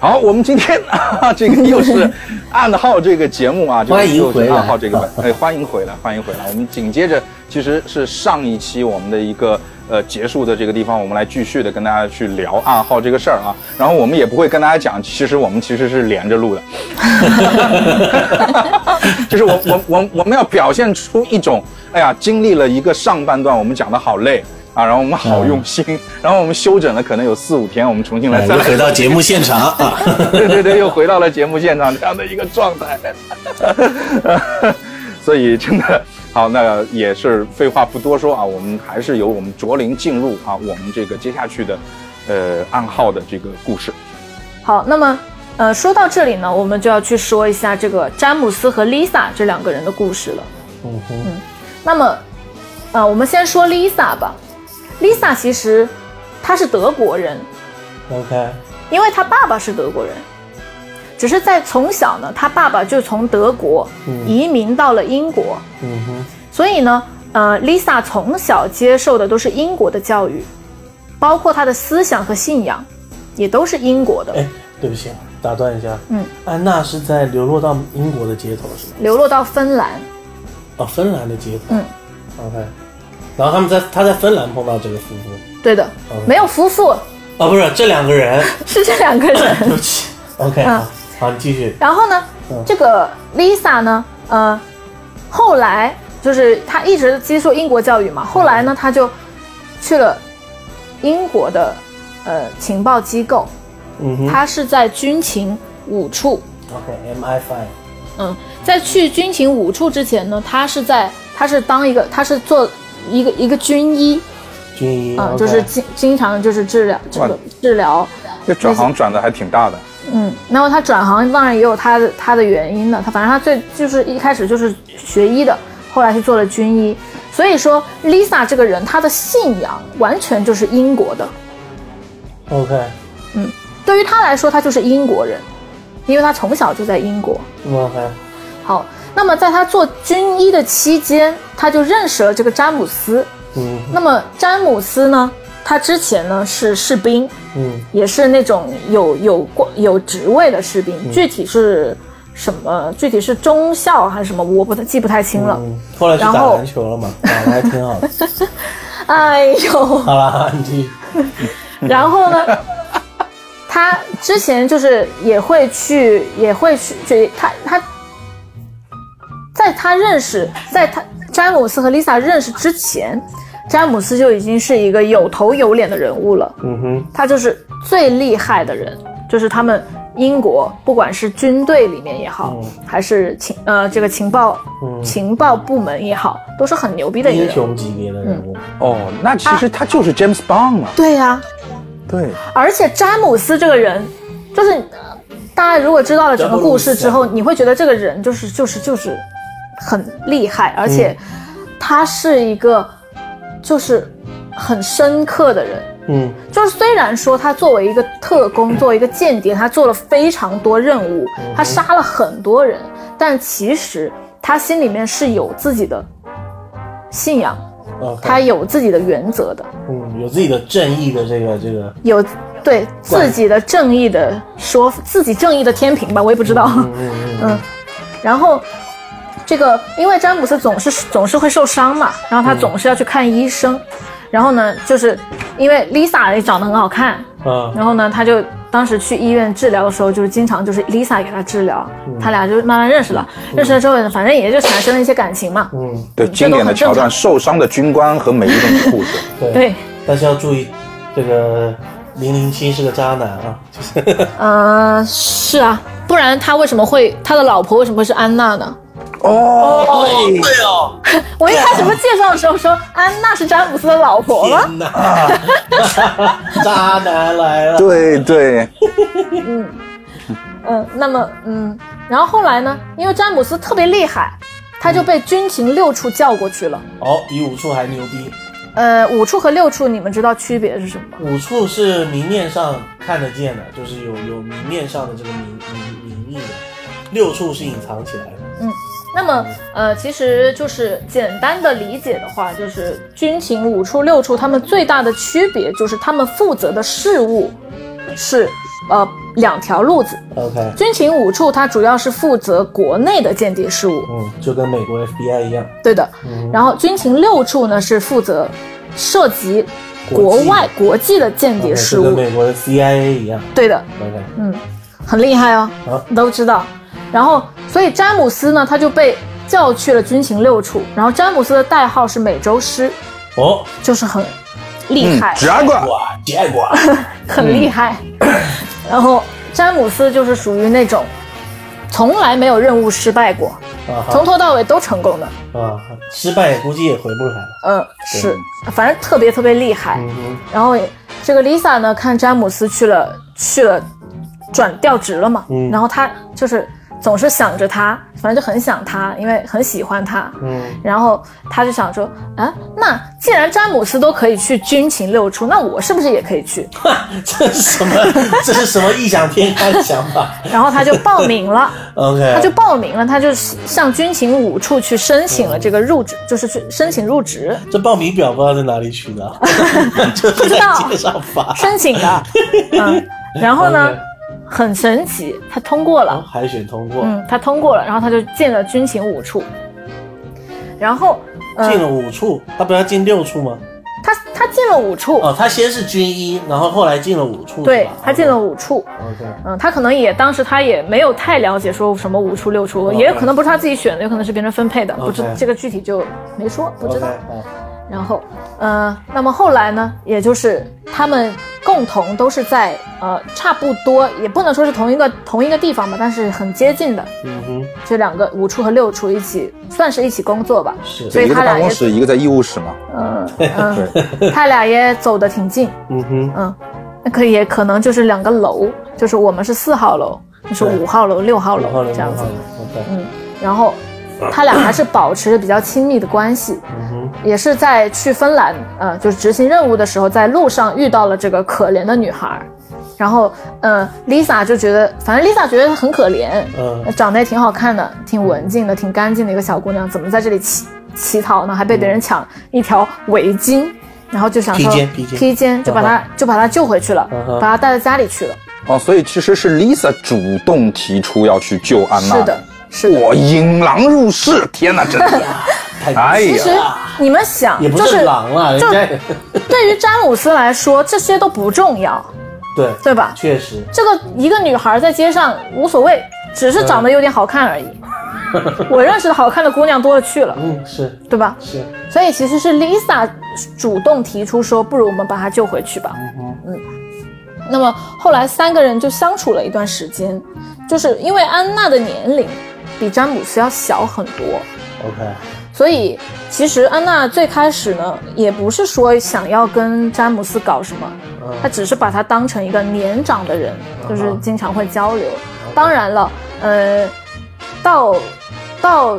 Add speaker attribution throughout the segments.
Speaker 1: 好，我们今天 啊，这个又是暗号这个节目 啊，就
Speaker 2: 欢迎回来
Speaker 1: 就是暗号这个本，哎，欢迎回来，欢迎回来。我们紧接着其实是上一期我们的一个呃结束的这个地方，我们来继续的跟大家去聊暗号这个事儿啊。然后我们也不会跟大家讲，其实我们其实是连着录 的，就是我我我我们要表现出一种，哎呀，经历了一个上半段，我们讲的好累。啊，然后我们好用心，然后我们休整了可能有四五天，我们重新来
Speaker 2: 嗯哎
Speaker 1: 再
Speaker 2: 又
Speaker 1: 来
Speaker 2: 回到节目现场啊，
Speaker 1: 对对对，又回到了节目现 场这样的一个状态， 所以真的好，那也是废话不多说啊，我们还是由我们卓林进入啊，我们这个接下去的呃暗号的这个故事。
Speaker 3: 好，那么呃，说到这里呢，我们就要去说一下这个詹姆斯和 Lisa 这两个人的故事了。嗯，那么呃，我们先说 Lisa 吧。Lisa 其实她是德国人，
Speaker 4: OK，
Speaker 3: 因为她爸爸是德国人，只是在从小呢，她爸爸就从德国移民到了英国。
Speaker 4: 嗯哼，
Speaker 3: 所以呢，呃，Lisa 从小接受的都是英国的教育，包括她的思想和信仰，也都是英国的，
Speaker 4: 哎，对不起，打断一下，
Speaker 3: 嗯，
Speaker 4: 安娜是在流落到英国的街头是吗？
Speaker 3: 流落到芬兰。
Speaker 4: 哦，芬兰的街头，
Speaker 3: 嗯
Speaker 4: ，OK，然后他们在他在芬兰碰到这个夫妇，
Speaker 3: 对的，没有夫妇，
Speaker 4: 哦，不是这两个人，
Speaker 3: 是这两个
Speaker 4: 对
Speaker 3: 人。
Speaker 4: 不起，OK，
Speaker 3: 嗯
Speaker 4: 好，好，你继续，
Speaker 3: 然后呢，
Speaker 4: 嗯
Speaker 3: 这个 Lisa 呢，呃，后来就是她一直接受英国教
Speaker 4: 嗯
Speaker 3: 育嘛，后来呢，她就去了英国的呃情报机构，
Speaker 4: 嗯哼
Speaker 3: 她是在军情五处
Speaker 4: ，OK，MI five，
Speaker 3: 嗯，在去军情五处之前呢，他是在他是当一个他是做一个一个军医
Speaker 4: 军医
Speaker 3: 啊、
Speaker 4: 哦，OK
Speaker 3: 就是经经常就是治疗这
Speaker 1: 哇
Speaker 3: 个治疗，
Speaker 1: 这转行转的还挺大的，
Speaker 3: 嗯，然后他转行当然也有他的他的原因的，他反正他最就是一开始就是学医的，后来去做了军医，所以说 Lisa 这个人她的信仰完全就是英国的，
Speaker 4: ，OK，
Speaker 3: 对于她来说她就是英国人，因为她从小就在英国，
Speaker 4: 嗯 OK，
Speaker 3: 好，那么在他做军医的期间，他就认识了这个詹姆斯。
Speaker 4: 嗯
Speaker 3: 那么詹姆斯呢，他之前呢是士兵，
Speaker 4: 嗯
Speaker 3: 也是那种有有过有职位的士兵，具体是什么？具体是中校还是什么？我不太记不太清了。
Speaker 4: 嗯，后来去打
Speaker 3: 然后
Speaker 4: 篮球了嘛，打的还 挺好的，
Speaker 3: 哎呦，
Speaker 4: 好啦，你继续，
Speaker 3: 然后呢，他之前就是也会去，也会去，去他他，在他认识，在他詹姆斯和 Lisa 认识之前，詹姆斯就已经是一个有头有脸的人物了。
Speaker 4: 嗯哼，
Speaker 3: 他就是最厉害的人，就是他们英国不管是军队里面也好，
Speaker 4: 嗯
Speaker 3: 还是情呃这个情报、情报部门也好，都是很牛逼的一个
Speaker 4: 英
Speaker 3: 人。
Speaker 4: 雄级别的人物，
Speaker 1: 哦，那其实他就是 James Bond 嘛，
Speaker 3: 对呀、
Speaker 1: 对，
Speaker 3: 而且詹姆斯这个人，就是呃大家如果知道了整个故事之后，你会觉得这个人就是就是就是很厉害，而且
Speaker 4: 嗯
Speaker 3: 他是一个就是很深刻的人。
Speaker 4: 嗯
Speaker 3: 就是虽然说他作为一个特工，作为一个间谍，他做了非常多任务，他杀了很多人，但其实他心里面是有自己的信仰，
Speaker 4: 嗯，OK，
Speaker 3: 他有自己的原则的。
Speaker 4: 嗯，有自己的正义的这个这个，
Speaker 3: 有对自己的正义的说，自己正义的天平吧，我也不知道。
Speaker 4: 嗯
Speaker 3: 嗯，然后这个因为詹姆斯总是总是会受伤嘛，然后他总是要去看医生。然后呢，就是因为 Lisa 也长得很好看，
Speaker 4: 嗯
Speaker 3: 然后呢，他就当时去医院治疗的时候，就是经常就是 Lisa 给他治疗，他俩就慢慢认识了。认识了之后，反正也就产生了一些感情嘛。
Speaker 4: 嗯。
Speaker 1: 对，
Speaker 3: 都
Speaker 1: 经典的
Speaker 3: 很正
Speaker 1: 桥段，
Speaker 3: 常
Speaker 1: 受伤的军官和美丽的护士，
Speaker 4: 对，
Speaker 3: 对，
Speaker 4: 但是要注意，这个零零七是个渣男啊，就是
Speaker 3: 嗯、是啊，不然他为什么会他的老婆为什么会是安娜呢？
Speaker 1: 哦，
Speaker 4: 对哦，
Speaker 3: 我一开始不是介绍的时候说安娜是詹姆斯的老婆吗？
Speaker 4: 天哪，渣男来了，
Speaker 1: 对对，
Speaker 3: 嗯，那么嗯，然后后来呢，因为詹姆斯特别厉害，他就被军情六处叫过去了。
Speaker 4: 哦，比武处还牛逼，
Speaker 3: 呃，五处和六处你们知道区别是什么吗？
Speaker 4: 武处是明面上看得见的，就是有有明面上的这个名名名义的，六处是隐藏起来的，
Speaker 3: 那么呃，其实就是简单的理解的话，就是军情五处六处他们最大的区别就是他们负责的事务是呃两条路子。
Speaker 4: OK，
Speaker 3: 军情五处它主要是负责国内的间谍事务，
Speaker 4: 嗯，就跟美国 FBI 一样，
Speaker 3: 对的。
Speaker 4: 嗯，
Speaker 3: 然后军情六处呢是负责涉及
Speaker 4: 国
Speaker 3: 国
Speaker 4: 际
Speaker 3: 外国际啊的间谍
Speaker 4: OK，
Speaker 3: 事
Speaker 4: 嗯就跟
Speaker 3: 务，
Speaker 4: 美国的 CIA 一样。
Speaker 3: 对的。
Speaker 4: OK，
Speaker 3: 嗯，很厉害哦，
Speaker 4: 啊
Speaker 3: 你都知道。然后，所以詹姆斯呢，他就被叫去了军情六处。然后，詹姆斯的代号是美洲狮，
Speaker 4: 哦，
Speaker 3: 就是很厉
Speaker 4: 嗯
Speaker 3: 害，
Speaker 1: ，Dragon，
Speaker 4: 哇，结果，
Speaker 3: 很厉害。
Speaker 4: 嗯
Speaker 3: 然后，詹姆斯就是属于那种从来没有任务失败过，
Speaker 4: 啊
Speaker 3: 从
Speaker 4: 哈
Speaker 3: 头到尾都成功的。
Speaker 4: 啊，失败估计也回不来了。
Speaker 3: 嗯，是，反正特别特别厉害。
Speaker 4: 嗯哼，
Speaker 3: 然后这个 Lisa 呢，看詹姆斯去了去了，转调职了嘛，
Speaker 4: 嗯
Speaker 3: 然后她就是总是想着他，反正就很想他，因为很喜欢他。
Speaker 4: 嗯，
Speaker 3: 然后她就想说，啊，那既然詹姆斯都可以去军情六处，那我是不是也可以去？
Speaker 4: 这 是什么？这是什么异想天开的想法
Speaker 3: 然后她就报名 了，
Speaker 4: ？OK，
Speaker 3: 她就报名了，她就向军情五处去申请了这个入职，就是去申请入职，
Speaker 4: 这报名表不知道在哪里取 的啊，不
Speaker 3: 知道
Speaker 4: 街上发。
Speaker 3: 申请 的，嗯，然后
Speaker 4: 哎
Speaker 3: 呢，很神奇，她通过了
Speaker 4: 然后。海选通过，
Speaker 3: 嗯，他通过了，然后他就进了军情五处，然后，嗯、
Speaker 4: 进了五处，他不是要进六处吗？
Speaker 3: 他他进了五处，
Speaker 4: 哦，他先是军医，然后后来进了五处，
Speaker 3: 对
Speaker 4: 是吧
Speaker 3: 他进了。五处，
Speaker 4: OK，
Speaker 3: 嗯，他可能也当时他也没有太了解说什么五处六处，
Speaker 4: 哦
Speaker 3: 也有可能不是他自己选的，有可能是别人分配的，不知
Speaker 4: OK
Speaker 3: 这个具体就没说，不知
Speaker 4: OK，
Speaker 3: 道。
Speaker 4: 啊
Speaker 3: 然后，呃，那么后来呢，也就是他们共同都是在呃差不多，也不能说是同一个同一个地方吧，但是很接近的
Speaker 4: 嗯哼，
Speaker 3: 这两个五处和六处一起算是一起工 作吧，
Speaker 4: 是
Speaker 3: 所以
Speaker 1: 一个
Speaker 3: 他
Speaker 1: 在
Speaker 3: 俩
Speaker 1: 办
Speaker 3: 也
Speaker 1: 公室，一个在医务室嘛。
Speaker 3: 嗯，嗯，
Speaker 1: 对，
Speaker 3: 他俩也走得挺近，
Speaker 4: 嗯哼，
Speaker 3: 嗯，那可以也可能就是两个楼，就是我们是四号楼，你是
Speaker 4: 对
Speaker 3: 五号楼、六号
Speaker 4: 然后
Speaker 3: 楼
Speaker 4: 呢？
Speaker 3: 这样子，
Speaker 4: ，OK，
Speaker 3: 然后他俩还是保持着比较亲密的关系，
Speaker 4: 嗯哼，
Speaker 3: 也是在去芬兰，呃，就是执行任务的时候，在路上遇到了这个可怜的女孩儿，然后，呃，Lisa 就觉得，反正 Lisa 觉得她很可怜，
Speaker 4: 嗯
Speaker 3: 长得也挺好看的，挺文静的，挺干净的一个小姑娘，怎么在这里乞乞讨呢？还被别人抢一条围巾，然后就想说
Speaker 4: 披肩披肩
Speaker 3: 就把她就把她救回去了
Speaker 4: 嗯哼，
Speaker 3: 把她带到家里去了。
Speaker 1: 哦，所以其实是 Lisa 主动提出要去救安娜。
Speaker 3: 是的，，是的。
Speaker 1: 我引狼入室，天哪， 真的。
Speaker 4: 太
Speaker 1: 哎
Speaker 3: 其
Speaker 1: 呀
Speaker 3: 实你们想，
Speaker 4: 也不
Speaker 3: 就是是
Speaker 4: 狼啊，人
Speaker 3: 就
Speaker 4: 家
Speaker 3: 对于詹姆斯来说，这些都不重要，
Speaker 4: 对，
Speaker 3: 对吧？
Speaker 4: 确实，
Speaker 3: 这个一个女孩在街上无所谓，只是长得有点好看而已。我认识的好看的姑娘多了去了，
Speaker 4: 嗯，是
Speaker 3: 对吧？
Speaker 4: 是，
Speaker 3: 所以其实是 Lisa 主动提出说，不如我们把她救回去吧。嗯，那么后来三个人就相处了一段时间，就是因为安娜的年龄比詹姆斯要小很多，
Speaker 4: OK，
Speaker 3: 所以其实安娜最开始呢，也不是说想要跟詹姆斯搞什么，她
Speaker 4: 嗯
Speaker 3: 只是把他当成一个年长的人，就是经常会交流。
Speaker 4: 嗯
Speaker 3: 当然了，呃，到到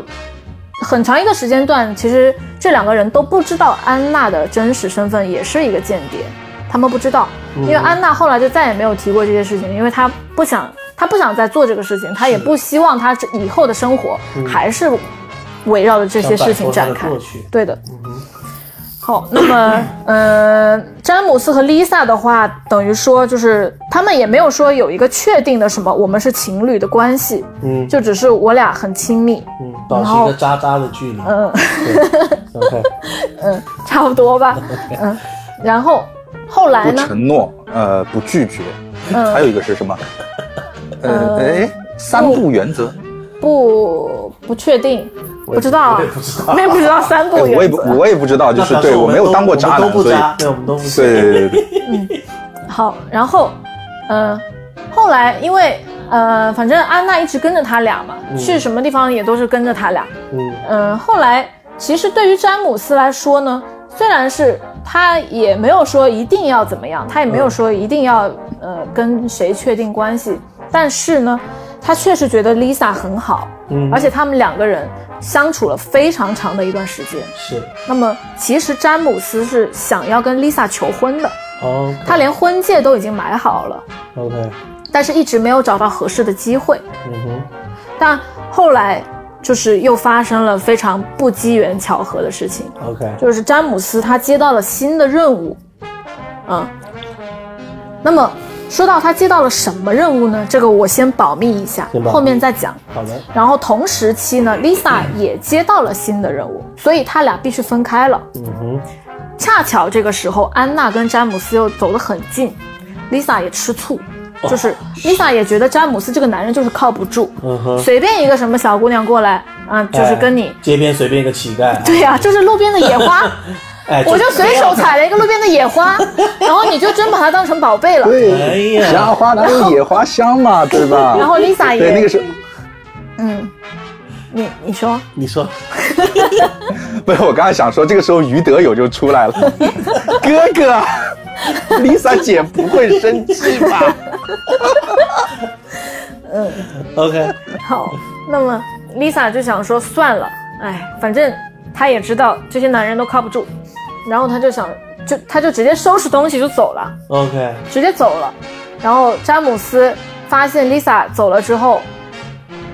Speaker 3: 很长一个时间段，其实这两个人都不知道安娜的真实身份也是一个间谍，他们不知道，
Speaker 4: 嗯
Speaker 3: 因为安娜后来就再也没有提过这些事情，因为她不想，她不想再做这个事情，她也不希望她这以后的生活还是围绕着这些事情展
Speaker 4: 嗯想摆脱他
Speaker 3: 开
Speaker 4: 的过去。
Speaker 3: 对的，
Speaker 4: 嗯哼，
Speaker 3: 好，那么，呃，詹姆斯和 Lisa 的话，等于说就是他们也没有说有一个确定的什么，我们是情侣的关系，
Speaker 4: 嗯
Speaker 3: 就只是我俩很亲密，
Speaker 4: 嗯，保持
Speaker 3: 然
Speaker 4: 一
Speaker 3: 后
Speaker 4: 个渣渣的距离，
Speaker 3: 嗯，
Speaker 4: 对，OK，
Speaker 3: 差不多 吧，嗯，然后后来
Speaker 1: 不
Speaker 3: 呢，
Speaker 1: 承诺，呃，不拒绝，
Speaker 3: 嗯
Speaker 1: 还有一个是什么？呃，哎，三不原则，
Speaker 3: 不不确定，
Speaker 4: 我也
Speaker 3: 不知道啊
Speaker 4: 我也不知 道，
Speaker 3: 我也不知道三
Speaker 1: 哎
Speaker 3: 不
Speaker 1: 我也
Speaker 3: 原
Speaker 1: 不
Speaker 3: 则，
Speaker 1: 我也不知道，就
Speaker 4: 那
Speaker 1: 是
Speaker 4: 表示
Speaker 1: 对我
Speaker 4: 们
Speaker 1: 没有
Speaker 4: 都
Speaker 1: 当过
Speaker 4: 我们
Speaker 1: 渣男，
Speaker 4: 都不
Speaker 1: 所以
Speaker 4: 渣，对，我们都不渣，
Speaker 1: 对对对对对，
Speaker 3: 好，然后，呃，后来因为呃，反正安娜一直跟着他俩嘛，去什么地方也都是跟着他俩，
Speaker 4: 嗯
Speaker 3: 嗯，后来其实对于詹姆斯来说呢，虽然是他也没有说一定要怎么样，他也没有说一定要呃跟谁确定关系，但是呢，他确实觉得 Lisa 很好，
Speaker 4: 嗯，
Speaker 3: 而且他们两个人相处了非常长的一段时间。
Speaker 4: 是
Speaker 3: 那么其实詹姆斯是想要跟 Lisa 求婚的，
Speaker 4: 哦，
Speaker 3: 他连婚戒都已经买好了，
Speaker 4: OK，
Speaker 3: 但是一直没有找到合适的机会。
Speaker 4: 嗯哼，
Speaker 3: 但后来就是又发生了非常不机缘巧合的事情。
Speaker 4: OK，
Speaker 3: 就是啊詹姆斯他接到了新的任务，嗯，那么说到他接到了什么任务呢？这个我先保密一下
Speaker 4: 先保，密
Speaker 3: 后面再讲。
Speaker 4: 好的，
Speaker 3: 然后同时期呢，Lisa
Speaker 4: 嗯
Speaker 3: 也接到了新的任务，所以他俩必须分开了。
Speaker 4: 嗯哼，
Speaker 3: 恰巧这个时候，安娜跟詹姆斯又走得很近，Lisa 也吃醋，
Speaker 4: 哦
Speaker 3: 就是 Lisa 也觉得詹姆斯这个男人就是靠不住，
Speaker 4: 嗯哼，
Speaker 3: 随便一个什么小姑娘过来，啊，就是跟你
Speaker 4: 哎，街边随便一个乞丐，
Speaker 3: 对呀、就是路边的野 花，
Speaker 4: 哎，
Speaker 3: 我就随手采了一个路边的野 花，然后你就真把它当成宝贝了。
Speaker 4: 哎
Speaker 1: 对，
Speaker 4: 呀
Speaker 1: 夏花哪有野花香嘛，对吧？
Speaker 3: 然后 Lisa 也
Speaker 1: 对那个是，
Speaker 3: 嗯，你你说，
Speaker 4: 你说，
Speaker 1: 不是我刚才想说，这个时候于德友就出来了， 哥哥，Lisa 姐不会生气吧？
Speaker 4: OK，
Speaker 3: 好，那么 Lisa 就想说算了，哎，反正她也知道这些男人都靠不住，然后她就想就她就直接收拾东西就走了，
Speaker 4: OK，
Speaker 3: 直接走了。然后詹姆斯发现 Lisa 走了之后，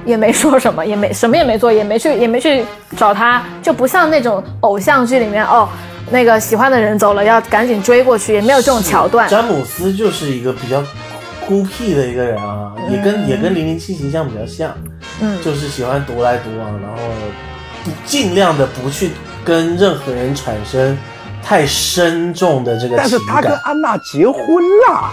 Speaker 3: 也没说什么，也没什么也没做，也没去也没去找她，就不像那种偶像剧里面哦，那个喜欢的人走了要赶紧追过去，也没有这种桥段。
Speaker 4: 詹姆斯 就是一个比较孤僻的一个人啊，也跟也跟零零七形象比较像，
Speaker 3: 嗯，
Speaker 4: 就是喜欢独来独往，然后不尽量的不去跟任何人产生太深重的这个
Speaker 1: 但是
Speaker 4: 情
Speaker 1: 他跟
Speaker 4: 感。
Speaker 1: 安娜结婚 了，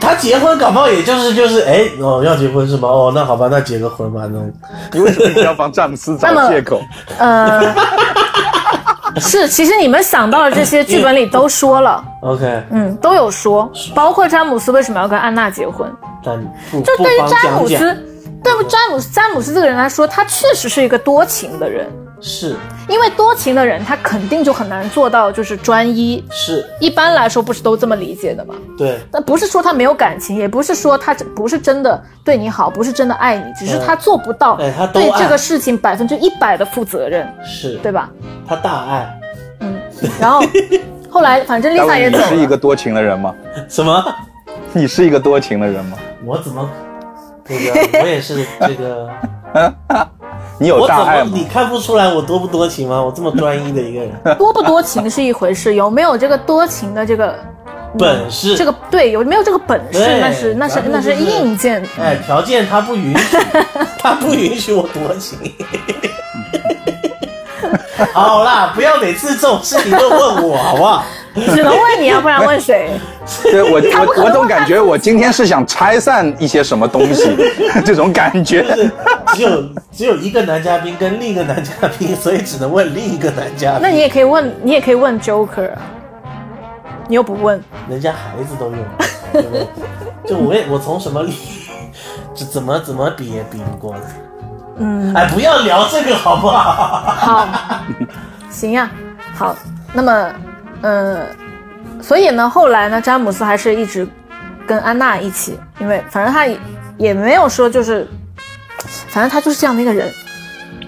Speaker 4: 他结婚搞不好也就是就是哎哦要结婚是吗？哦那好吧那结个婚吧那种。
Speaker 1: 你为什么一定要帮詹姆斯
Speaker 3: 那
Speaker 1: 找
Speaker 3: 么
Speaker 1: 借口？
Speaker 3: 呃，是，其实你们想到的这些剧本里都说了，
Speaker 4: OK，
Speaker 3: 嗯，都有说，包括詹姆斯为什么要跟安娜结婚，
Speaker 4: 但不
Speaker 3: 就
Speaker 4: 不
Speaker 3: 对于
Speaker 4: 帮
Speaker 3: 詹
Speaker 4: 讲
Speaker 3: 姆
Speaker 4: 讲
Speaker 3: 斯，对不詹姆斯詹姆斯这个人来说，他确实是一个多情的人，
Speaker 4: 是
Speaker 3: 因为多情的人他肯定就很难做到就是专一，
Speaker 4: 是
Speaker 3: 一般来说不是都这么理解的吗？
Speaker 4: 对
Speaker 3: 但不是说他没有感情，也不是说他不是真的对你好，不是真的爱你，只是他做不到
Speaker 4: 哎他都
Speaker 3: 对
Speaker 4: 爱
Speaker 3: 这个事情百分之一百的负责任，
Speaker 4: 是，
Speaker 3: 对吧？
Speaker 4: 他大爱
Speaker 3: 然 后后来反正
Speaker 1: 大
Speaker 3: Lisa
Speaker 1: 卫，
Speaker 3: 也
Speaker 1: 你
Speaker 3: 走
Speaker 1: 是一
Speaker 3: 了，
Speaker 1: 个多情的人吗？
Speaker 4: 什么？
Speaker 1: 你是一个多情的人吗？
Speaker 4: 我怎么那个我也是这个。
Speaker 1: 你有
Speaker 4: 我怎
Speaker 1: 大爱
Speaker 4: 么
Speaker 1: 吗？
Speaker 4: 你看不出来我多不多情吗？我这么专一的一个人，
Speaker 3: 多不多情是一回事，有没有这个多情的这个
Speaker 4: 本事
Speaker 3: 这个对有没有这个本事，
Speaker 4: 对
Speaker 3: 那是那是
Speaker 4: 咱们
Speaker 3: 那是
Speaker 4: 就是
Speaker 3: 硬件。
Speaker 4: 哎，条件他不 允许，他不允许我多情。好啦，不要每次这种事情都问我，好不好？
Speaker 3: 只能问你，要不然问谁？
Speaker 1: 对我
Speaker 3: 他不可
Speaker 1: 我我
Speaker 3: 能会
Speaker 1: 总
Speaker 3: 看
Speaker 1: 感觉我今天是想拆散一些什么东西， 这种感 觉。
Speaker 4: 只有只有一个男嘉宾跟另一个男嘉宾，所以只能问另一个男嘉
Speaker 3: 那
Speaker 4: 宾。
Speaker 3: 你也可以问，你也可以问 Joker，啊你又不问，
Speaker 4: 人家孩子都有，对不对？就我也我从什么里，这怎么怎么比也比不过来。嗯，哎，不要聊这个好不好？
Speaker 3: 好， 行呀，好，那么，呃，所以呢，后来呢，詹姆斯还是一直跟安娜一起，因为反正他也也没有说就是，反正他就是这样的一个人，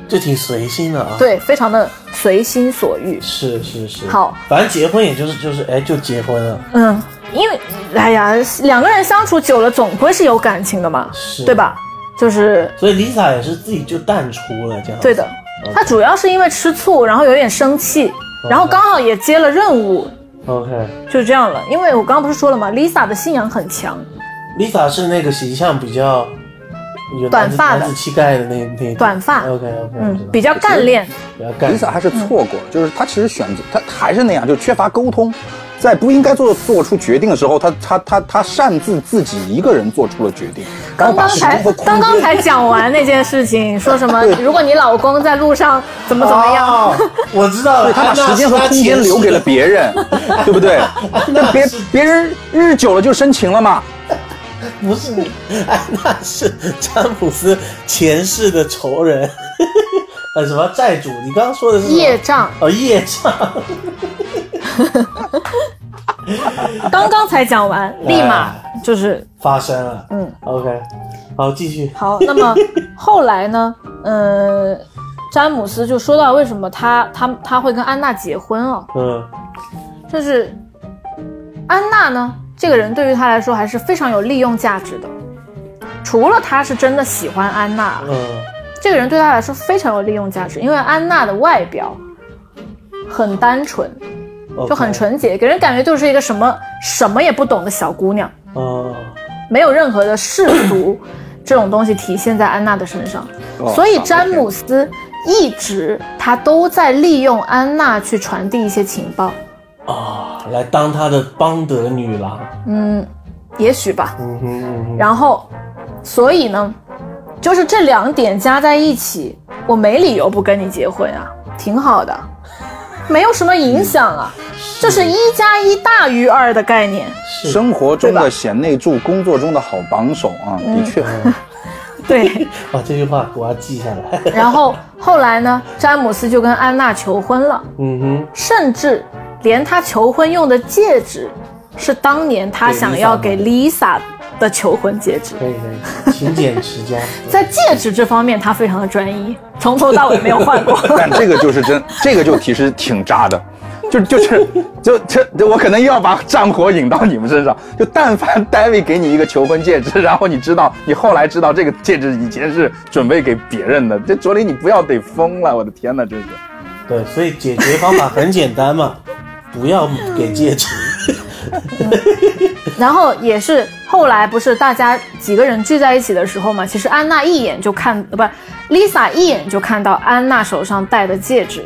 Speaker 4: 就挺随性的啊。
Speaker 3: 对，非常的随心所欲。
Speaker 4: 是是是，
Speaker 3: 好，
Speaker 4: 反正结婚也就是就是，哎，就结婚了，
Speaker 3: 嗯，因为哎呀，两个人相处久了，总归是有感情的嘛，
Speaker 4: 是
Speaker 3: 对？吧？就是
Speaker 4: 所以 Lisa 也是自己就淡出了
Speaker 1: 啊
Speaker 4: 这样。
Speaker 3: 对的，他主要是因为吃醋，然后有点生气，然后刚好也接了任务，
Speaker 4: OK，Lisa
Speaker 3: 就这样了。因为我刚刚不是说了吗？Lisa 的信仰很强，
Speaker 4: 是那个形象比较有男
Speaker 3: 短
Speaker 4: 子
Speaker 3: 发的
Speaker 4: 男子气概的那那
Speaker 3: 短发
Speaker 4: OK OK，
Speaker 3: 嗯，比较干练，
Speaker 4: 比较干
Speaker 1: 嗯 Lisa 还是错过了，就是她其实选择，她她还是那样，就缺乏沟通，在不应该做做出决定的时候，她她她她擅自自己一个人做出了决定，然后
Speaker 3: 刚
Speaker 1: 把
Speaker 3: 刚
Speaker 1: 时
Speaker 3: 才
Speaker 1: 间和空
Speaker 3: 刚刚
Speaker 1: 间。
Speaker 3: 才讲完那件事情，说 什么如果你老公在路上怎么怎么
Speaker 1: 啊
Speaker 3: 样，
Speaker 4: 哦我知 道了，
Speaker 1: 对，她把
Speaker 4: 安娜
Speaker 1: 时间
Speaker 4: 是
Speaker 1: 和
Speaker 4: 她
Speaker 1: 空间
Speaker 4: 前世
Speaker 1: 留给了别人，对不对？那别
Speaker 4: 是
Speaker 1: 别人日久了就生情了嘛。
Speaker 4: 不是你，安娜是詹姆斯前世的仇人， 呃，什么债主？你刚刚说的是什么
Speaker 3: 业障。
Speaker 4: 哦，业障，
Speaker 3: 刚刚才讲完，立马
Speaker 1: 哎
Speaker 3: 就是
Speaker 4: 发生了。
Speaker 3: 嗯
Speaker 4: ，OK，好，继续。
Speaker 3: 好。那么后来呢？呃，詹姆斯就说到为什么他他他会跟安娜结婚哦，
Speaker 4: 嗯
Speaker 3: 就是安娜呢，这个人对于他来说还是非常有利用价值的。除了他是真的喜欢安娜，
Speaker 4: 嗯，
Speaker 3: 这个人对他来说非常有利用价值，因为安娜的外表很单纯，就很
Speaker 4: OK
Speaker 3: 纯洁，给人感觉就是一个什么什么也不懂的小姑娘。
Speaker 4: 哦，
Speaker 3: 没有任何的世俗 这种东西体现在安娜的身上，
Speaker 1: 哦
Speaker 3: 所以
Speaker 1: 好
Speaker 3: 詹姆斯一直他都在利用安娜去传递一些情报，
Speaker 4: 啊，来当他的邦德女郎。
Speaker 3: 也许吧。
Speaker 4: 嗯哼嗯哼，
Speaker 3: 然后，所以呢，就是这两点加在一起，我没理由不跟你结婚啊，挺好的，没有什么影响啊，就是一加一大于二的概念。
Speaker 4: 是
Speaker 1: 生活中
Speaker 3: 对
Speaker 1: 的
Speaker 3: 吧
Speaker 1: 贤内助，工作中的好帮手啊，的确，
Speaker 3: 对，
Speaker 4: 把啊这句话给我记下来。
Speaker 3: 然后后来呢，詹姆斯就跟安娜求婚了，
Speaker 4: 嗯哼，
Speaker 3: 甚至连他求婚用的戒指，是当年他想要给 Lisa 的求婚戒指。
Speaker 4: 可以可以，勤俭持 家。
Speaker 3: 在戒指这方面，他非常的专一，从头到尾没有换过。
Speaker 1: 但这个就是真，这个就其实挺渣的，就就是就这这我可能又要把战火引到你们身上。就但凡 David 给你一个求婚戒指，然后你知道你后来知道这个戒指以前是准备给别人的，这卓林你不要得疯了，我的天哪，真是。
Speaker 4: 对，所以解决方法很简单嘛， 不要给戒指。
Speaker 3: 然后也是后来不是大家几个人聚在一起的时候嘛，其实安娜一眼就看，呃，不是 Lisa 一眼就看到安娜手上戴的戒指，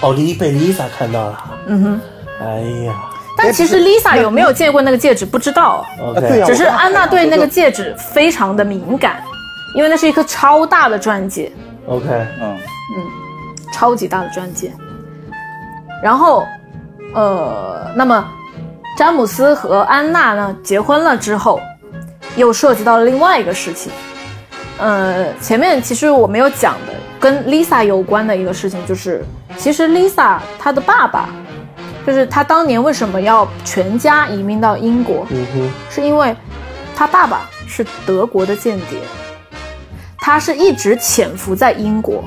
Speaker 4: 哦，丽被 Lisa 看到了。嗯哼，哎呀
Speaker 3: 但其实 Lisa 有没有见过那个戒指不知道，
Speaker 4: ，OK，
Speaker 1: 对呀
Speaker 3: 只是安娜对那个戒指非常的敏感，因为那是一颗超大的钻戒，
Speaker 4: o k
Speaker 1: 嗯，
Speaker 3: 超级大的钻戒。然后，呃，那么詹姆斯和安娜呢结婚了之后，又涉及到了另外一个事情。呃，前面其实我没有讲的，跟 Lisa 有关的一个事情，就是其实 Lisa 她的爸爸，就是她当年为什么要全家移民到英国，
Speaker 4: 嗯哼，
Speaker 3: 是因为她爸爸是德国的间谍，他是一直潜伏在英国，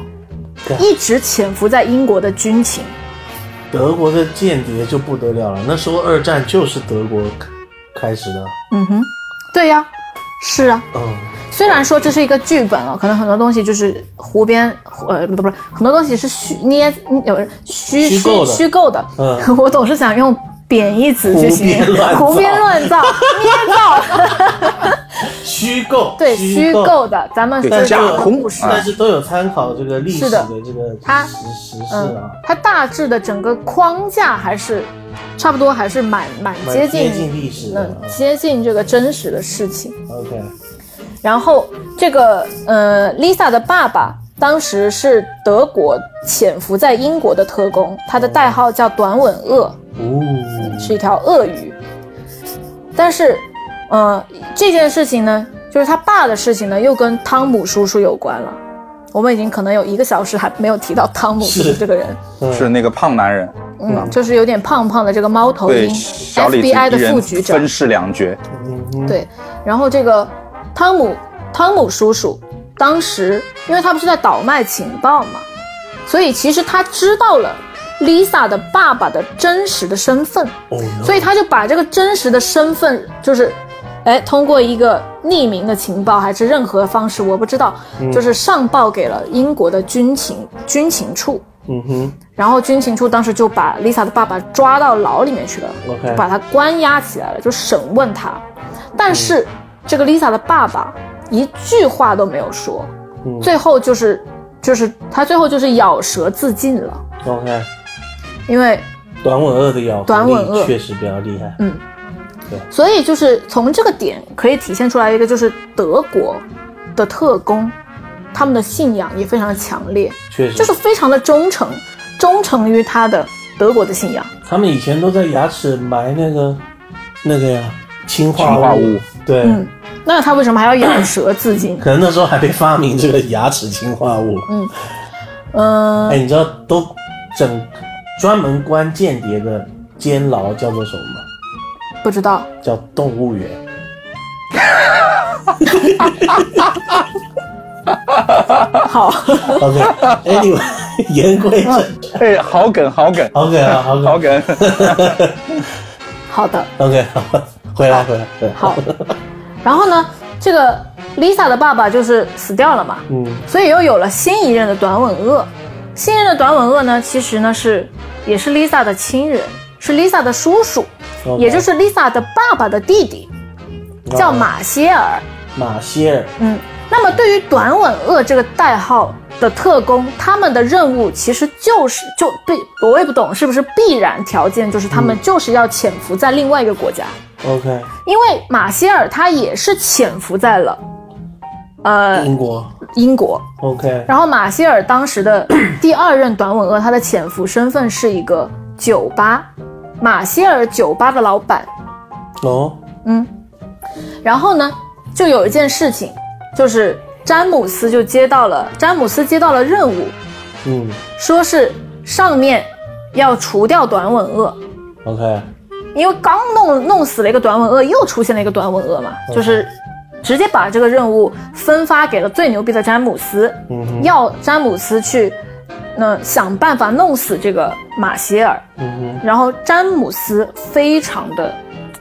Speaker 4: 干
Speaker 3: 一直潜伏在英国的军情。
Speaker 4: 德国的间谍就不得了了，那时候二战就是德国开始的。
Speaker 3: 嗯哼，对呀、是啊。
Speaker 4: 嗯，
Speaker 3: 虽然说这是一个剧本啊，可能很多东西就是湖边，呃，不不是，很多东西是虚捏，有虚
Speaker 4: 虚构的
Speaker 3: 虚构的。
Speaker 4: 嗯
Speaker 3: 我总是想用贬义词去形
Speaker 4: 胡编乱
Speaker 3: 容，
Speaker 4: 造
Speaker 3: 胡编乱 造、捏造，
Speaker 4: 虚构，
Speaker 3: 对，虚构的。咱们
Speaker 1: 对
Speaker 3: 说
Speaker 4: 但
Speaker 1: 虚
Speaker 3: 讲
Speaker 1: 假构
Speaker 3: 的
Speaker 1: 空
Speaker 3: 故事，啊
Speaker 4: 但是都有参考这个历史
Speaker 3: 是的
Speaker 4: 这个
Speaker 3: 它
Speaker 4: 实实事
Speaker 3: 嗯
Speaker 4: 啊，，
Speaker 3: 它大致的整个框架还是差不多，还是蛮蛮
Speaker 4: 蛮
Speaker 3: 接
Speaker 4: 接
Speaker 3: 近
Speaker 4: 近历史的啊
Speaker 3: 嗯，接近这个真实的事情。
Speaker 4: OK，
Speaker 3: 然后这个呃，Lisa 的爸爸当时是德国潜伏在英国的特工，他的代号叫短吻鳄，
Speaker 4: 哦，
Speaker 3: 是一条鳄鱼。但是，呃，这件事情呢，就是他爸的事情呢，又跟汤姆叔叔有关了。我们已经可能有一个小时还没有提到汤姆叔叔
Speaker 4: 是
Speaker 3: 这个人，
Speaker 1: 是那个胖男人，
Speaker 3: 嗯，就是有点胖胖的这个猫头
Speaker 1: 对
Speaker 3: 鹰
Speaker 1: 小李子
Speaker 3: ，FBI 的
Speaker 1: 一人
Speaker 3: 副局长
Speaker 1: 分，饰两角，
Speaker 4: 嗯哼，
Speaker 3: 对，然后这个汤姆汤姆叔叔当时，因为他不是在倒卖情报嘛，所以其实他知道了 Lisa 的爸爸的真实的身份，
Speaker 4: 哦哟，
Speaker 3: 所以他就把这个真实的身份，就是，哎，通过一个匿名的情报还是任何方式，我不知道，
Speaker 1: 嗯
Speaker 3: 就是上报给了英国的军情军情处。
Speaker 4: 嗯哼
Speaker 3: 然后军情处当时就把 Lisa 的爸爸抓到牢里面去了
Speaker 4: OK
Speaker 3: 就把他关押起来了，就审问他。但是、
Speaker 4: 嗯
Speaker 3: 这个 Lisa 的爸爸一句话都没有说，
Speaker 4: 嗯
Speaker 3: 最后就是就是他最后就是咬舌自尽了，
Speaker 4: ，OK，
Speaker 3: 因为
Speaker 4: 短吻鳄的咬合力
Speaker 3: 短吻鳄
Speaker 4: 确实比较厉害，
Speaker 3: 嗯所以就是从这个点可以体现出来一个就是德国的特工，他们的信仰也非常的强烈，
Speaker 4: 确实
Speaker 3: 就是非常的忠诚，忠诚于他的德国的信仰。
Speaker 4: 他们以前都在牙齿埋那个那个呀氰化
Speaker 1: 氰化物，
Speaker 4: 对，
Speaker 3: 嗯那他为什么还要咬舌自尽？
Speaker 4: 可能那时候还没发明这个牙齿氰化物。
Speaker 3: 嗯、
Speaker 4: 哎，你知道都整专门关间谍的监牢叫做什么吗？
Speaker 3: 不知道。
Speaker 4: 叫动物园。
Speaker 3: 好，
Speaker 4: OK，哎，你们 言归正传。
Speaker 1: 哎，好梗，好梗，
Speaker 4: OK 啊，好
Speaker 1: 好
Speaker 4: ，OK，
Speaker 1: 梗。
Speaker 3: 好的，
Speaker 4: OK，好回来，回来，回来。
Speaker 3: 好。然后呢，这个 Lisa 的爸爸就是死掉了嘛，
Speaker 4: 嗯，
Speaker 3: 所以又有了新一任的短吻鳄。新一任的短吻鳄呢，其实呢是也是 Lisa 的亲人，是 Lisa 的叔叔。
Speaker 4: OK
Speaker 3: 也就是 Lisa 的爸爸的弟弟，叫马歇尔。
Speaker 4: 马歇尔，
Speaker 3: 嗯，那么对于短吻鳄这个代号的特工，他们的任务其实就是就对我也不懂是不是必然条件，就是他们就是要潜伏在另外一个国家，
Speaker 4: OK，
Speaker 3: 因为马歇尔他也是潜伏在了，呃，
Speaker 4: 英国
Speaker 3: 英国。
Speaker 4: ，OK，
Speaker 3: 然后马歇尔当时的第二任短吻鳄，他的潜伏身份是一个酒吧，马歇尔酒吧的老板。
Speaker 4: 哦，
Speaker 3: 然后呢，就有一件事情，就是詹姆斯就接到了詹姆斯接到了任务，
Speaker 4: 嗯
Speaker 3: 说是上面要除掉短吻鳄，
Speaker 4: ，OK，
Speaker 3: 因为刚弄弄死了一个短吻鳄，又出现了一个短吻鳄嘛，
Speaker 4: 哦
Speaker 3: 就是直接把这个任务分发给了最牛逼的詹姆斯，
Speaker 4: 嗯哼
Speaker 3: 要詹姆斯去那想办法弄死这个马歇尔。
Speaker 4: 嗯哼，
Speaker 3: 然后詹姆斯非常的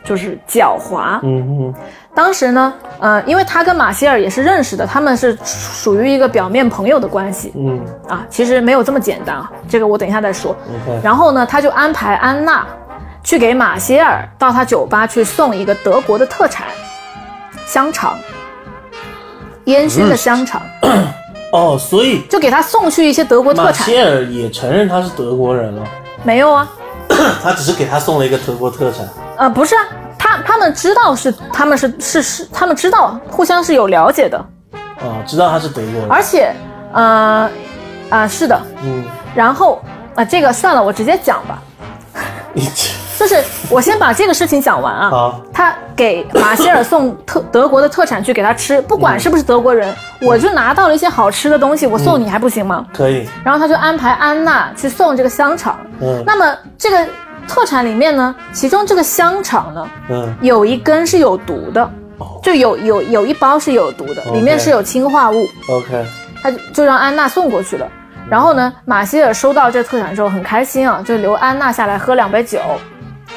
Speaker 3: 就是狡猾，
Speaker 4: 嗯哼，
Speaker 3: 当时呢，呃，因为他跟马歇尔也是认识的，他们是属于一个表面朋友的关系
Speaker 4: 嗯
Speaker 3: 啊，其实没有这么简单啊，这个我等一下再说。
Speaker 4: ，OK，
Speaker 3: 然后呢，他就安排安娜去给马歇尔到他酒吧去送一个德国的特产香肠，烟熏的香肠，
Speaker 4: 哦，所以
Speaker 3: 就给他送去一些德国特
Speaker 4: 马
Speaker 3: 产。
Speaker 4: 歇尔也承认他是德国人了，
Speaker 3: 没有啊，
Speaker 4: 他只是给他送了一个德国特产。
Speaker 3: 呃，不是啊，他他们知道是他们是是是，他们知道互相是有了解的，
Speaker 4: 啊，知道他是德国人。
Speaker 3: 而且，呃，啊、是的，
Speaker 4: 嗯，
Speaker 3: 然后啊、这个算了，我直接讲吧。
Speaker 4: 你这
Speaker 3: 就是我先把这个事情讲完啊。
Speaker 4: 好
Speaker 3: 他给马歇尔送特德国的特产去给他吃，不管是不是德国人，
Speaker 4: 嗯
Speaker 3: 我就拿到了一些好吃的东西，我送你还不行吗？
Speaker 4: 可以，
Speaker 3: 然后他就安排安娜去送这个香肠。
Speaker 4: 嗯
Speaker 3: 那么这个特产里面呢，其中这个香肠呢，
Speaker 4: 嗯，
Speaker 3: 有一根是有毒的，就有有有一包是有毒的，
Speaker 4: 哦 OK
Speaker 3: 里面是有氰化物。
Speaker 4: OK，
Speaker 3: 他就就让安娜送过去了。然后呢，马歇尔收到这特产之后很开心啊，就留安娜下来喝两杯酒，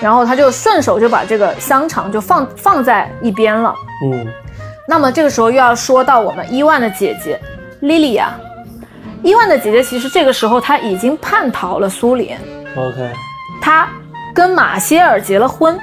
Speaker 3: 然后他就顺手就把这个香肠就放放在一边了。
Speaker 4: 嗯，
Speaker 3: 那么这个时候又要说到我们伊万的姐姐莉莉亚，伊万的姐姐其实这个时候她已经叛逃了苏联，
Speaker 4: OK，
Speaker 3: 她跟马歇尔结了婚，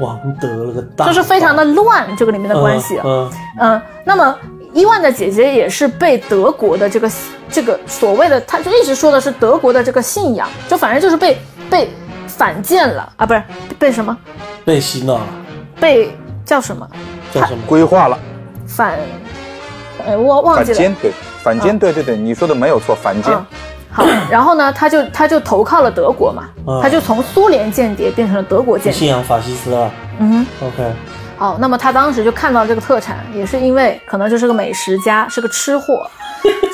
Speaker 4: 王德了个大，
Speaker 3: 就是非常的乱这个里面的关系啊。
Speaker 4: 嗯
Speaker 3: 嗯，那么伊万的姐姐也是被德国的这个这个所谓的，他就一直说的是德国的这个信仰，就反正就是被被反间了啊，不是被什么
Speaker 4: 嗯被洗脑了，
Speaker 3: 被叫什么
Speaker 4: 叫什么？
Speaker 1: 规划了
Speaker 3: 反，呃，我忘
Speaker 1: 反
Speaker 3: 记了
Speaker 1: 间，对反间，对对对，你说的没有错，反间
Speaker 3: 嗯。好，然后呢，他就他就投靠了德国嘛，
Speaker 4: 嗯
Speaker 3: 他就从苏联间谍变成了德国间谍。
Speaker 4: 信仰法西斯了。
Speaker 3: 嗯，
Speaker 4: OK，
Speaker 3: 好，哦那么他当时就看到这个特产，也是因为可能就是个美食家，是个吃 货，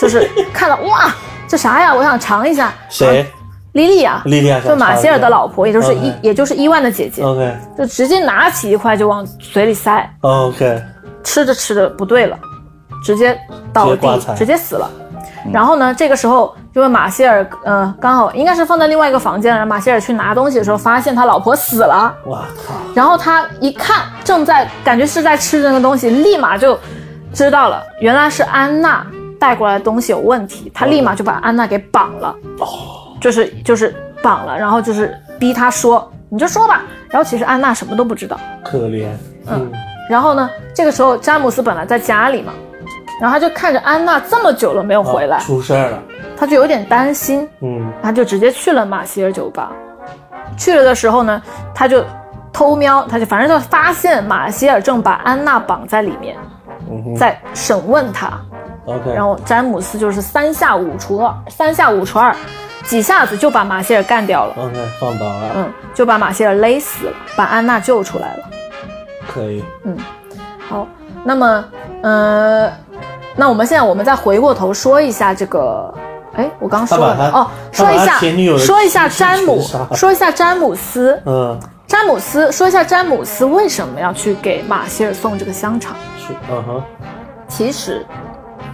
Speaker 3: 就是看到哇，这啥呀？我想尝一下。
Speaker 4: 谁？啊嗯
Speaker 3: 莉莉亚，
Speaker 4: 莉莉亚
Speaker 3: 啊就马歇尔的老婆，也就是伊
Speaker 4: OK，
Speaker 3: 也就是伊万的姐姐，
Speaker 4: ？OK
Speaker 3: 就直接拿起一块就往嘴里塞，
Speaker 4: OK，
Speaker 3: 吃着吃着不对了，直接倒
Speaker 4: 直接挂嗯
Speaker 3: 地
Speaker 4: 彩，
Speaker 3: 直接死了。然后呢，这个时候因为马歇尔，呃，刚好应该是放在另外一个房间，然后马歇尔去拿东西的时候，发现他老婆死了。
Speaker 4: 哇靠，
Speaker 3: 然后他一看，正在感觉是在吃那个东西，立马就知道了，原来是安娜带过来的东西有问题。他立马就把安娜给绑了，就是就是绑了，然后就是逼他说你就说吧。然后其实安娜什么都不知道。
Speaker 4: 可怜。嗯
Speaker 3: 然后呢，这个时候詹姆斯本来在家里嘛，然后他就看着安娜这么久了没有回来
Speaker 4: 啊，出事儿了。
Speaker 3: 他就有点担心，
Speaker 4: 嗯
Speaker 3: 他就直接去了马歇尔酒吧。去了的时候呢，他就偷瞄，他就反正就发现马歇尔正把安娜绑在里面，
Speaker 4: 嗯哼
Speaker 3: 在审问他。
Speaker 4: ，OK，
Speaker 3: 然后詹姆斯就是三下五除二，三下五除二，几下子就把马歇尔干掉了。
Speaker 4: OK 放倒了，
Speaker 3: 嗯，就把马歇尔勒死了，把安娜救出来了。
Speaker 4: 可以。
Speaker 3: 好，那么，呃，那我们现在我们再回过头说一下这个，哎，我刚说
Speaker 4: 他把
Speaker 3: 了
Speaker 4: 他
Speaker 3: 哦，
Speaker 4: 他
Speaker 3: 说
Speaker 4: 把
Speaker 3: 一
Speaker 4: 他
Speaker 3: 下
Speaker 4: 前女友的
Speaker 3: 说一下
Speaker 4: 亲戚
Speaker 3: 詹姆
Speaker 4: 全杀了，
Speaker 3: 说一下詹姆斯，
Speaker 4: 嗯，
Speaker 3: 詹姆斯说一下詹姆斯为什么要去给马歇尔送这个香肠？
Speaker 4: 是，嗯哼，
Speaker 3: 其实，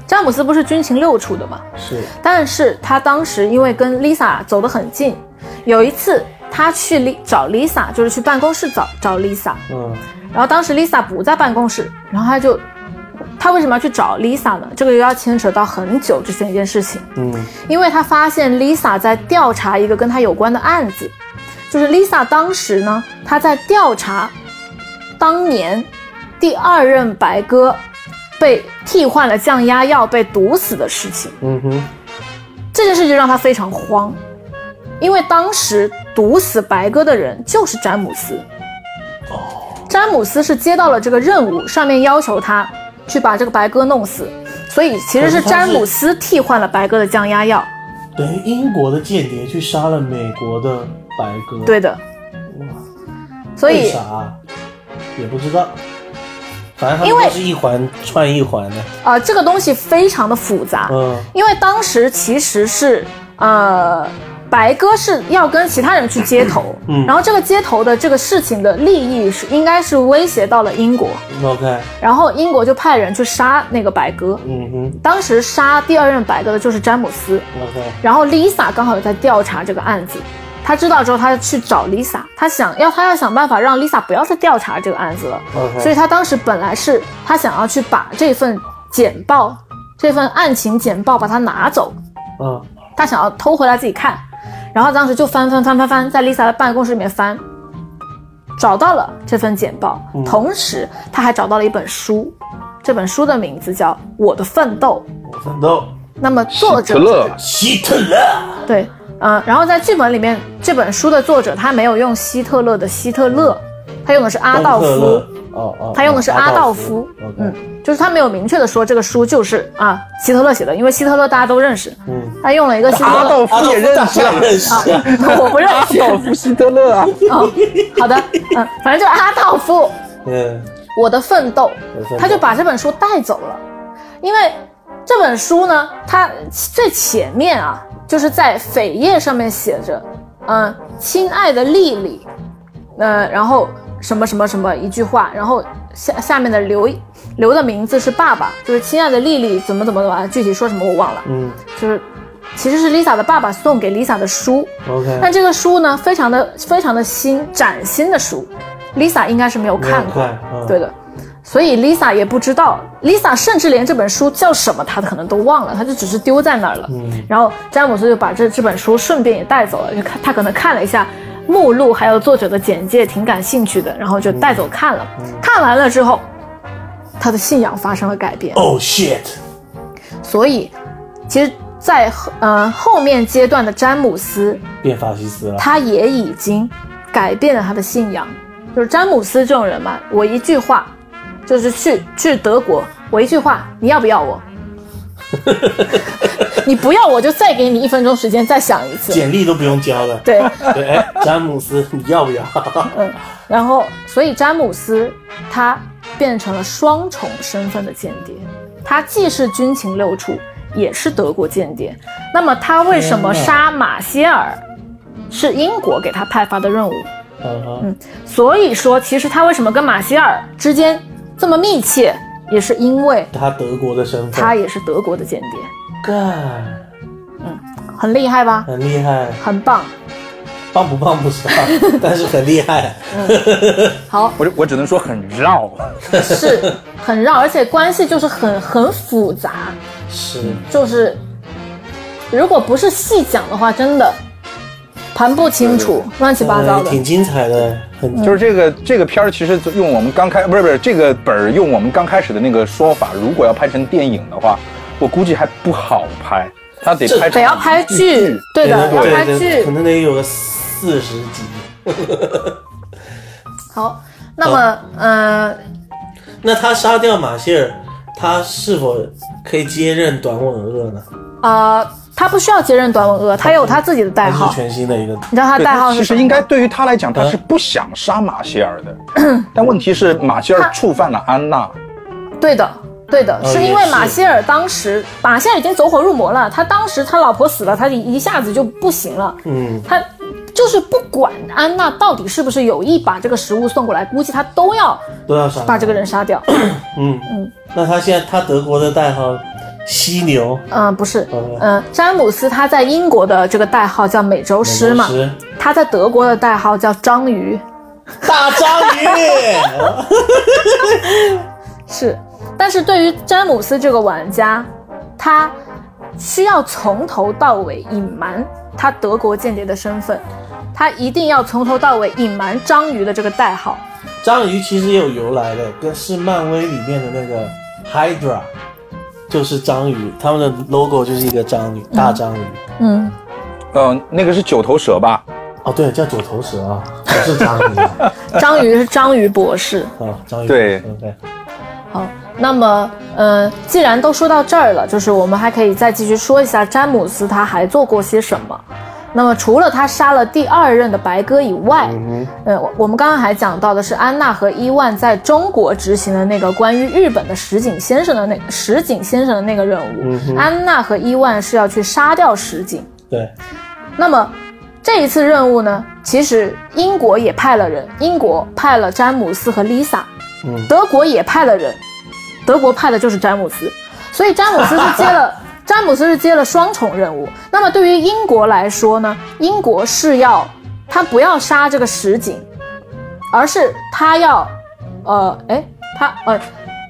Speaker 3: 詹姆斯不是军情六处的嘛，
Speaker 4: 是，
Speaker 3: 但是他当时因为跟 Lisa 走得很近，有一次他去 Li- 找 Lisa，就是去办公室找找 Lisa，
Speaker 4: 嗯
Speaker 3: 然后当时 Lisa 不在办公室，然后他就，他为什么要去找 Lisa 呢？这个又要牵扯到很久之前一件事情，
Speaker 4: 嗯
Speaker 3: 因为他发现 Lisa 在调查一个跟他有关的案子，就是 Lisa 当时呢，她在调查当年第二任白鸽被替换了降压药被毒死的事情。
Speaker 4: 嗯哼，
Speaker 3: 这件事就让他非常慌，因为当时毒死白鸽的人就是詹姆斯。詹姆斯是接到了这个任务，上面要求他去把这个白鸽弄死，所以其实是詹姆斯替换了白鸽的降压药。
Speaker 4: 等于英国的间谍去杀了美国的白鸽，，
Speaker 3: 对的，所
Speaker 4: 嗯为
Speaker 3: 以
Speaker 4: 啥啊也不知道，反正他
Speaker 3: 因
Speaker 4: 们
Speaker 3: 为
Speaker 4: 都是一环串一环的，
Speaker 3: 啊、这个东西非常的复杂。
Speaker 4: 嗯，
Speaker 3: 因为当时其实是呃，白鸽是要跟其他人去接头，
Speaker 4: 嗯
Speaker 3: 然后这个接头的这个事情的利益是应该是威胁到了英国，
Speaker 4: OK，
Speaker 3: 然后英国就派人去杀那个白鸽。
Speaker 4: 嗯哼
Speaker 3: 当时杀第二任白鸽的就是詹姆斯，
Speaker 4: ，OK，
Speaker 3: 然后 Lisa 刚好有在调查这个案子，她知道之后，她去找 Lisa，她想要她要想办法让 Lisa 不要再调查这个案子了。
Speaker 4: OK
Speaker 3: 所以她当时本来是她想要去把这份简报，这份案情简报把它拿走，
Speaker 4: 嗯
Speaker 3: 她想要偷回来自己看，然后当时就翻翻翻翻翻，在 Lisa 的办公室里面翻，找到了这份简报，
Speaker 4: 嗯
Speaker 3: 同时她还找到了一本书，这本书的名字叫《我的奋斗》。
Speaker 4: 我奋斗，
Speaker 3: 那么作者
Speaker 1: 特勒
Speaker 4: 希特勒，
Speaker 3: 对，嗯、然后在剧本里面，这本书的作者他没有用希特勒的希特勒，他用的是阿道
Speaker 4: 希特
Speaker 3: 夫
Speaker 4: 勒，，哦哦，
Speaker 3: 他用的是
Speaker 4: 哦
Speaker 3: 阿道
Speaker 4: 夫
Speaker 3: 夫，
Speaker 4: ，OK，
Speaker 3: 嗯，就是他没有明确的说这个书就是啊希特勒写的，因为希特勒大家都认识，
Speaker 4: 嗯
Speaker 3: 他用了一个希特
Speaker 1: 阿
Speaker 3: 勒，
Speaker 1: 道夫也认识啊，
Speaker 4: 认识啊，
Speaker 3: 我不认
Speaker 1: 阿
Speaker 3: 识，
Speaker 1: 道夫希特勒啊，
Speaker 3: 哦，好的，嗯，反正就是阿道夫，
Speaker 4: 嗯，
Speaker 3: 我的奋斗
Speaker 4: 我的奋斗，
Speaker 3: 他就把这本书带走了，因为这本书呢，它最前面啊，就是在扉页上面写着，嗯、亲爱的丽丽，呃，然后什么什么什么一句话，然后下下面的刘刘的名字是爸爸，就是亲爱的丽丽怎么怎么怎么，具体说什么我忘了，
Speaker 4: 嗯
Speaker 3: 就是其实是 Lisa 的爸爸送给 Lisa 的书，
Speaker 4: ，OK，
Speaker 3: 但这个书呢，非常的非常的新，崭新的书，Lisa 应该是没有看嗯过，
Speaker 4: 过
Speaker 3: 对，的。所以 Lisa 也不知道，Lisa 甚至连这本书叫什么，她可能都忘了，她就只是丢在那儿了。
Speaker 4: 嗯
Speaker 3: 然后詹姆斯就把这这本书顺便也带走了，就看他可能看了一下目录，还有作者的简介，挺感兴趣的，然后就带走看了。看完了之后，他的信仰发生了改变，
Speaker 4: ，Oh shit，
Speaker 3: 所以其实在，后呃后面阶段的詹姆斯，
Speaker 4: 变法西斯了，
Speaker 3: 他也已经改变了他的信仰。就是詹姆斯这种人嘛，我一句话，就是去去德国，我一句话，你要不要我？ 你不要我就再给你一分钟时间再想一次。
Speaker 4: 简历都不用交了，
Speaker 3: 对，
Speaker 4: 对，哎，詹姆斯，你要 不要？
Speaker 3: 嗯，然后所以詹姆斯他变成了双重身份的间谍，他既是军情六处，也是德国间谍。那么他为什么
Speaker 4: 天哪
Speaker 3: 杀马歇尔？是英国给他派发的任务。
Speaker 4: 嗯哼
Speaker 3: 所以说，其实他为什么跟马歇尔之间这么密切，也是因为
Speaker 4: 他德国的身份，
Speaker 3: 他也是德国的间谍，
Speaker 4: 干，
Speaker 3: 很厉害吧？
Speaker 4: 很厉害，
Speaker 3: 很棒。
Speaker 4: 棒不棒 不知道，但是很厉害。
Speaker 3: 好，
Speaker 1: 我我只能说很绕。啊
Speaker 3: 是很绕，而且关系就是很很复杂，
Speaker 4: 是，
Speaker 3: 就是如果不是细讲的话，真的盘不清楚，乱七八糟
Speaker 4: 哎挺
Speaker 3: 的。嗯
Speaker 4: 精彩的，很
Speaker 1: 就是这个这个片儿，其实用我们刚开不是不是这个本儿用我们刚开始的那个说法，如果要拍成电影的话，我估计还不好拍，他得
Speaker 4: 这
Speaker 1: 拍成
Speaker 3: 得要拍剧， 对的，要
Speaker 4: 哎对
Speaker 3: 拍
Speaker 4: 对
Speaker 3: 剧
Speaker 4: 可。能得有个四十集。
Speaker 3: 好，那么，呃，
Speaker 4: 那他杀掉马歇尔，他是否可以接任短吻鳄呢？
Speaker 3: 呃，他不需要接任短吻鳄，他有他自己的代
Speaker 4: 还
Speaker 3: 号
Speaker 4: 哎是。全新的一个？
Speaker 3: 你知道他的
Speaker 1: 对
Speaker 3: 代号
Speaker 1: 他
Speaker 3: 是
Speaker 1: 其
Speaker 3: 什
Speaker 1: 实
Speaker 3: 么吗？
Speaker 1: 应该对于他来讲，他是不想杀马歇尔的， 但问题是马歇尔触犯了安娜，
Speaker 3: 对的，对的，
Speaker 4: 哦
Speaker 3: 是因
Speaker 4: 也
Speaker 3: 为
Speaker 4: 是
Speaker 3: 马歇尔当时，马歇尔已经走火入魔了。他当时他老婆死了，他一一下子就不行了。
Speaker 4: 嗯，
Speaker 3: 他就是不管安娜到底是不是有意把这个食物送过来，估计他都要
Speaker 4: 都要杀。
Speaker 3: 把这个人杀 掉。
Speaker 4: 嗯嗯。那他现在他德国的代号犀牛，
Speaker 3: 嗯、不是
Speaker 4: 哦，
Speaker 3: 嗯、詹姆斯他在英国的这个代号叫美洲狮嘛，
Speaker 4: 美洲狮
Speaker 3: 他在德国的代号叫章鱼。
Speaker 4: 大章鱼。
Speaker 3: 是，但是对于詹姆斯这个玩家，他需要从头到尾隐瞒他德国间谍的身份，他一定要从头到尾隐瞒章鱼的这个代号。
Speaker 4: 章鱼其实也有由来的，跟是漫威里面的那个 Hydra，就是章鱼，他们的 logo 就是一个章鱼，大章鱼。
Speaker 3: 嗯，
Speaker 1: 呃，那个是九头蛇吧？
Speaker 4: 哦，对，叫九头蛇啊，不是章鱼
Speaker 3: 章鱼是章鱼博士。
Speaker 4: 啊，章鱼。
Speaker 1: 对
Speaker 4: ，OK，
Speaker 3: 好，那么，呃，既然都说到这儿了，就是我们还可以再继续说一下詹姆斯他还做过些什么。那么，除了他杀了第二任的白鸽以外，呃，我我们刚刚还讲到的是安娜和伊万在中国执行的那个关于日本的石井先生的那石井先生的那个任务。安娜和伊万是要去杀掉石井。
Speaker 4: 对，
Speaker 3: 那么这一次任务呢，其实英国也派了人，英国派了詹姆斯和 Lisa，
Speaker 4: 嗯
Speaker 3: 德国也派了人，德国派的就是詹姆斯，所以詹姆斯是接了詹姆斯是接了双重任务。那么对于英国来说呢，英国是要他不要杀这个石井，而是他要，呃，哎，他呃，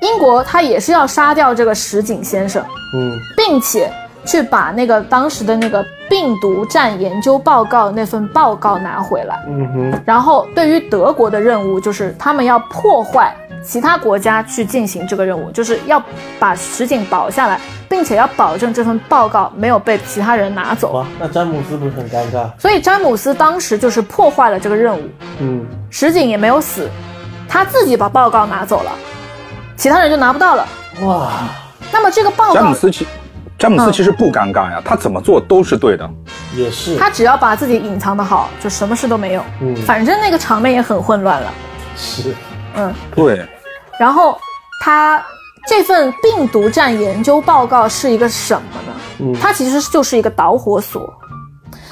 Speaker 3: 英国他也是要杀掉这个石井先生。
Speaker 4: 嗯
Speaker 3: 并且去把那个当时的那个病毒战研究报告那份报告拿回来。
Speaker 4: 嗯哼，
Speaker 3: 然后对于德国的任务，就是他们要破坏其他国家去进行这个任务，就是要把石井保下来，并且要保证这份报告没有被其他人拿走。
Speaker 4: 哇，那詹姆斯不是很尴尬？
Speaker 3: 所以詹姆斯当时就是破坏了这个任务，
Speaker 4: 嗯，
Speaker 3: 石井也没有死，他自己把报告拿走了，其他人就拿不到了。
Speaker 4: 哇，
Speaker 3: 那么这个报
Speaker 1: 詹姆
Speaker 3: 告，
Speaker 1: 斯其
Speaker 3: 嗯
Speaker 1: 詹姆斯其实不尴尬呀，他怎么做都是对的。
Speaker 4: 也是，
Speaker 3: 他只要把自己隐藏的好，就什么事都没有。
Speaker 4: 嗯，
Speaker 3: 反正那个场面也很混乱了。
Speaker 4: 是，
Speaker 3: 嗯，
Speaker 1: 对，
Speaker 3: 然后他这份病毒战研究报告是一个什么呢？
Speaker 4: 嗯
Speaker 3: 它其实就是一个导火索。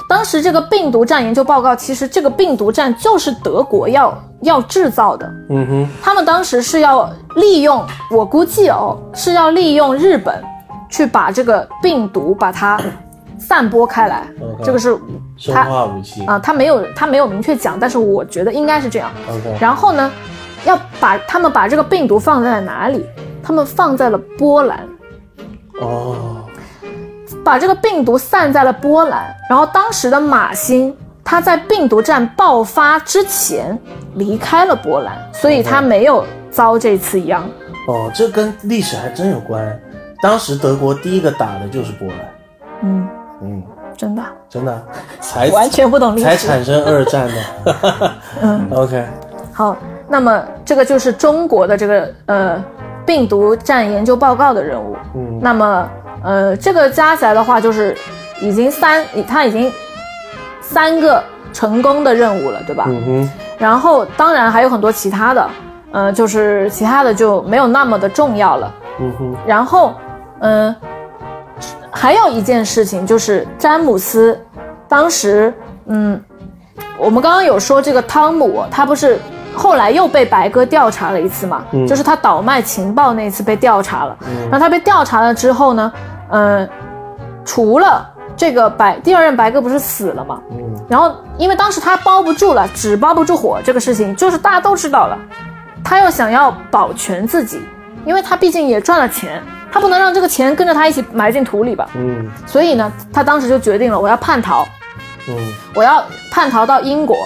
Speaker 3: 当时这个病毒战研究报告，其实这个病毒战就是德国要要制造的。
Speaker 4: 嗯哼，
Speaker 3: 他们当时是要利用，我估计哦，是要利用日本去把这个病毒把它散播开来。
Speaker 4: OK
Speaker 3: 这个是
Speaker 4: 生
Speaker 3: 他
Speaker 4: 化武器
Speaker 3: 啊、他没有他没有明确讲，但是我觉得应该是这样。
Speaker 4: ，OK，
Speaker 3: 然后呢，要把他们把这个病毒放在了哪里？他们放在了波兰，
Speaker 4: 哦，
Speaker 3: 把这个病毒散在了波兰。然后当时的马辛他在病毒战爆发之前离开了波兰，所以
Speaker 4: 嗯
Speaker 3: 他没有遭这次殃。
Speaker 4: 哦，这跟历史还真有关。当时德国第一个打的就是波兰，
Speaker 3: 嗯，
Speaker 4: 嗯，
Speaker 3: 真的
Speaker 4: 真的，才
Speaker 3: 完全不懂历
Speaker 4: 才
Speaker 3: 史。
Speaker 4: 产生二战的。
Speaker 3: 嗯
Speaker 4: OK，
Speaker 3: 好，那么这个就是中国的这个呃病毒战研究报告的任务。
Speaker 4: 嗯，
Speaker 3: 那么呃，这个加起来的话，就是已经三，他已经三个成功的任务了，对吧？
Speaker 4: 嗯哼，
Speaker 3: 然后当然还有很多其他的，呃，就是其他的就没有那么的重要了。
Speaker 4: 嗯哼，
Speaker 3: 然后，嗯、还有一件事情就是詹姆斯，当时，嗯，我们刚刚有说这个汤姆，他不是后来又被白哥调查了一次嘛，
Speaker 4: 嗯
Speaker 3: 就是他倒卖情报那次被调查了。然后他被调查了之后呢，嗯、除了这个白第二任白哥不是死了嘛，
Speaker 4: 嗯
Speaker 3: 然后因为当时他包不住了，纸包不住火这个事情，就是大家都知道了。他又想要保全自己，因为他毕竟也赚了钱，他不能让这个钱跟着他一起埋进土里吧。
Speaker 4: 嗯
Speaker 3: 所以呢，他当时就决定了，我要叛逃，
Speaker 4: 嗯
Speaker 3: 我要叛逃到英国。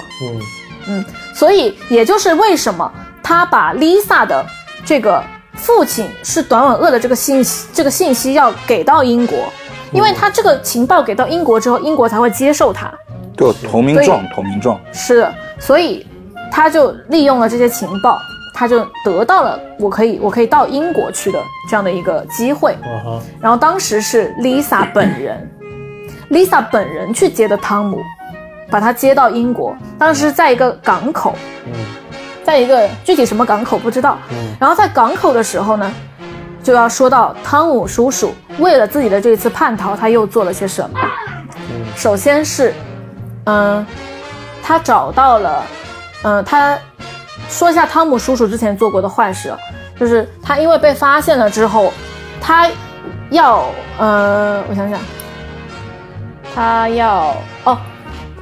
Speaker 4: 嗯，
Speaker 3: 所以也就是为什么他把 Lisa 的这个父亲是短吻鳄的这个信息，这个信息要给到英国，因为他这个情报给到英国之后，英国才会接受他。
Speaker 1: 就投名状，投名状。
Speaker 3: 是的，所以他就利用了这些情报，他就得到了我可以我可以到英国去的这样的一个机会。
Speaker 4: 哇哈，
Speaker 3: 然后当时是 Lisa 本人，Lisa 本人去接的汤姆，把他接到英国，当时在一个港口，
Speaker 4: 嗯
Speaker 3: 在一个具体什么港口不知道。
Speaker 4: 嗯
Speaker 3: 然后在港口的时候呢，就要说到汤姆叔叔为了自己的这次叛逃，他又做了些什么。
Speaker 4: 嗯
Speaker 3: 首先是，嗯、他找到了，嗯、他说一下汤姆叔叔之前做过的坏事，啊就是他因为被发现了之后，他要，呃，我想想，他要，哦，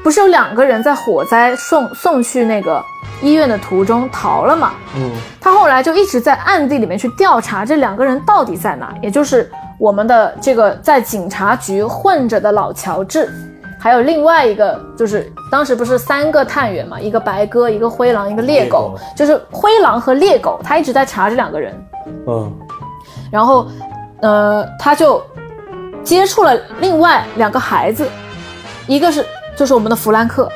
Speaker 3: 不是有两个人在火灾送送去那个医院的途中逃了吗？
Speaker 4: 嗯
Speaker 3: 他后来就一直在暗地里面去调查这两个人到底在哪，也就是我们的这个在警察局混着的老乔治，还有另外一个就是当时不是三个探员嘛，一个白鸽，一个灰狼，一个猎狗，
Speaker 4: 猎狗
Speaker 3: 就是灰狼和猎狗，他一直在查这两个人，
Speaker 4: 嗯
Speaker 3: 然后，呃，他就接触了另外两个孩子，一个是就是我们的弗兰克，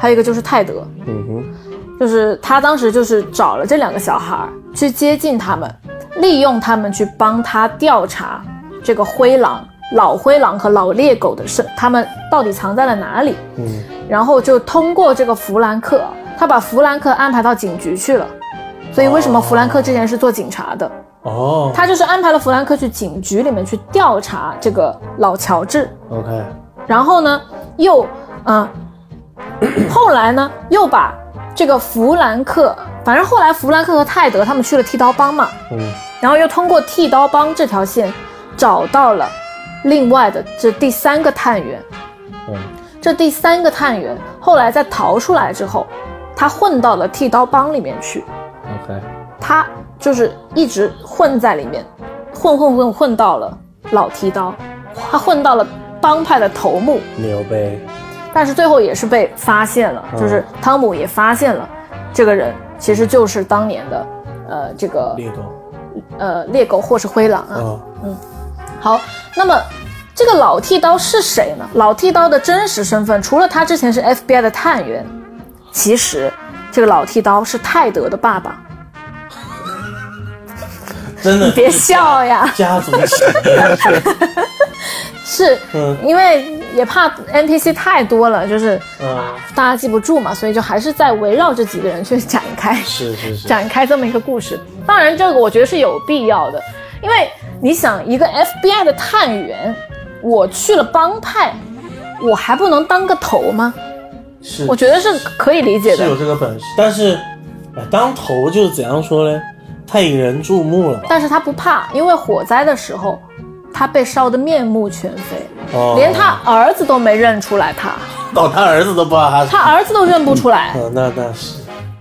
Speaker 3: 还有一个就是泰德，
Speaker 4: 嗯哼，
Speaker 3: 就是他当时就是找了这两个小孩儿去接近他们，利用他们去帮他调查这个灰狼、老灰狼和老猎狗的身，他们到底藏在了哪里。
Speaker 4: 嗯
Speaker 3: 然后就通过这个弗兰克，他把弗兰克安排到警局去了。所以为什么弗兰克之前是做警察的？
Speaker 4: 哦
Speaker 3: 他就是安排了弗兰克去警局里面去调查这个老乔治，
Speaker 4: ，OK，
Speaker 3: 然后呢，又嗯、 后来呢又把这个弗兰克，反正后来弗兰克和泰德他们去了剃刀帮嘛，
Speaker 4: 嗯
Speaker 3: 然后又通过剃刀帮这条线找到了另外的这第三个探员，
Speaker 4: 嗯
Speaker 3: 这第三个探员后来在逃出来之后，他混到了剃刀帮里面去，
Speaker 4: ，OK，
Speaker 3: 他就是一直混在里面，混混混混到了老剃刀，他混到了帮派的头目，
Speaker 4: 牛呗，
Speaker 3: 但是最后也是被发现了，
Speaker 4: 嗯
Speaker 3: 就是汤姆也发现了这个人其实就是当年的呃这个
Speaker 4: 猎狗，
Speaker 3: 呃猎狗或是灰狼啊。
Speaker 4: 哦，
Speaker 3: 好，那么这个老剃刀是谁呢？老剃刀的真实身份，除了他之前是 FBI 的探员，其实这个老剃刀是泰德的爸 爸。
Speaker 4: 真的
Speaker 3: 别笑呀！
Speaker 4: 家族企业，
Speaker 3: 是
Speaker 4: 嗯
Speaker 3: 因为也怕 NPC 太多了，就是
Speaker 4: 嗯，
Speaker 3: 大家记不住嘛，所以就还是在围绕这几个人去展开
Speaker 4: 是是是，
Speaker 3: 展开这么一个故事。当然，这个我觉得是有必要的，因为你想，一个 FBI 的探员，我去了帮派，我还不能当个头吗？
Speaker 4: 是
Speaker 3: 我觉得是可以理解
Speaker 4: 是有
Speaker 3: 的。
Speaker 4: 这个本事，但是，哎，当头就是怎样说呢？太引人注目了吧？
Speaker 3: 但是他不怕，因为火灾的时候，他被烧得面目全非，
Speaker 4: 哦，
Speaker 3: 连他儿子都没认出来他，
Speaker 4: 哦，他儿子都不知道他是
Speaker 3: 他，儿子都认不出来。
Speaker 4: 嗯，那那是，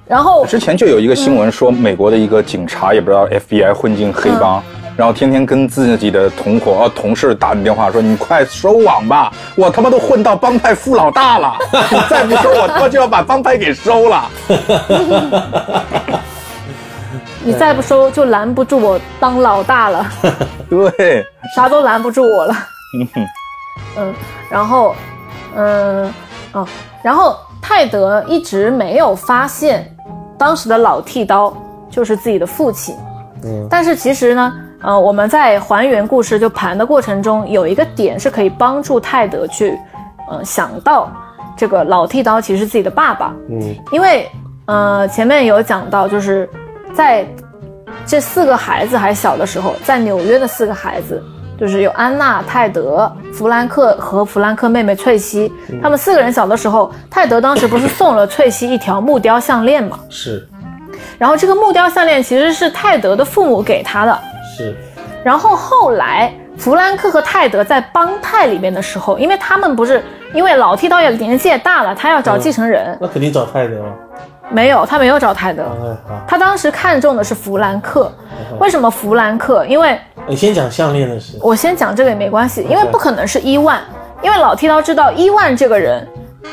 Speaker 3: 然后
Speaker 1: 之前就有一个新闻说，
Speaker 3: 嗯
Speaker 1: 美国的一个警察也不知道 FBI 混进黑帮，然后天天跟自己的同伙、呃、同事打你电话说：“你快收网吧，我他妈都混到帮派副老大了，你再不收我他妈就要把帮派给收了。
Speaker 3: 你再不收，就拦不住我当老大了。”
Speaker 1: 对，
Speaker 3: 啥都拦不住我了。嗯，然后，嗯，哦，然后泰德一直没有发现当时的老剃刀就是自己的父亲，
Speaker 4: 嗯
Speaker 3: 但是其实呢，呃，我们在还原故事就盘的过程中，有一个点是可以帮助泰德去，呃，想到这个老剃刀其实是自己的爸爸，
Speaker 4: 嗯
Speaker 3: 因为呃前面有讲到，就是在这四个孩子还小的时候，在纽约的四个孩子，就是有安娜、泰德、弗兰克和弗兰克妹妹翠西，他们四个人小的时候，泰德当时不是送了翠西一条木雕项链嘛？
Speaker 4: 是
Speaker 3: 然后这个木雕项链其实是泰德的父母给他的，
Speaker 4: 是，
Speaker 3: 然后后来弗兰克和泰德在帮派里面的时候，因为他们不是因为老剃刀也年纪也大了，他要找继承人，
Speaker 4: 那肯定找泰德了。
Speaker 3: 没有，他没有找泰德。
Speaker 4: 哎好，
Speaker 3: 他当时看中的是弗兰克，
Speaker 4: 嗯
Speaker 3: 为什么弗兰克？因为
Speaker 4: 你哎先讲项链的事。
Speaker 3: 我先讲这个也没关系，因为
Speaker 4: OK
Speaker 3: 不可能是伊万，因为老剃刀知道伊万这个人，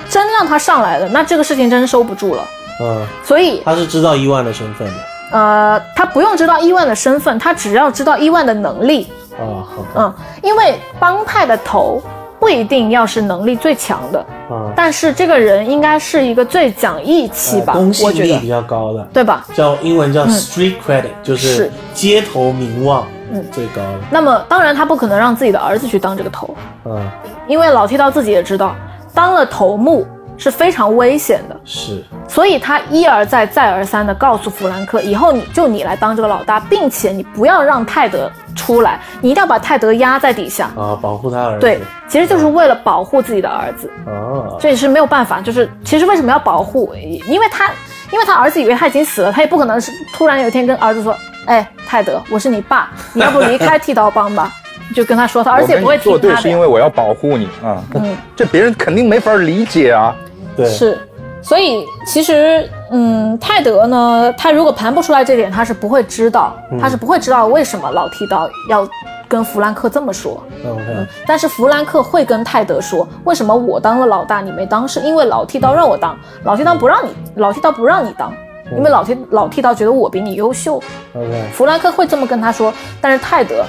Speaker 3: 真让他上来了，那这个事情真收不住了。
Speaker 4: 嗯，
Speaker 3: 所以，
Speaker 4: 他是知道伊万的身份的。
Speaker 3: 呃，他不用知道伊万的身份，他只要知道伊万的能力，
Speaker 4: 哦，好的。
Speaker 3: 嗯，因为帮派的头不一定要是能力最强的，
Speaker 4: 啊，
Speaker 3: 但是这个人应该是一个最讲义气
Speaker 4: 呃
Speaker 3: 吧，
Speaker 4: 公信
Speaker 3: 我觉
Speaker 4: 力
Speaker 3: 得
Speaker 4: 比，较高的，
Speaker 3: 对吧？
Speaker 4: 叫英文叫 street credit，、就是
Speaker 3: 是嗯
Speaker 4: 街头名望，最高的。
Speaker 3: 那么，当然他不可能让自己的儿子去当这个头，
Speaker 4: 嗯，
Speaker 3: 因为老剃刀自己也知道，当了头目是非常危险的，
Speaker 4: 是，
Speaker 3: 所以他一而再、再而三的告诉弗兰克，以后你就你来当这个老大，并且你不要让泰德出来，你一定要把泰德压在底下。
Speaker 4: 啊，保护他儿
Speaker 1: 呃
Speaker 4: 子。
Speaker 3: 对，其实就是为了保护自己的儿子，
Speaker 4: 啊，
Speaker 3: 这也是没有办法。就是其实为什么要保护？因为他，因为他儿子以为他已经死了，他也不可能是突然有一天跟儿子说：“哎，泰德，我是你爸，你要不离开剃刀帮吧？”就跟他说他，儿
Speaker 1: 我
Speaker 3: 子也
Speaker 1: 跟
Speaker 3: 不会
Speaker 1: 你
Speaker 3: 听
Speaker 1: 作对
Speaker 3: 他的
Speaker 1: 是
Speaker 3: 呀
Speaker 1: 因。为我要保护你啊、
Speaker 3: 嗯
Speaker 1: 这别人肯定没法理解啊。
Speaker 4: 对，
Speaker 3: 是，所以其实，嗯，泰德嗯呢，他如果盘不出来这点，他是不会知道，他是不会知道为什么老剃刀要跟弗兰克这么说，
Speaker 4: 嗯，我看
Speaker 3: 但是弗兰克会跟泰德说，为什么我当了老大你没当？是因为老剃刀让我当，老剃刀不让你，老剃刀不让你当，因为老剃老剃刀觉得我比你优秀。
Speaker 4: ，OK，
Speaker 3: 弗兰克会这么跟他说，但是泰德，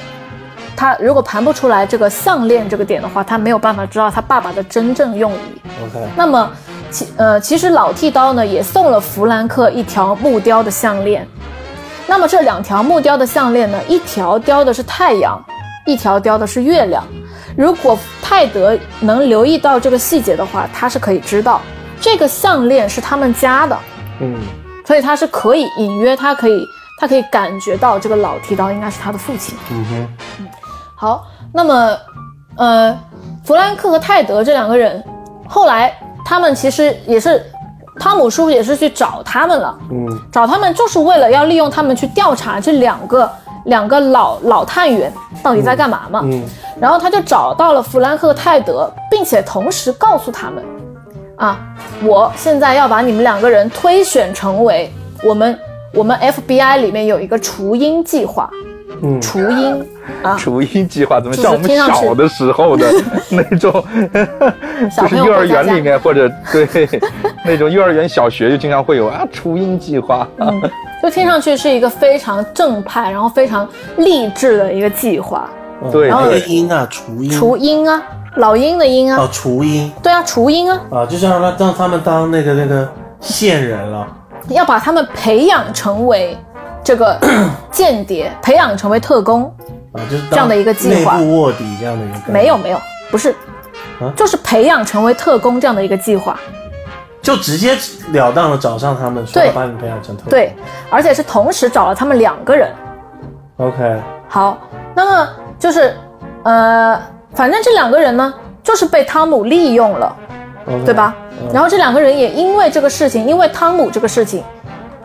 Speaker 3: 他如果盘不出来这个项链这个点的话，他没有办法知道他爸爸的真正用意。
Speaker 4: OK，
Speaker 3: 那么，其呃，其实老剃刀呢也送了弗兰克一条木雕的项链。那么这两条木雕的项链呢，一条雕的是太阳，一条雕的是月亮。如果泰德能留意到这个细节的话，他是可以知道这个项链是他们家的，
Speaker 4: 嗯，
Speaker 3: 所以他是可以隐约，他可以他可以感觉到这个老剃刀应该是他的父亲。
Speaker 4: 嗯哼，
Speaker 3: 好，那么，呃，弗兰克和泰德这两个人，后来他们其实也是，汤姆叔也是去找他们了，
Speaker 4: 嗯
Speaker 3: 找他们就是为了要利用他们去调查这两个两个老老探员到底在干嘛嘛。
Speaker 4: 嗯
Speaker 3: 然后他就找到了弗兰克和泰德，并且同时告诉他们，啊，我现在要把你们两个人推选成为我们我们 FBI 里面有一个雏鹰计划，
Speaker 4: 嗯
Speaker 3: 雏鹰啊，
Speaker 1: 雏鹰计划怎么
Speaker 3: 就是
Speaker 1: 像我们
Speaker 3: 听上去
Speaker 1: 小的时候 的那种，
Speaker 3: 小
Speaker 1: 就是
Speaker 3: 朋友
Speaker 1: 幼儿
Speaker 3: 回家
Speaker 1: 园里
Speaker 3: 家
Speaker 1: 面或者对 那种幼儿园、小学就经常会有啊雏鹰计划，
Speaker 3: 嗯就听上去是一个非常正派，然后非常励志的一个计划。
Speaker 4: 嗯
Speaker 1: 对
Speaker 4: 然后那个
Speaker 1: 对
Speaker 4: 鹰啊，雏鹰，
Speaker 3: 雏鹰啊，老鹰的鹰啊，
Speaker 4: 哦，雏鹰
Speaker 3: 对啊，雏鹰啊，
Speaker 4: 啊，就是让他让他们当那个那个线人了，
Speaker 3: 要把他们培养成为这 个间谍，培养成为特工。
Speaker 4: 啊，就是当
Speaker 3: 这样的一个计划
Speaker 4: 内部卧底这样的一个概念，
Speaker 3: 没有没有，不是
Speaker 4: 啊，
Speaker 3: 就是培养成为特工这样的一个计划。
Speaker 4: 就直截了当的找上他们，说
Speaker 3: 对
Speaker 4: 要把你培养成特工。
Speaker 3: 对，而且是同时找了他们两个人。
Speaker 4: ，OK，
Speaker 3: 好，那么就是，呃，反正这两个人呢，就是被汤姆利用了。对吧？然后这两个人也因为这个事情，因为汤姆这个事情，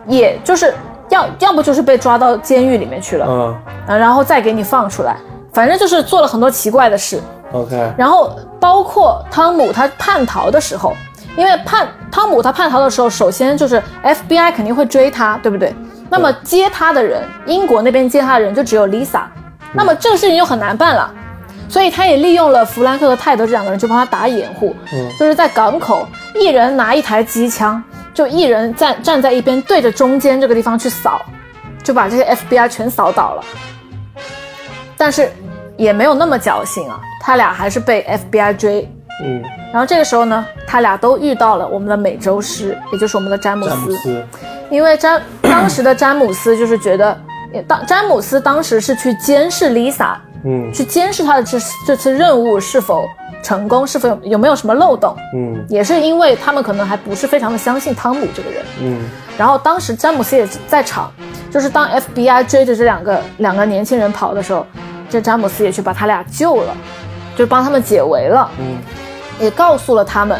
Speaker 3: 也就是要要不就是被抓到监狱里面去了，
Speaker 4: 嗯
Speaker 3: 嗯，然后再给你放出来，反正就是做了很多奇怪的事。
Speaker 4: ，OK，
Speaker 3: 然后包括汤姆他叛逃的时候，因为叛汤姆他叛逃的时候，首先就是 FBI 肯定会追他，对不对？那么接他的人，英国那边接他的人就只有 Lisa，那么这个事情就很难办了。所以他也利用了弗兰克和泰德这两个人，就帮他打掩护，
Speaker 4: 嗯
Speaker 3: 就是在港口，一人拿一台机枪，就一人站站在一边，对着中间这个地方去扫，就把这些 FBI 全扫倒了。但是也没有那么侥幸啊，他俩还是被 FBI 追。
Speaker 4: 嗯，
Speaker 3: 然后这个时候呢，他俩都遇到了我们的美洲狮，也就是我们的詹姆斯。
Speaker 4: 詹姆斯，
Speaker 3: 因为 詹当时的詹姆斯就是觉得，也当詹姆斯当时是去监视 Lisa，
Speaker 4: 嗯
Speaker 3: 去监视她的这这次任务是否成功，是否有有没有什么漏洞，
Speaker 4: 嗯
Speaker 3: 也是因为他们可能还不是非常的相信汤姆这个人。
Speaker 4: 嗯
Speaker 3: 然后当时詹姆斯也在场，就是当 FBI 追着这两个两个年轻人跑的时候，这詹姆斯也去把他俩救了，就帮他们解围了，
Speaker 4: 嗯
Speaker 3: 也告诉了他们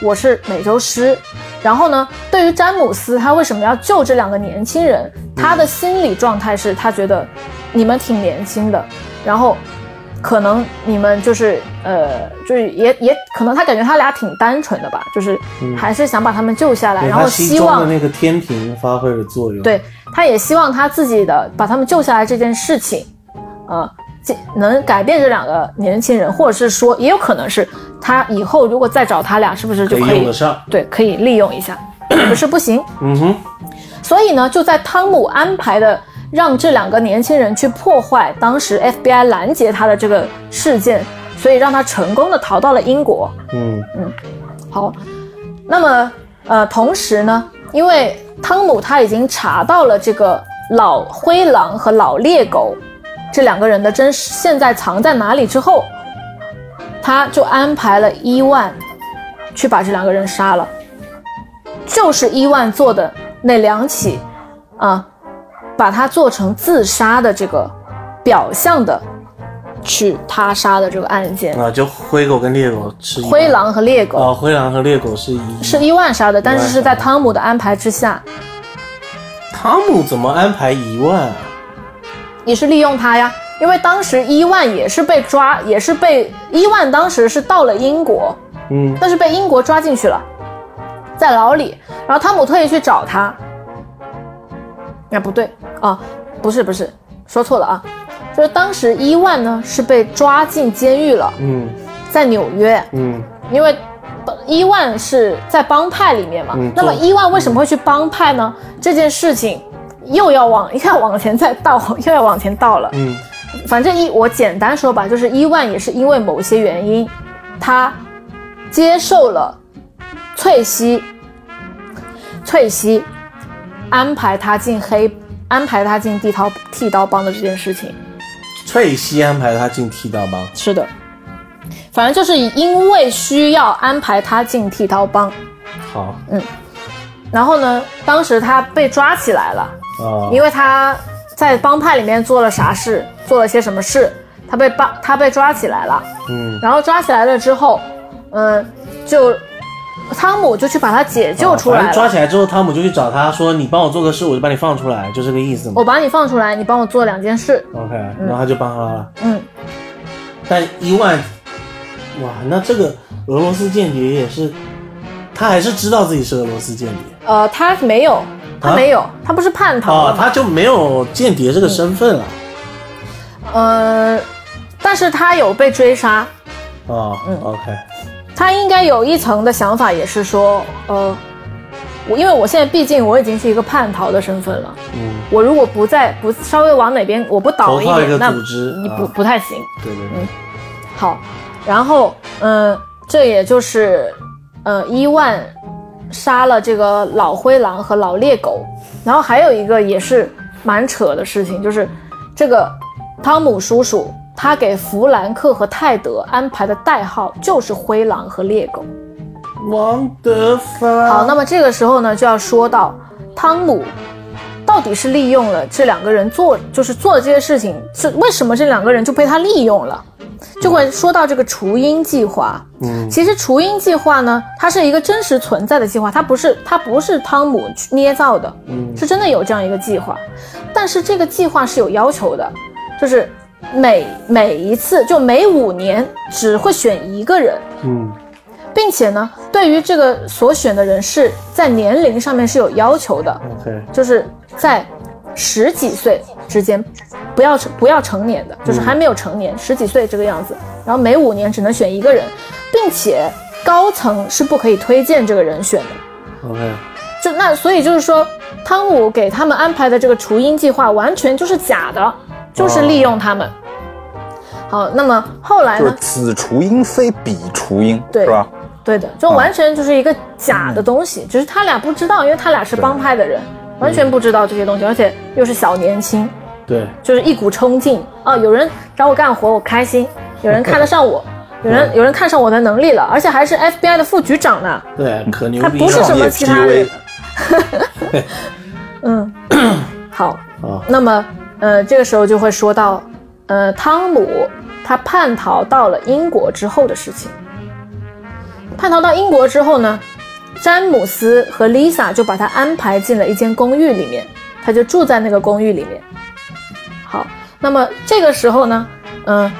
Speaker 3: 我是美洲狮。然后呢，对于詹姆斯他为什么要救这两个年轻人，
Speaker 4: 嗯
Speaker 3: 他的心理状态是他觉得你们挺年轻的，然后可能你们就是呃，就是也也可能他感觉他俩挺单纯的吧，就是还是想把他们救下来，
Speaker 4: 嗯
Speaker 3: 啊
Speaker 4: 对
Speaker 3: 然后
Speaker 4: 他心
Speaker 3: 希
Speaker 4: 中
Speaker 3: 望
Speaker 4: 的那个天平发挥了作用。，
Speaker 3: 对，他也希望他自己的把他们救下来这件事情，呃，这能改变这两个年轻人，或者是说，也有可能是他以后如果再找他俩，是不是就
Speaker 4: 可以
Speaker 3: 可
Speaker 4: 用
Speaker 3: 以
Speaker 4: 得上。
Speaker 3: 对，可以利用一下，也不是不行。
Speaker 4: 嗯哼，
Speaker 3: 所以呢，就在汤姆安排的让这两个年轻人去破坏当时 FBI 拦截他的这个事件，所以让他成功的逃到了英国。
Speaker 4: 嗯
Speaker 3: 好，那么呃，同时呢，因为汤姆他已经查到了这个老灰狼和老猎狗这两个人的真实现在藏在哪里之后，他就安排了伊万去把这两个人杀了，就是伊万做的那两起啊，把他做成自杀的这个表象的去他杀的这个案件，
Speaker 4: 啊，就灰狗跟猎狗是一样
Speaker 3: 灰狼和猎狗。
Speaker 4: 啊，灰狼和猎狗是一
Speaker 3: 是伊万杀的，但是是
Speaker 4: 伊万杀
Speaker 3: 在
Speaker 4: 的
Speaker 3: 汤姆的安排之下，
Speaker 4: 汤姆怎么安排一万啊？
Speaker 3: 也是利用他呀。因为当时伊万也是被抓，也是被伊万当时是到了英国，
Speaker 4: 嗯
Speaker 3: 但是被英国抓进去了，在牢里。然后汤姆特意去找他，那、不对啊，不是不是，说错了啊。就是当时伊万呢是被抓进监狱了，
Speaker 4: 嗯
Speaker 3: 在纽约，
Speaker 4: 嗯
Speaker 3: 因为呃伊万是在帮派里面嘛。
Speaker 4: 嗯
Speaker 3: 那么
Speaker 4: 做
Speaker 3: 伊万为什么会去帮派呢？这件事情又要往 又要往前再倒，又要往前倒了。
Speaker 4: 嗯
Speaker 3: 反正一我简单说吧，就是伊万也是因为某些原因，他接受了翠西，翠西安排他进黑，安排他进地刀剃刀帮的这件事情。
Speaker 4: 翠西安排他进剃刀帮，
Speaker 3: 是的，反正就是因为需要安排他进剃刀帮，
Speaker 4: 好啊
Speaker 3: 嗯然后呢，当时他被抓起来了，，
Speaker 4: 哦
Speaker 3: 因为他在帮派里面做了啥事，做了些什么事，他被帮他被抓起来了。
Speaker 4: 嗯
Speaker 3: 然后抓起来了之后，嗯，就汤姆就去把他解救出
Speaker 4: 哦反
Speaker 3: 来
Speaker 4: 正
Speaker 3: 了。
Speaker 4: 抓起来之后，汤姆就去找他说：“你帮我做个事，我就把你放出来，就这个意思嘛。
Speaker 3: 我把你放出来，你帮我做两件事。
Speaker 4: ”OK，然后他就帮他了。
Speaker 3: 嗯，
Speaker 4: 但伊万，哇，那这个俄罗斯间谍也是，他还是知道自己是俄罗斯间谍
Speaker 3: 呃，他没有，他
Speaker 4: 啊
Speaker 3: 没有，他不是叛逃
Speaker 4: 哦
Speaker 3: 了，吗？
Speaker 4: 他就没有间谍这个身份了。
Speaker 3: 呃，但是他有被追杀，嗯
Speaker 4: 哦，OK，
Speaker 3: 他应该有一层的想法，也是说，呃，我因为我现在毕竟我已经是一个叛逃的身份了，
Speaker 4: 嗯，
Speaker 3: 我如果不再不稍微往哪边我不倒
Speaker 4: 投靠一
Speaker 3: 点，
Speaker 4: 个
Speaker 3: 那
Speaker 4: 组织
Speaker 3: 你不
Speaker 4: 啊
Speaker 3: 不太行。
Speaker 4: 对对对，
Speaker 3: 好，然后嗯，这也就是呃伊万杀了这个老灰狼和老猎狗，然后还有一个也是蛮扯的事情，就是这个汤姆叔叔他给弗兰克和泰德安排的代号就是灰狼和猎狗。
Speaker 4: 王德发。
Speaker 3: 嗯好，那么这个时候呢，就要说到汤姆到底是利用了这两个人做，就是做了这些事情，是为什么这两个人就被他利用了？就会说到这个雏鹰计划。
Speaker 4: 嗯
Speaker 3: 其实雏鹰计划呢，它是一个真实存在的计划，它不是它不是汤姆去捏造的，
Speaker 4: 嗯
Speaker 3: 是真的有这样一个计划。但是这个计划是有要求的，就是每每一次就每五年只会选一个人，
Speaker 4: 嗯
Speaker 3: 并且呢，对于这个所选的人士，在年龄上面是有要求的，
Speaker 4: ，OK，
Speaker 3: 就是在十几岁之间，不要成不要成年
Speaker 1: 嗯
Speaker 3: 的，就是还没有成年，十几岁这个样子。然后每五年只能选一个人，并且高层是不可以推荐这个人选的。
Speaker 4: OK，
Speaker 3: 就那所以就是说，汤姆给他们安排的这个雏鹰计划完全就是假的，
Speaker 1: 哦
Speaker 3: 就是利用他们。好，那么后来
Speaker 1: 就是
Speaker 3: 呢？
Speaker 1: 此雏鹰非彼雏鹰，
Speaker 3: 对
Speaker 1: 是吧？
Speaker 3: 对的，就
Speaker 1: 啊
Speaker 3: 完全就是一个假的东西，只是他俩不知道，因为他俩是帮派的人，完全不知道这些东西，而且又是小年轻，
Speaker 4: 对，
Speaker 3: 就是一股冲劲啊！有人找我干活，我开心；有人看得上我，有人有人看上我的能力了，而且还是 FBI 的副局长呢。
Speaker 4: 对，可牛
Speaker 3: 他
Speaker 4: 逼啊
Speaker 3: 不是什
Speaker 1: 创
Speaker 4: 了
Speaker 3: 么
Speaker 1: 业
Speaker 3: 其他人
Speaker 1: PUA，
Speaker 3: 嗯，好，
Speaker 4: 啊！
Speaker 3: 那么呃，这个时候就会说到，呃，汤姆他叛逃到了英国之后的事情。叛逃到英国之后呢，詹姆斯和 Lisa 就把他安排进了一间公寓里面，他就住在那个公寓里面。好，那么这个时候呢，嗯、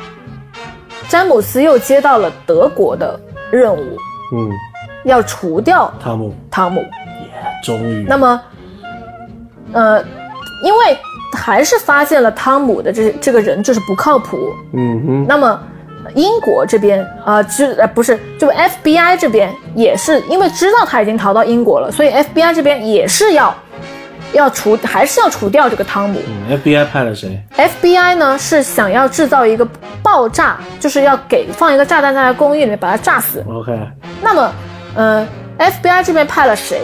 Speaker 3: 詹姆斯又接到了德国的任务，
Speaker 4: 嗯，
Speaker 3: 要除掉
Speaker 4: 汤姆
Speaker 3: 汤姆。
Speaker 4: 终于
Speaker 3: 那么，呃，因为还是发现了汤姆的这这个人就是不靠谱。
Speaker 4: 嗯哼，
Speaker 3: 那么，英国这边啊，呃就呃不是，就 FBI 这边也是因为知道他已经逃到英国了，所以 FBI 这边也是要要除，还是要除掉这个汤姆。
Speaker 4: 嗯，FBI 派了谁？
Speaker 3: FBI 呢是想要制造一个爆炸，就是要给放一个炸弹在他公寓里面把他炸死。
Speaker 4: OK，
Speaker 3: 那么，呃，FBI 这边派了谁？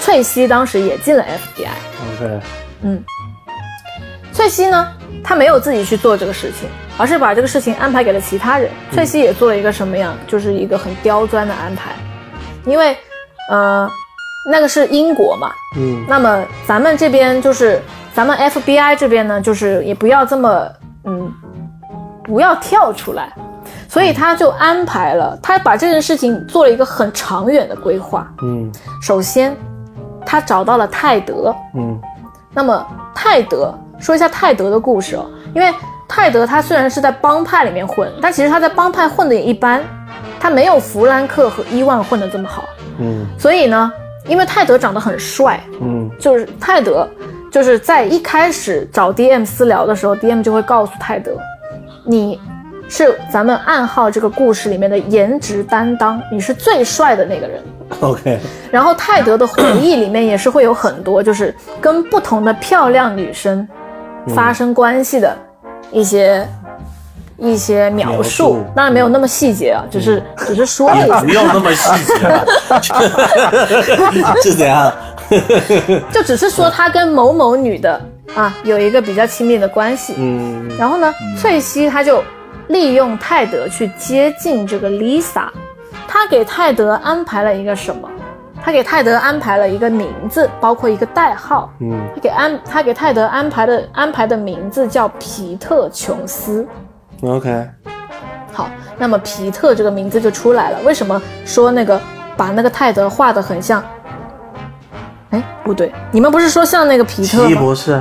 Speaker 3: 翠西当时也进了 FBI。
Speaker 4: OK，
Speaker 3: 翠西呢，她没有自己去做这个事情，而是把这个事情安排给了其他人。翠西也做了一个什么样，就是一个很刁钻的安排，因为，呃，那个是英国嘛，
Speaker 4: 嗯
Speaker 3: 那么咱们这边就是咱们 FBI 这边呢，就是也不要这么嗯，不要跳出来，所以他就安排了，他把这件事情做了一个很长远的规划。
Speaker 4: 嗯
Speaker 3: 首先，他找到了泰德，
Speaker 4: 嗯
Speaker 3: 那么泰德，说一下泰德的故事哦，因为泰德他虽然是在帮派里面混，但其实他在帮派混的也一般，他没有弗兰克和伊万混的这么好。
Speaker 4: 嗯
Speaker 3: 所以呢，因为泰德长得很帅，
Speaker 4: 嗯
Speaker 3: 就是泰德就是在一开始找 DM 私聊的时候，DM 就会告诉泰德，你是咱们暗号这个故事里面的颜值担当，你是最帅的那个人。
Speaker 4: OK，
Speaker 3: 然后泰德的回忆里面也是会有很多，就是跟不同的漂亮女生
Speaker 4: 嗯
Speaker 3: 发生关系的一些、一些描
Speaker 4: 描
Speaker 3: 述
Speaker 4: 述，嗯
Speaker 3: 当然没有那么细节啊，只是只是说 了一
Speaker 4: 也
Speaker 3: 下
Speaker 4: 不，用那么细节了， 是怎样？
Speaker 3: 就只是说他跟某某女的啊有一个比较亲密的关系。
Speaker 4: 嗯
Speaker 3: 然后呢，翠西她就利用泰德去接近这个 Lisa，她给泰德安排了一个什么？她给泰德安排了一个名字，包括一个代号。
Speaker 4: 嗯
Speaker 3: 她给安，她给泰德安排的安排的名字叫皮特琼斯。
Speaker 4: ，OK，
Speaker 3: 好，那么皮特这个名字就出来了。为什么说那个把那个泰德画的很像？哎，不对，你们不是说像那个皮
Speaker 4: 奇
Speaker 3: 特
Speaker 4: 异
Speaker 3: 吗？
Speaker 4: 博士，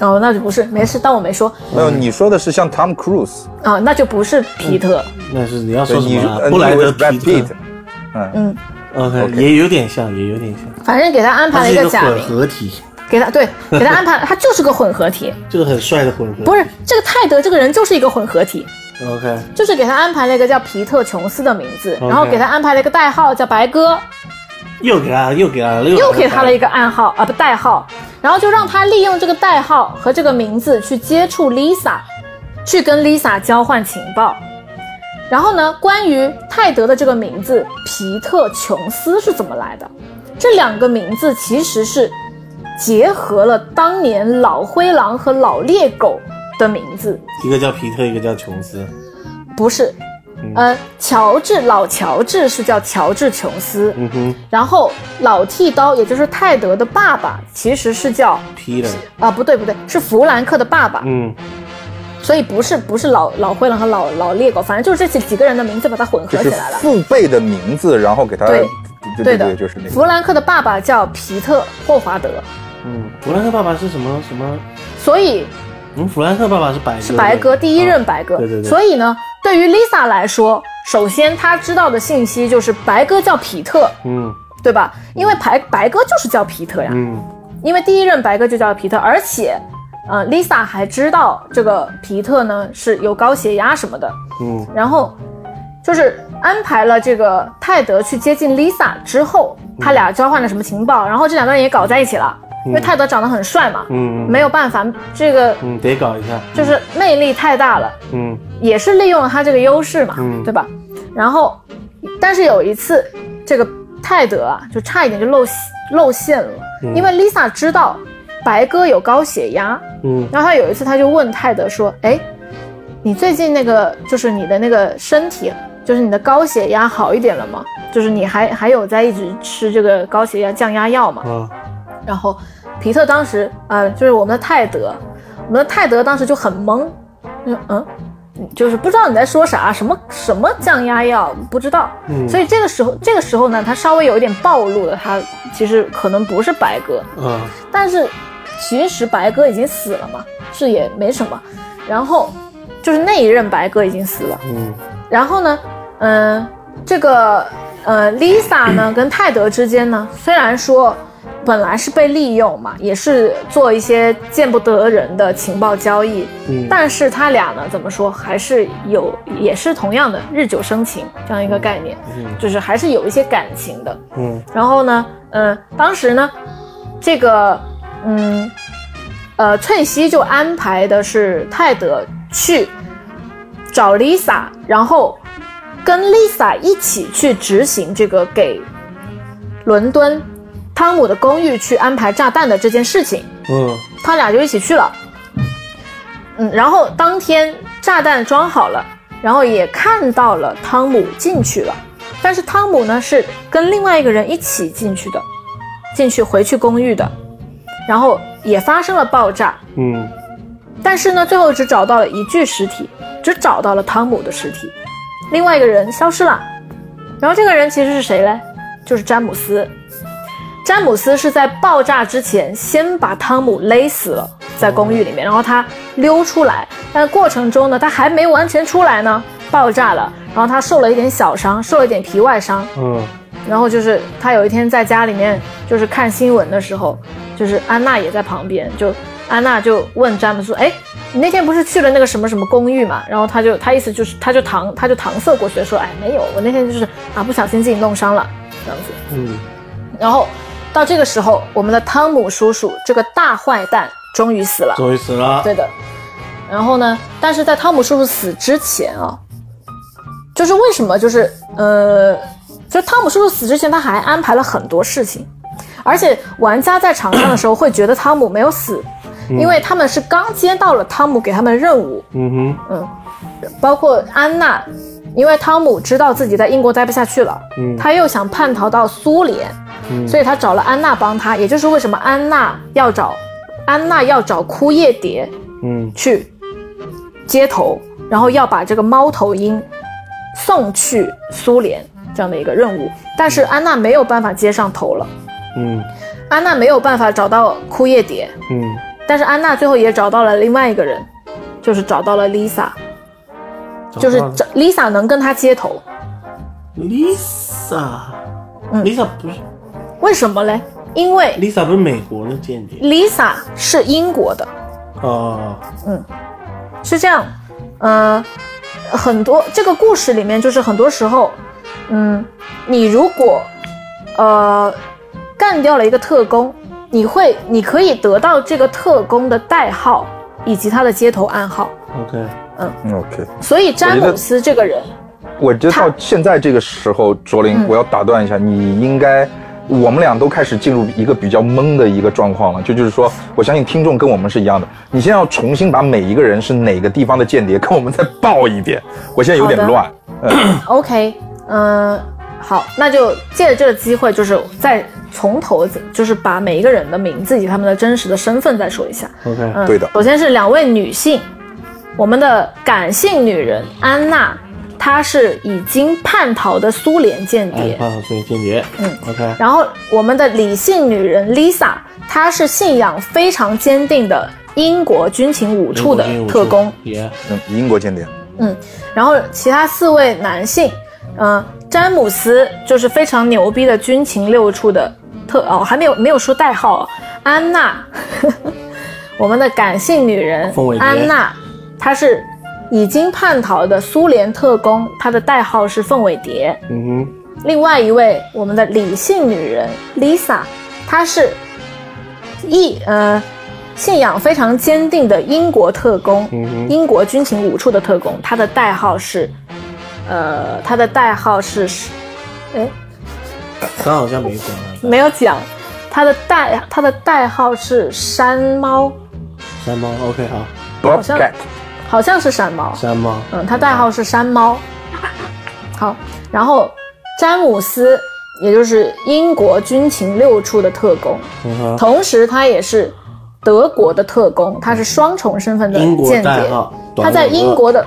Speaker 3: 哦，那就不是，没事，当我没说
Speaker 1: 没有，你说的是像 Tom Cruise，
Speaker 3: 啊，那就不是皮特。
Speaker 4: 那是你要
Speaker 1: 对
Speaker 4: 说什
Speaker 1: 你
Speaker 4: 么啊
Speaker 1: 呃？
Speaker 4: 布莱
Speaker 1: 你以为
Speaker 4: 德
Speaker 1: 是 Brad
Speaker 4: 皮特
Speaker 1: Pitt，嗯，
Speaker 4: ，OK，
Speaker 1: OK
Speaker 4: 也有点像，也有点像，
Speaker 3: 反正给他安排
Speaker 4: 它
Speaker 3: 了一
Speaker 4: 是一
Speaker 3: 个
Speaker 4: 个
Speaker 3: 假
Speaker 4: 混
Speaker 3: 名，
Speaker 4: 合体，
Speaker 3: 给他对，给他安排， 他就是个混合体，
Speaker 4: 就是很帅的混合。
Speaker 3: 不是这个泰德这个人就是一个混合体，
Speaker 4: OK，
Speaker 3: 就是给他安排了一个叫皮特琼斯的名字，
Speaker 4: OK
Speaker 3: 然后给他安排了一个代号叫白鸽，
Speaker 4: 又给他，又给他，
Speaker 3: 又给他了一
Speaker 4: 个
Speaker 3: 个暗号啊不代号，然后就让他利用这个代号和这个名字去接触 Lisa，去跟 Lisa 交换情报。然后呢，关于泰德的这个名字皮特琼斯是怎么来的？这两个名字其实是结合了当年老灰狼和老猎狗的名字，
Speaker 4: 一个叫皮特，一个叫琼斯。
Speaker 3: 不是？呃，乔治老乔治是叫乔治琼斯，
Speaker 4: 嗯哼
Speaker 3: 然后老剃刀也就是泰德的爸爸其实是叫
Speaker 4: ，Peter，
Speaker 3: 啊、不对不对，是弗兰克的爸爸，
Speaker 4: 嗯，
Speaker 3: 所以不是不是老老灰狼和老老猎狗，反正就是这几几个人的名字把它混合
Speaker 1: 就是
Speaker 3: 起来了。
Speaker 1: 父辈的名字，然后给他，
Speaker 3: 对
Speaker 1: 对
Speaker 3: 对
Speaker 1: 对
Speaker 3: 的，
Speaker 1: 对，就是那
Speaker 3: 弗
Speaker 1: 个。
Speaker 3: 兰克的爸爸叫皮特霍华德，
Speaker 4: 嗯，弗兰克爸爸是什么什么？
Speaker 3: 所以
Speaker 4: 嗯，弗兰克爸爸是白
Speaker 3: 是白鸽第一任白
Speaker 1: 啊
Speaker 3: 鸽。
Speaker 4: 对对对
Speaker 3: 所以呢，对于 Lisa 来说，首先她知道的信息就是白鸽叫皮特，
Speaker 4: 嗯
Speaker 3: 对吧？因为白白鸽就是叫皮特呀。
Speaker 4: 嗯
Speaker 3: 因为第一任白鸽就叫皮特，而且，呃，Lisa 还知道这个皮特呢是有高血压什么的，
Speaker 4: 嗯
Speaker 3: 然后就是安排了这个泰德去接近 Lisa 之后，他俩交换了什么情报，然后这两个人也搞在一起了，因为泰德长得很帅嘛，
Speaker 4: 嗯
Speaker 3: 没有办法，这个
Speaker 4: 嗯，得搞一下。
Speaker 3: 就是魅力太大了，
Speaker 4: 嗯
Speaker 3: 也是利用了他这个优势嘛，
Speaker 4: 嗯
Speaker 3: 对吧？然后，但是有一次，这个泰德啊，就差一点就露露馅了，因为 Lisa 知道白哥有高血压，
Speaker 4: 嗯
Speaker 3: 然后他有一次他就问泰德说：“哎，你最近那个就是你的那个身体，就是你的高血压好一点了吗？就是你还还有在一直吃这个高血压降压药吗？”
Speaker 4: 啊
Speaker 3: 然后皮特当时啊、呃就是我们的泰德，我们的泰德当时就很懵，嗯嗯，就是不知道你在说啥，什么什么降压药，不知道。
Speaker 4: 嗯
Speaker 3: 所以这个时候，这个时候呢，他稍微有一点暴露了，他其实可能不是白鸽，
Speaker 4: 啊
Speaker 3: 但是其实白鸽已经死了嘛，这也没什么。然后就是那一任白鸽已经死了，
Speaker 4: 嗯
Speaker 3: 然后呢，嗯、这个呃，Lisa 呢跟泰德之间呢，虽然说本来是被利用嘛，也是做一些见不得人的情报交易，
Speaker 4: 嗯
Speaker 3: 但是他俩呢，怎么说，还是有，也是同样的日久生情这样一个概念，
Speaker 4: 嗯
Speaker 3: 就是还是有一些感情的。
Speaker 4: 嗯
Speaker 3: 然后呢，嗯、当时呢，这个，嗯，呃，翠西就安排的是泰德去找 Lisa，然后跟 Lisa 一起去执行这个给伦敦汤姆的公寓去安排炸弹的这件事情，
Speaker 4: 嗯
Speaker 3: 他俩就一起去了。嗯，然后当天炸弹装好了，然后也看到了汤姆进去了，但是汤姆呢是跟另外一个人一起进去的，进去回去公寓的，然后也发生了爆炸，
Speaker 4: 嗯
Speaker 3: 但是呢最后只找到了一具尸体，只找到了汤姆的尸体，另外一个人消失了，然后这个人其实是谁嘞？就是詹姆斯，詹姆斯是在爆炸之前先把汤姆勒死了，在公寓里面，然后他溜出来，但过程中呢，他还没完全出来呢，爆炸了，然后他受了一点小伤，受了一点皮外伤，
Speaker 4: 嗯
Speaker 3: 然后就是他有一天在家里面就是看新闻的时候，就是安娜也在旁边，就安娜就问詹姆斯说：“哎，你那天不是去了那个什么什么公寓嘛？”然后他就他意思就是他就搪他就搪塞过去说：“哎，没有，我那天就是啊不小心自己弄伤了这样子。
Speaker 4: 嗯，”
Speaker 3: 然后到这个时候，我们的汤姆叔叔这个大坏蛋终于死了。
Speaker 4: 终于死了。
Speaker 3: 对的。然后呢，但是在汤姆叔叔死之前啊，就是为什么就是呃，就汤姆叔叔死之前，他还安排了很多事情，而且玩家在场上的时候会觉得汤姆没有死，因为他们是刚接到了汤姆给他们任务，
Speaker 4: 嗯哼，
Speaker 3: 包括安娜，因为汤姆知道自己在英国待不下去了，
Speaker 4: 嗯
Speaker 3: 他又想叛逃到苏联，
Speaker 4: 嗯
Speaker 3: 所以他找了安娜帮他，也就是为什么安娜要找安娜要找枯叶蝶，
Speaker 4: 嗯
Speaker 3: 去街头，然后要把这个猫头鹰送去苏联这样的一个任务。但是安娜没有办法接上头了，
Speaker 4: 嗯
Speaker 3: 安娜没有办法找到枯叶蝶，
Speaker 4: 嗯
Speaker 3: 但是安娜最后也找到了另外一个人，就是找到了 Lisa，
Speaker 4: 找
Speaker 3: 就是
Speaker 4: 到了
Speaker 3: 找 Lisa 能跟她接头，
Speaker 4: Lisa，
Speaker 3: 嗯
Speaker 4: Lisa 不是
Speaker 3: 为什么嘞？因为
Speaker 4: Lisa 不是美国的间谍
Speaker 3: Lisa 是英国的，
Speaker 4: 哦，
Speaker 3: 是这样，呃，很多这个故事里面就是很多时候，嗯，你如果呃干掉了一个特工，你会你可以得到这个特工的代号以及他的接头暗号。
Speaker 4: OK，
Speaker 1: 嗯 OK，
Speaker 3: 所以詹姆斯这个人，
Speaker 1: 我觉得
Speaker 3: 他
Speaker 1: 到现在这个时候，卓
Speaker 3: 嗯
Speaker 1: 林，我要打断一下，你应该。我们俩都开始进入一个比较懵的一个状况了，就就是说，我相信听众跟我们是一样的。你现在要重新把每一个人是哪个地方的间谍跟我们再报一遍，我现在有点
Speaker 3: 好的
Speaker 1: 乱。
Speaker 3: OK，嗯、好，那就借着这个机会，就是再从头，就是把每一个人的名字以及他们的真实的身份再说一下。
Speaker 4: OK，
Speaker 3: 嗯，
Speaker 1: 对的
Speaker 3: 首先是两位女性，我们的感性女人安娜，她是已经叛逃的苏联间
Speaker 4: 哎，
Speaker 3: 谍。
Speaker 4: 怕所以间谍，
Speaker 3: 嗯
Speaker 4: ，OK，
Speaker 3: 然后我们的理性女人 Lisa，她是信仰非常坚定的英国军情五处的特工。
Speaker 4: 也
Speaker 1: 嗯，英国间谍，
Speaker 3: 然后其他四位男性，嗯、詹姆斯就是非常牛逼的军情六处的特哦，还没有没有说代号、啊，安娜， 我们的感性女人
Speaker 4: 凤尾蝶
Speaker 3: 安娜，她是已经叛逃的苏联特工，她的代号是凤尾蝶。
Speaker 4: 嗯
Speaker 3: 另外一位我们的理性女人 Lisa，她是一呃信仰非常坚定的英国特工，
Speaker 4: 嗯哼
Speaker 3: 英国军情五处的特工，她的代号是呃她的代号是，哎
Speaker 4: 哼，刚好像没讲啊
Speaker 3: 没有讲，她的代她的代号是山猫，
Speaker 4: 山猫，OK 好，
Speaker 1: 好
Speaker 3: 像好像是山猫，
Speaker 4: 山猫，
Speaker 3: 嗯，他代号是山猫。好，然后詹姆斯，也就是英国军情六处的特工，
Speaker 4: 嗯哼，
Speaker 3: 同时他也是德国的特工，他是双重身份的
Speaker 4: 英国
Speaker 3: 间
Speaker 4: 代
Speaker 3: 谍。
Speaker 4: 号，
Speaker 3: 他在英国的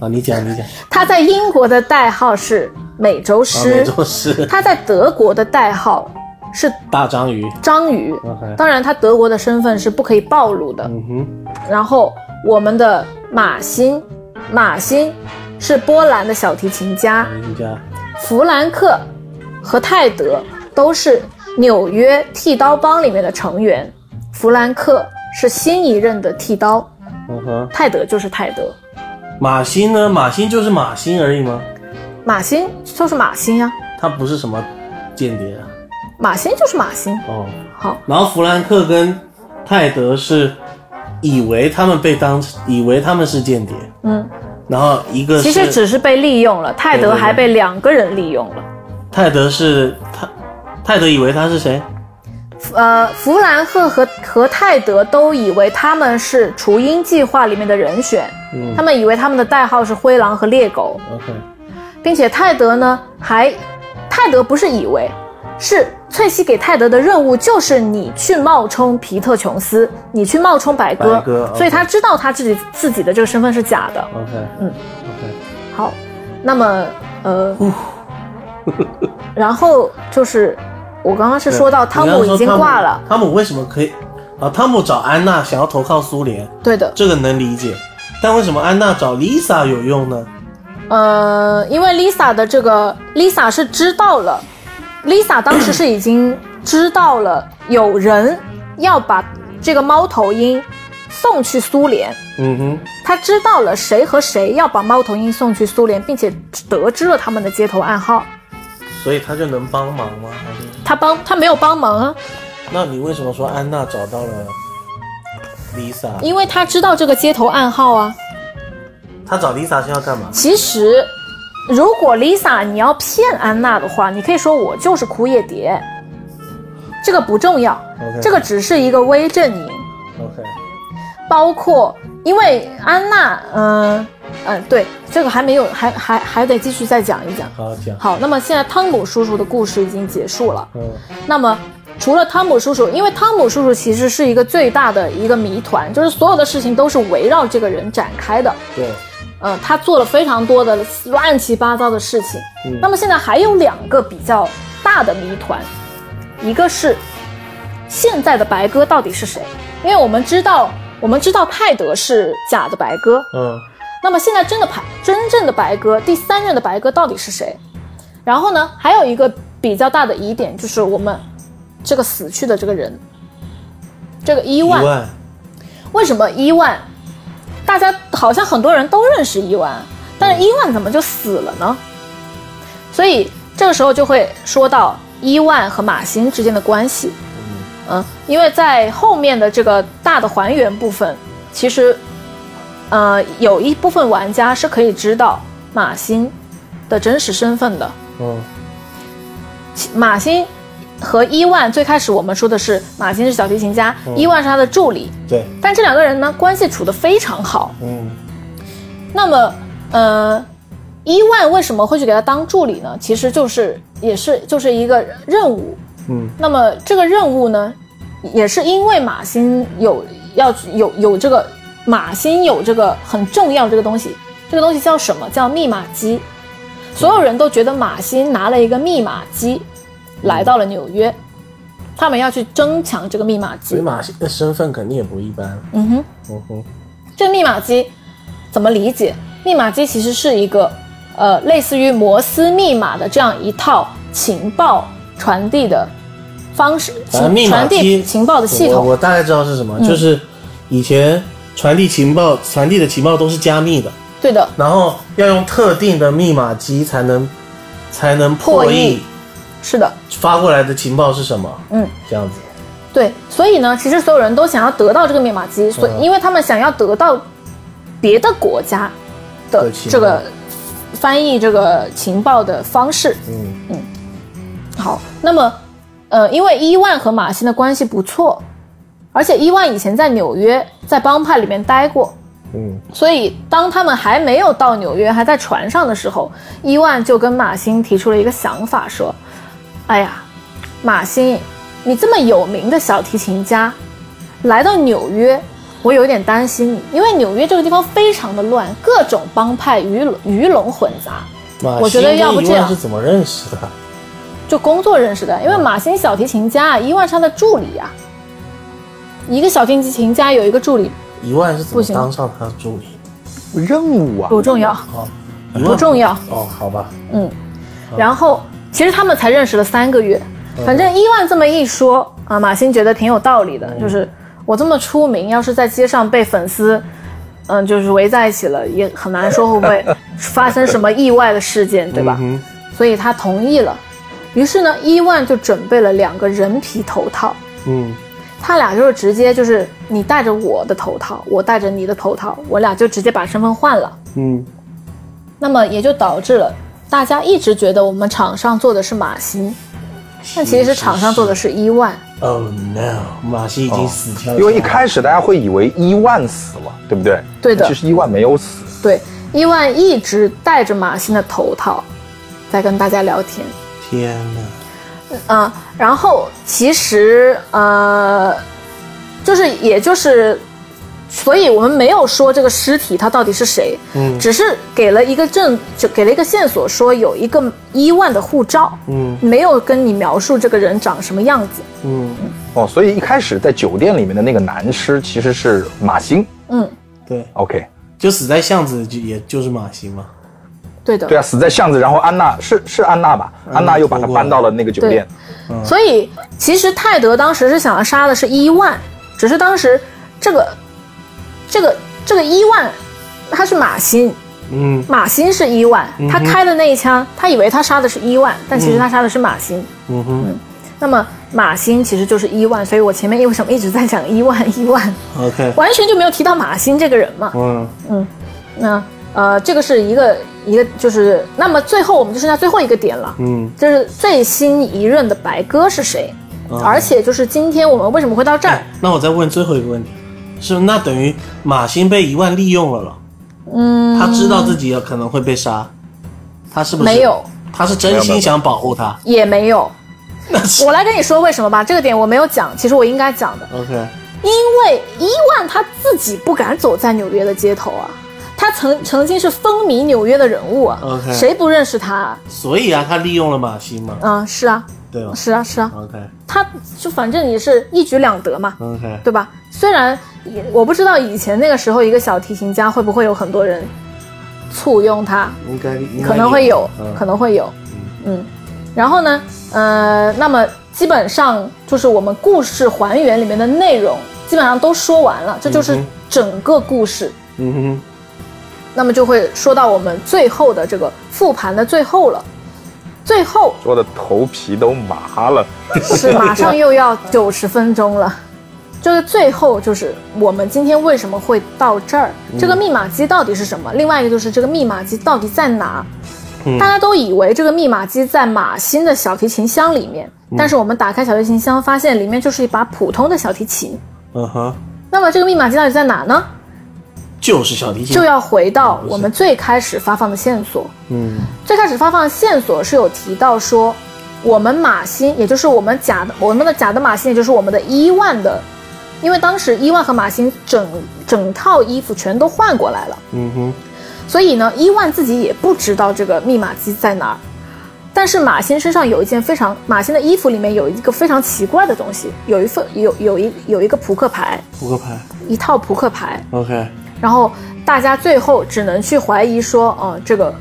Speaker 4: 啊，你讲你讲，
Speaker 3: 他在英国的代号是美洲
Speaker 4: 啊，
Speaker 3: 狮
Speaker 4: 美，洲狮，
Speaker 3: 他在德国的代号是
Speaker 4: 大章鱼，
Speaker 3: 章鱼。
Speaker 4: OK
Speaker 3: 当然，他德国的身份是不可以暴露的。
Speaker 4: 嗯哼，
Speaker 3: 然后我们的马欣，马欣是波兰的小提琴家。
Speaker 4: 人家
Speaker 3: 弗兰克和泰德都是纽约剃刀帮里面的成员。弗兰克是新一任的剃刀，
Speaker 4: 嗯哼，
Speaker 3: 泰德就是泰德，
Speaker 4: 马欣呢？马欣就是马欣而已吗？
Speaker 3: 马欣就是马欣呀、
Speaker 4: 他不是什么间谍啊，
Speaker 3: 马欣就是马欣。
Speaker 4: 哦，
Speaker 3: 好，
Speaker 4: 然后弗兰克跟泰德是以为他们被当，以为他们是间谍，
Speaker 3: 嗯，
Speaker 4: 然后一个是
Speaker 3: 其实只是被利用了，泰德还被两个人利用了。
Speaker 4: 泰德是泰，泰德以为他是谁？
Speaker 3: 呃，弗兰克和和泰德都以为他们是雏鹰计划里面的人选，
Speaker 4: 嗯
Speaker 3: 他们以为他们的代号是灰狼和猎狗。
Speaker 4: ，OK，
Speaker 3: 并且泰德呢还，泰德不是以为，是翠西给泰德的任务就是你去冒充皮特琼斯，你去冒充白鸽，
Speaker 4: 白鸽
Speaker 3: 所以
Speaker 4: OK
Speaker 3: 他知道他自己自己的这个身份是假的。
Speaker 4: OK，
Speaker 3: 嗯
Speaker 4: ，OK，
Speaker 3: 好，那么呃， 然后就是我刚刚是说到汤姆已经挂了
Speaker 4: 你刚刚说，汤姆为什么可以？啊，汤姆找安娜想要投靠苏联，
Speaker 3: 对的，
Speaker 4: 这个能理解，但为什么安娜找 Lisa 有用呢？
Speaker 3: 呃，因为 Lisa 的这个 Lisa 是知道了，Lisa 当时是已经知道了有人要把这个猫头鹰送去苏联。
Speaker 4: 嗯哼，
Speaker 3: 他知道了谁和谁要把猫头鹰送去苏联，并且得知了他们的街头暗号。
Speaker 4: 所以他就能帮忙吗？还是？
Speaker 3: 他帮他没有帮忙啊，
Speaker 4: 那你为什么说安娜找到了 Lisa？
Speaker 3: 因为他知道这个街头暗号啊。
Speaker 4: 她找 Lisa 是要干嘛？
Speaker 3: 其实，如果 Lisa 你要骗安娜的话，你可以说我就是枯叶蝶，这个不重要
Speaker 4: OK
Speaker 3: 这个只是一个微阵营。
Speaker 4: OK，
Speaker 3: 包括因为安娜，嗯、嗯、对，这个还没有，还还还得继续再讲一讲。
Speaker 4: 好好讲。
Speaker 3: 好，那么现在汤姆叔叔的故事已经结束了。
Speaker 4: 嗯
Speaker 3: 那么除了汤姆叔叔，因为汤姆叔叔其实是一个最大的一个谜团，就是所有的事情都是围绕这个人展开的。，
Speaker 4: 对，
Speaker 3: 呃，他做了非常多的乱七八糟的事情。
Speaker 4: 嗯
Speaker 3: 那么现在还有两个比较大的谜团，一个是现在的白鸽到底是谁？因为我们知道，我们知道泰德是假的白鸽，
Speaker 4: 嗯
Speaker 3: 那么现在真的白真正的白鸽，第三任的白鸽到底是谁？然后呢，还有一个比较大的疑点就是我们这个死去的这个人，这个伊
Speaker 4: 一
Speaker 3: 万，
Speaker 4: 万，
Speaker 3: 为什么伊万？大家好像很多人都认识伊万，但是伊万怎么就死了呢？所以这个时候就会说到伊万和马欣之间的关系。嗯，因为在后面的这个大的还原部分，其实，呃，有一部分玩家是可以知道马欣的真实身份的。
Speaker 4: 嗯
Speaker 3: 马欣和伊万最开始我们说的是马欣是小提琴家，
Speaker 4: 嗯
Speaker 3: 伊万是他的助理。
Speaker 4: 对，
Speaker 3: 但这两个人呢，关系处得非常好。
Speaker 4: 嗯
Speaker 3: 那么，呃，伊万为什么会去给他当助理呢？其实就是也是就是一个任务。
Speaker 4: 嗯
Speaker 3: 那么这个任务呢，也是因为马欣有要有有这个马欣有这个很重要的这个东西，这个东西叫什么？叫密码机。所有人都觉得马欣拿了一个密码机，来到了纽约，他们要去争抢这个密码
Speaker 4: 所
Speaker 3: 机。
Speaker 4: 以马戏的身份肯定也不一般。
Speaker 3: 嗯哼。
Speaker 4: 嗯哼，
Speaker 3: 这密码机怎么理解？密码机其实是一个呃，类似于摩斯密码的这样一套情报传递的方式，
Speaker 4: 反正
Speaker 3: 情
Speaker 4: 密码
Speaker 3: 传递
Speaker 4: 机
Speaker 3: 情报的系
Speaker 4: 我
Speaker 3: 统。嗯
Speaker 4: 我大概知道是什么，就是以前传递情报、传递的情报都是加密的，
Speaker 3: 对的，
Speaker 4: 然后要用特定的密码机才能才能
Speaker 3: 破
Speaker 4: 破
Speaker 3: 译是的，
Speaker 4: 发过来的情报是什么，
Speaker 3: 嗯，
Speaker 4: 这样子。
Speaker 3: 对。所以呢，其实所有人都想要得到这个密码机，所以、
Speaker 4: 嗯
Speaker 3: 因为他们想要得到别的国家的
Speaker 4: 的情报
Speaker 3: 这个翻译这个情报的方式。
Speaker 4: 嗯
Speaker 3: 好，那么，呃，因为伊万和马欣的关系不错，而且伊万以前在纽约在帮派里面待过，
Speaker 4: 嗯
Speaker 3: 所以当他们还没有到纽约，还在船上的时候，伊万就跟马欣提出了一个想法，说：“哎呀，马欣，你这么有名的小提琴家，来到纽约。”我有点担心你，因为纽约这个地方非常的乱，各种帮派鱼龙鱼龙混杂。
Speaker 4: 马
Speaker 3: 我觉得
Speaker 4: 欣跟
Speaker 3: 要不
Speaker 4: 一
Speaker 3: 这
Speaker 4: 万
Speaker 3: 样
Speaker 4: 是怎么认识的？
Speaker 3: 就工作认识的，因为马欣小提琴家啊，伊万是他的助理啊。一个小提琴家有一个助理
Speaker 4: 一万是怎
Speaker 3: 不
Speaker 4: 么
Speaker 3: 行
Speaker 4: 当上他的助理？
Speaker 1: 任务啊，
Speaker 3: 不重要，
Speaker 4: 哦，
Speaker 3: 不重要。嗯
Speaker 4: 哦，好吧，
Speaker 3: 然后其实他们才认识了三个月，反正伊万这么一说啊，马欣觉得挺有道理的，就是我这么出名，要是在街上被粉丝，嗯、就是围在一起了，也很难说会不 会发生什么意外的事件，对吧？
Speaker 4: 嗯
Speaker 3: 所以他同意了。于是呢，伊万就准备了两个人皮头套。
Speaker 4: 哼嗯
Speaker 3: 他俩就是直接就是你戴着我的头套，我戴着你的头套，我俩就直接把身份换了。
Speaker 4: 嗯
Speaker 3: 那么也就导致了大家一直觉得我们场上做的是马欣，但其实场上做的是伊万。
Speaker 4: ，Oh no，马戏已经死翘翘了，
Speaker 1: 哦因为一开始大家会以为伊万死了，对不对？
Speaker 3: 对的
Speaker 1: 其实伊万没有死，
Speaker 3: 对，伊万一直戴着马欣的头套，在跟大家聊天。
Speaker 4: 天哪，
Speaker 3: 嗯，然后其实呃，就是也就是，所以我们没有说这个尸体它到底是谁，
Speaker 4: 嗯
Speaker 3: 只是给了一个证，就给了一个线索，说有一个伊万的护照，
Speaker 4: 嗯
Speaker 3: 没有跟你描述这个人长什么样子，
Speaker 4: 嗯，
Speaker 1: 哦，所以一开始在酒店里面的那个男尸其实是马欣。
Speaker 3: 嗯，
Speaker 4: 对，
Speaker 1: OK，
Speaker 4: 就死在巷子，就也就是马戏嘛，
Speaker 3: 对的，
Speaker 1: 对啊，死在巷子，然后安娜是是安娜吧？安娜又把她搬到了那个酒店。
Speaker 3: 所以其实泰德当时是想要杀的是伊万，只是当时这个这个这个伊万他是马欣，
Speaker 4: 嗯
Speaker 3: 马欣是伊万，他开的那一枪，他以为他杀的是伊万，但其实他杀的是马欣。
Speaker 4: 嗯哼
Speaker 3: 那么马欣其实就是伊万，所以我前面为什么一直在讲伊万 伊万，
Speaker 4: ，OK，
Speaker 3: 完全就没有提到马欣这个人嘛？
Speaker 4: 嗯
Speaker 3: 那呃，这个是一个一个就是，那么最后我们就剩下最后一个点了，
Speaker 4: 嗯
Speaker 3: 就是最新一任的白鸽是谁？而且就是今天我们为什么会到这儿？
Speaker 4: 哎那我再问最后一个问题，是那等于马欣被一万利用了了？嗯，他知道自己有可能会被杀，他是不是
Speaker 3: 没有，
Speaker 4: 他是真心想保护他。
Speaker 3: 也没有。
Speaker 4: 那是
Speaker 3: 我来跟你说为什么吧，这个点我没有讲，其实我应该讲的，
Speaker 4: OK，
Speaker 3: 因为伊万他自己不敢走在纽约的街头啊。他曾曾经是风靡纽约的人物啊
Speaker 4: OK
Speaker 3: 谁不认识他啊？
Speaker 4: 所以啊，他利用了马欣嘛，
Speaker 3: 嗯，是啊，
Speaker 4: 对吧
Speaker 3: 是啊，是啊，
Speaker 4: ？OK
Speaker 3: 他就反正也是一举两得嘛。
Speaker 4: OK，
Speaker 3: 对吧？虽然也我不知道以前那个时候一个小提琴家会不会有很多人簇拥他，
Speaker 4: 应该应该
Speaker 3: 可能会有，
Speaker 4: 嗯
Speaker 3: 可能会有，嗯。然后呢，呃，那么基本上就是我们故事还原里面的内容基本上都说完了，这就是
Speaker 4: 嗯哼
Speaker 3: 整个故事。
Speaker 4: 嗯哼，
Speaker 3: 那么就会说到我们最后的这个复盘的最后了，最后
Speaker 1: 说的头皮都麻了。
Speaker 3: 是马上又要九十分钟了。这个最后就是我们今天为什么会到这儿？这个密码机到底是什么？另外一个就是这个密码机到底在哪？大家都以为这个密码机在马欣的小提琴箱里面，但是我们打开小提琴箱，发现里面就是一把普通的小提琴。
Speaker 4: 嗯哼，
Speaker 3: 那么这个密码机到底在哪呢？
Speaker 4: 就是小提琴
Speaker 3: 就，要回到我们最开始发放的线索。
Speaker 4: 嗯
Speaker 3: 最开始发放的线索是有提到说，我们马欣，也就是我们假的，我们的假的马欣，也就是我们的伊万的，因为当时伊万和马欣整整套衣服全都换过来了，
Speaker 4: 嗯哼，
Speaker 3: 所以呢，伊万自己也不知道这个密码机在哪儿。但是马欣身上有一件非常，马欣的衣服里面有一个非常奇怪的东西，有一份有有一有一个扑克牌，
Speaker 4: 扑克牌
Speaker 3: 一套扑克牌，
Speaker 4: ，OK，
Speaker 3: 然后大家最后只能去怀疑说，哦、这个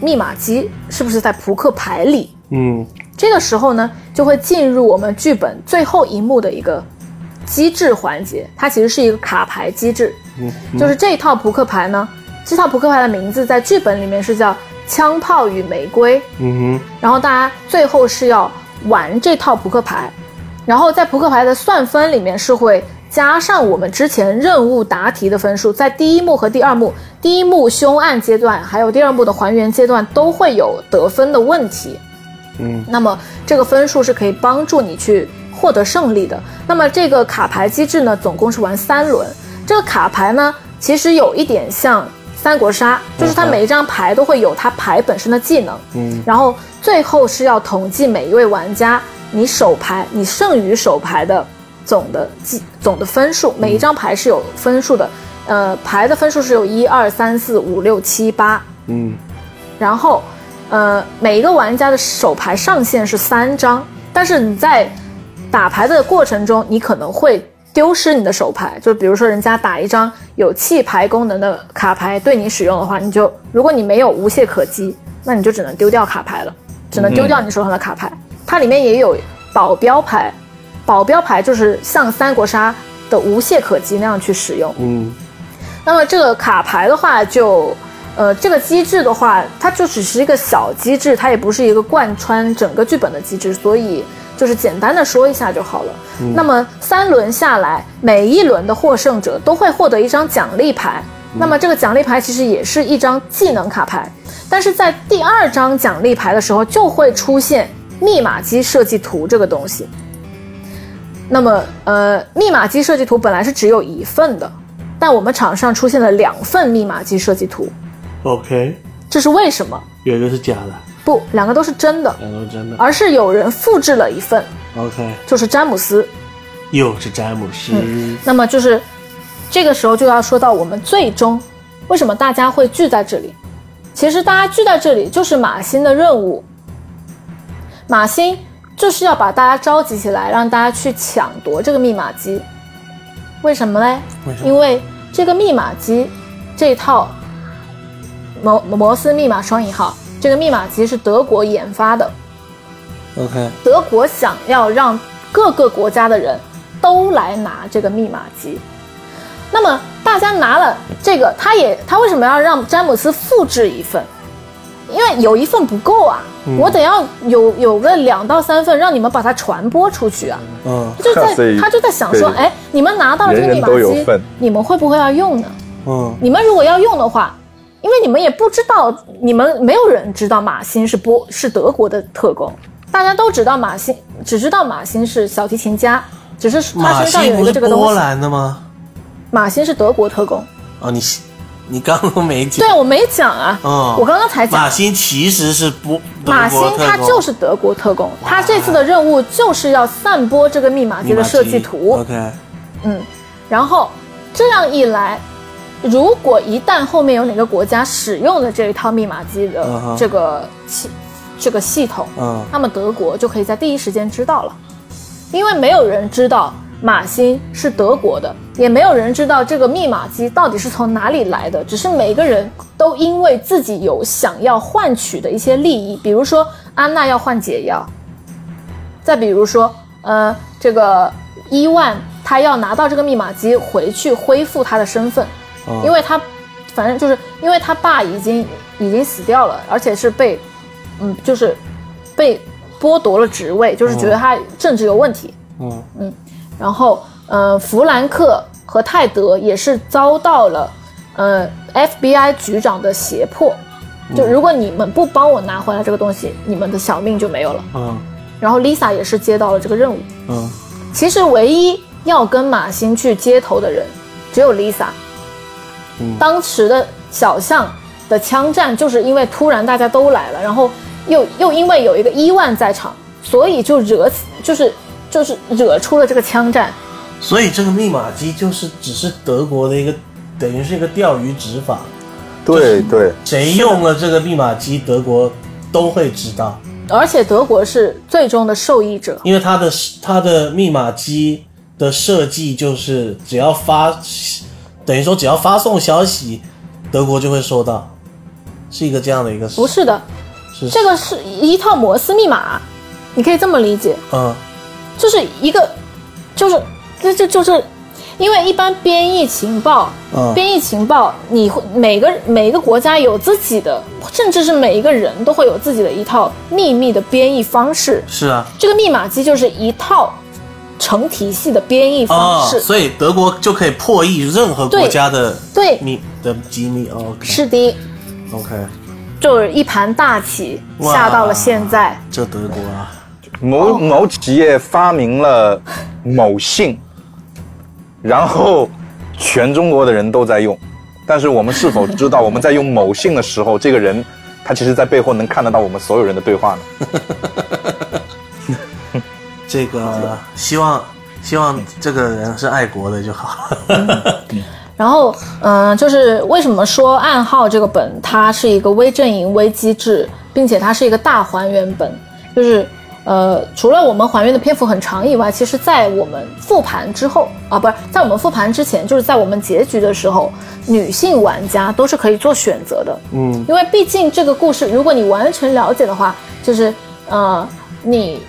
Speaker 3: 密码机是不是在扑克牌里？
Speaker 4: 嗯
Speaker 3: 这个时候呢，就会进入我们剧本最后一幕的一个机制环节，它其实是一个卡牌机制，就是这一套扑克牌呢，这套扑克牌的名字在剧本里面是叫“枪炮与玫瑰”，
Speaker 4: 嗯哼，
Speaker 3: 然后大家最后是要玩这套扑克牌，然后在扑克牌的算分里面是会加上我们之前任务答题的分数，在第一幕和第二幕，第一幕凶案阶段还有第二幕的还原阶段都会有得分的问题。
Speaker 4: 嗯，
Speaker 3: 那么这个分数是可以帮助你去获得胜利的。那么这个卡牌机制呢，总共是玩三轮。这个卡牌呢，其实有一点像三国杀，就是它每一张牌都会有它牌本身的技能。
Speaker 4: 嗯，
Speaker 3: 然后最后是要统计每一位玩家你手牌你剩余手牌的总的计总的分数，每一张牌是有分数的，呃，牌的分数是有一二三四五六七八，
Speaker 4: 嗯
Speaker 3: 然后，呃，每一个玩家的手牌上限是三张，但是你在打牌的过程中，你可能会丢失你的手牌。就比如说，人家打一张有弃牌功能的卡牌对你使用的话，你就如果你没有无懈可击，那你就只能丢掉卡牌了，只能丢掉你手上的卡牌。它里面也有保镖牌，保镖牌就是像三国杀的无懈可击那样去使用。
Speaker 4: 嗯
Speaker 3: 那么这个卡牌的话就，呃，这个机制的话，它就只是一个小机制，它也不是一个贯穿整个剧本的机制，所以就是简单的说一下就好了。那么三轮下来，每一轮的获胜者都会获得一张奖励牌。那么这个奖励牌其实也是一张技能卡牌，但是在第二张奖励牌的时候就会出现密码机设计图这个东西。那么，呃，密码机设计图本来是只有一份的，但我们场上出现了两份密码机设计图，
Speaker 4: ，OK，
Speaker 3: 这是为什么？
Speaker 4: 有一个是假的，
Speaker 3: 不，两个都是真的，
Speaker 4: 两个是真的
Speaker 3: 而是有人复制了一份，
Speaker 4: ，OK，
Speaker 3: 就是詹姆斯。
Speaker 4: 又是詹姆斯，
Speaker 3: 那么就是这个时候就要说到我们最终为什么大家会聚在这里。其实大家聚在这里就是马欣的任务，马欣就是要把大家召集起来，让大家去抢夺这个密码机。为什么嘞？
Speaker 4: 为什么
Speaker 3: 因为这个密码机这套摩摩斯密码双引号，这个密码其实是德国研发的。
Speaker 4: OK，
Speaker 3: 德国想要让各个国家的人都来拿这个密码机，那么大家拿了这个，他也他为什么要让詹姆斯复制一份？因为有一份不够啊，
Speaker 1: 嗯
Speaker 3: 我得要有有个两到三份，让你们把它传播出去啊。
Speaker 4: 嗯
Speaker 3: 就在
Speaker 1: 所以
Speaker 3: 他就在想说，
Speaker 1: 对
Speaker 3: 哎，你们拿到了这个
Speaker 1: 人人
Speaker 3: 密码
Speaker 1: 都有
Speaker 3: 机
Speaker 1: 份，
Speaker 3: 你们会不会要用呢？
Speaker 4: 嗯
Speaker 3: 你们如果要用的话，因为你们也不知道，你们没有人知道马欣是波是德国的特工，大家都知道马欣，只知道马欣是小提琴家，只是他
Speaker 4: 马
Speaker 3: 身上
Speaker 4: 戏
Speaker 3: 有一
Speaker 4: 不
Speaker 3: 个
Speaker 4: 是
Speaker 3: 这个东
Speaker 4: 波
Speaker 3: 西。
Speaker 4: 兰的吗？
Speaker 3: 马欣是德国特工，
Speaker 4: 哦，你你刚刚没讲
Speaker 3: 对。我没讲啊，
Speaker 4: 嗯
Speaker 3: 我刚刚才讲
Speaker 4: 马。欣其实是波
Speaker 3: 马欣他就
Speaker 4: 德
Speaker 3: 是德国特工，他这次的任务就是要散播这个密码
Speaker 4: 国特
Speaker 3: 机
Speaker 4: 工
Speaker 3: 的设计图。
Speaker 4: OK，
Speaker 3: 然后这样一来，如果一旦后面有哪个国家使用了这一套密码机
Speaker 4: 嗯
Speaker 3: 的
Speaker 4: 哼
Speaker 3: 这个系、这个系统，
Speaker 4: 嗯
Speaker 3: 那么德国就可以在第一时间知道了，因为没有人知道马欣是德国的，也没有人知道这个密码机到底是从哪里来的，只是每个人都因为自己有想要换取的一些利益，比如说安娜要换解药，再比如说，呃，这个伊万他要拿到这个密码机回去恢复他的身份，
Speaker 4: 嗯
Speaker 3: 因为他反正就是因为他爸已经已经死掉了，而且是被嗯就是被剥夺了职位，就是觉得他政治有问题。
Speaker 4: 嗯
Speaker 3: 然后，呃，弗兰克和泰德也是遭到了，呃，FBI 局长的胁迫。就如果你们不帮我拿回来这个东西，你们的小命就没有了。
Speaker 4: 嗯
Speaker 3: 然后 Lisa 也是接到了这个任务。
Speaker 4: 嗯
Speaker 3: 其实唯一要跟马欣去接头的人，只有 Lisa。
Speaker 4: 嗯
Speaker 3: 当时的小巷的枪战，就是因为突然大家都来了，然后又又因为有一个伊万在场，所以就惹起就是就是惹出了这个枪战。
Speaker 4: 所以这个密码机就是只是德国的一个，等于是一个钓鱼执法，
Speaker 1: 对对，
Speaker 4: 谁用了这个密码机，德国都会知道，
Speaker 3: 而且德国是最终的受益者，
Speaker 4: 因为它的它的密码机的设计就是只要发，等于说只要发送消息，德国就会收到，是一个这样的一个
Speaker 3: 不是的，
Speaker 4: 是
Speaker 3: 这个是一套摩斯密码，你可以这么理解，
Speaker 4: 嗯
Speaker 3: 就是一个，就是这这就是，因为一般编译情报，
Speaker 4: 嗯
Speaker 3: 编译情报，你会每个每个国家有自己的，甚至是每一个人都会有自己的一套秘密的编译方式。
Speaker 4: 是啊
Speaker 3: 这个密码机就是一套成体系的编译
Speaker 4: 哦
Speaker 3: 方，式。
Speaker 4: 所以德国就可以破译任何国家的
Speaker 3: 啊对，
Speaker 4: 密的机密。OK 哦
Speaker 3: 是的，
Speaker 4: OK，
Speaker 3: 就是一盘大棋
Speaker 4: 哇
Speaker 3: 下到了现在。
Speaker 4: 这德国啊，
Speaker 1: 某某企业发明了某信，然后全中国的人都在用，但是我们是否知道我们在用某信的时候，这个人他其实在背后能看得到我们所有人的对话呢？
Speaker 4: 这个希望希望这个人是爱国的就好。
Speaker 3: 然后，嗯、就是为什么说《暗号》这个本它是一个微阵营、微机制，并且它是一个大还原本，就是呃，除了我们还原的篇幅很长以外，其实在我们复盘之后啊，不是在我们复盘之前，就是在我们结局的时候，女性玩家都是可以做选择的。
Speaker 4: 嗯
Speaker 3: 因为毕竟这个故事，如果你完全了解的话，就是呃，你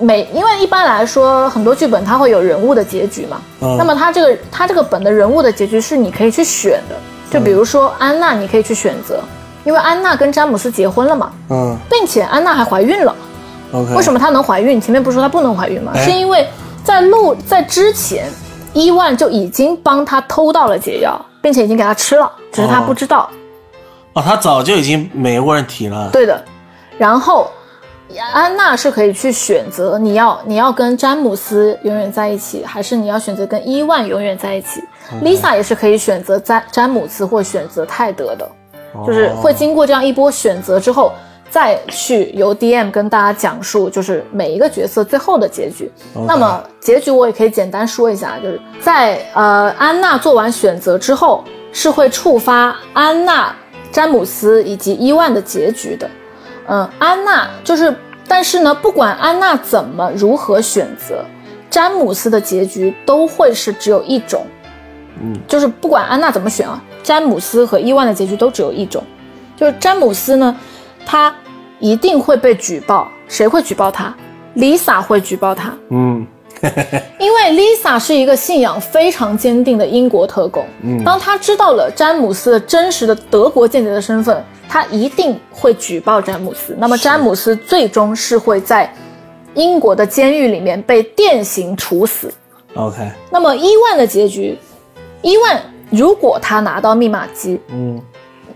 Speaker 3: 每因为一般来说，很多剧本它会有人物的结局嘛。
Speaker 4: 嗯
Speaker 3: 那么它这个它这个本的人物的结局是你可以去选的，就比如说安娜，你可以去选择，因为安娜跟詹姆斯结婚了嘛，
Speaker 4: 嗯
Speaker 3: 并且安娜还怀孕了。
Speaker 4: ，OK，
Speaker 3: 为什么她能怀孕？前面不是说她不能怀孕吗？
Speaker 4: 哎
Speaker 3: 是因为在录在之前，伊万就已经帮她偷到了解药，并且已经给她吃了，只是她
Speaker 4: 哦
Speaker 3: 不知道。
Speaker 4: 哦，他早就已经没问题了。
Speaker 3: 对的，然后安娜是可以去选择你要你要跟詹姆斯永远在一起，还是你要选择跟伊万永远在一起。Lisa 也是可以选择詹詹姆斯或选择泰德的，
Speaker 4: 哦
Speaker 3: 就是会经过这样一波选择之后，再去由 DM 跟大家讲述就是每一个角色最后的结局。
Speaker 4: OK
Speaker 3: 那么结局我也可以简单说一下，就是在呃安娜做完选择之后，是会触发安娜、詹姆斯以及伊万的结局的。嗯，安娜就是，但是呢，不管安娜怎么如何选择，詹姆斯的结局都会是只有一种。
Speaker 4: 嗯，
Speaker 3: 就是不管安娜怎么选啊，詹姆斯和伊万的结局都只有一种。就是詹姆斯呢，他一定会被举报，谁会举报他？Lisa 会举报他，
Speaker 4: 嗯
Speaker 3: 因为 Lisa 是一个信仰非常坚定的英国特工。嗯，当他知道了詹姆斯的真实的德国间谍的身份，他一定会举报詹姆斯。那么詹姆斯最终是会在英国的监狱里面被电刑处死。
Speaker 4: ，OK，
Speaker 3: 那么伊万的结局，伊万如果他拿到密码机，
Speaker 4: 嗯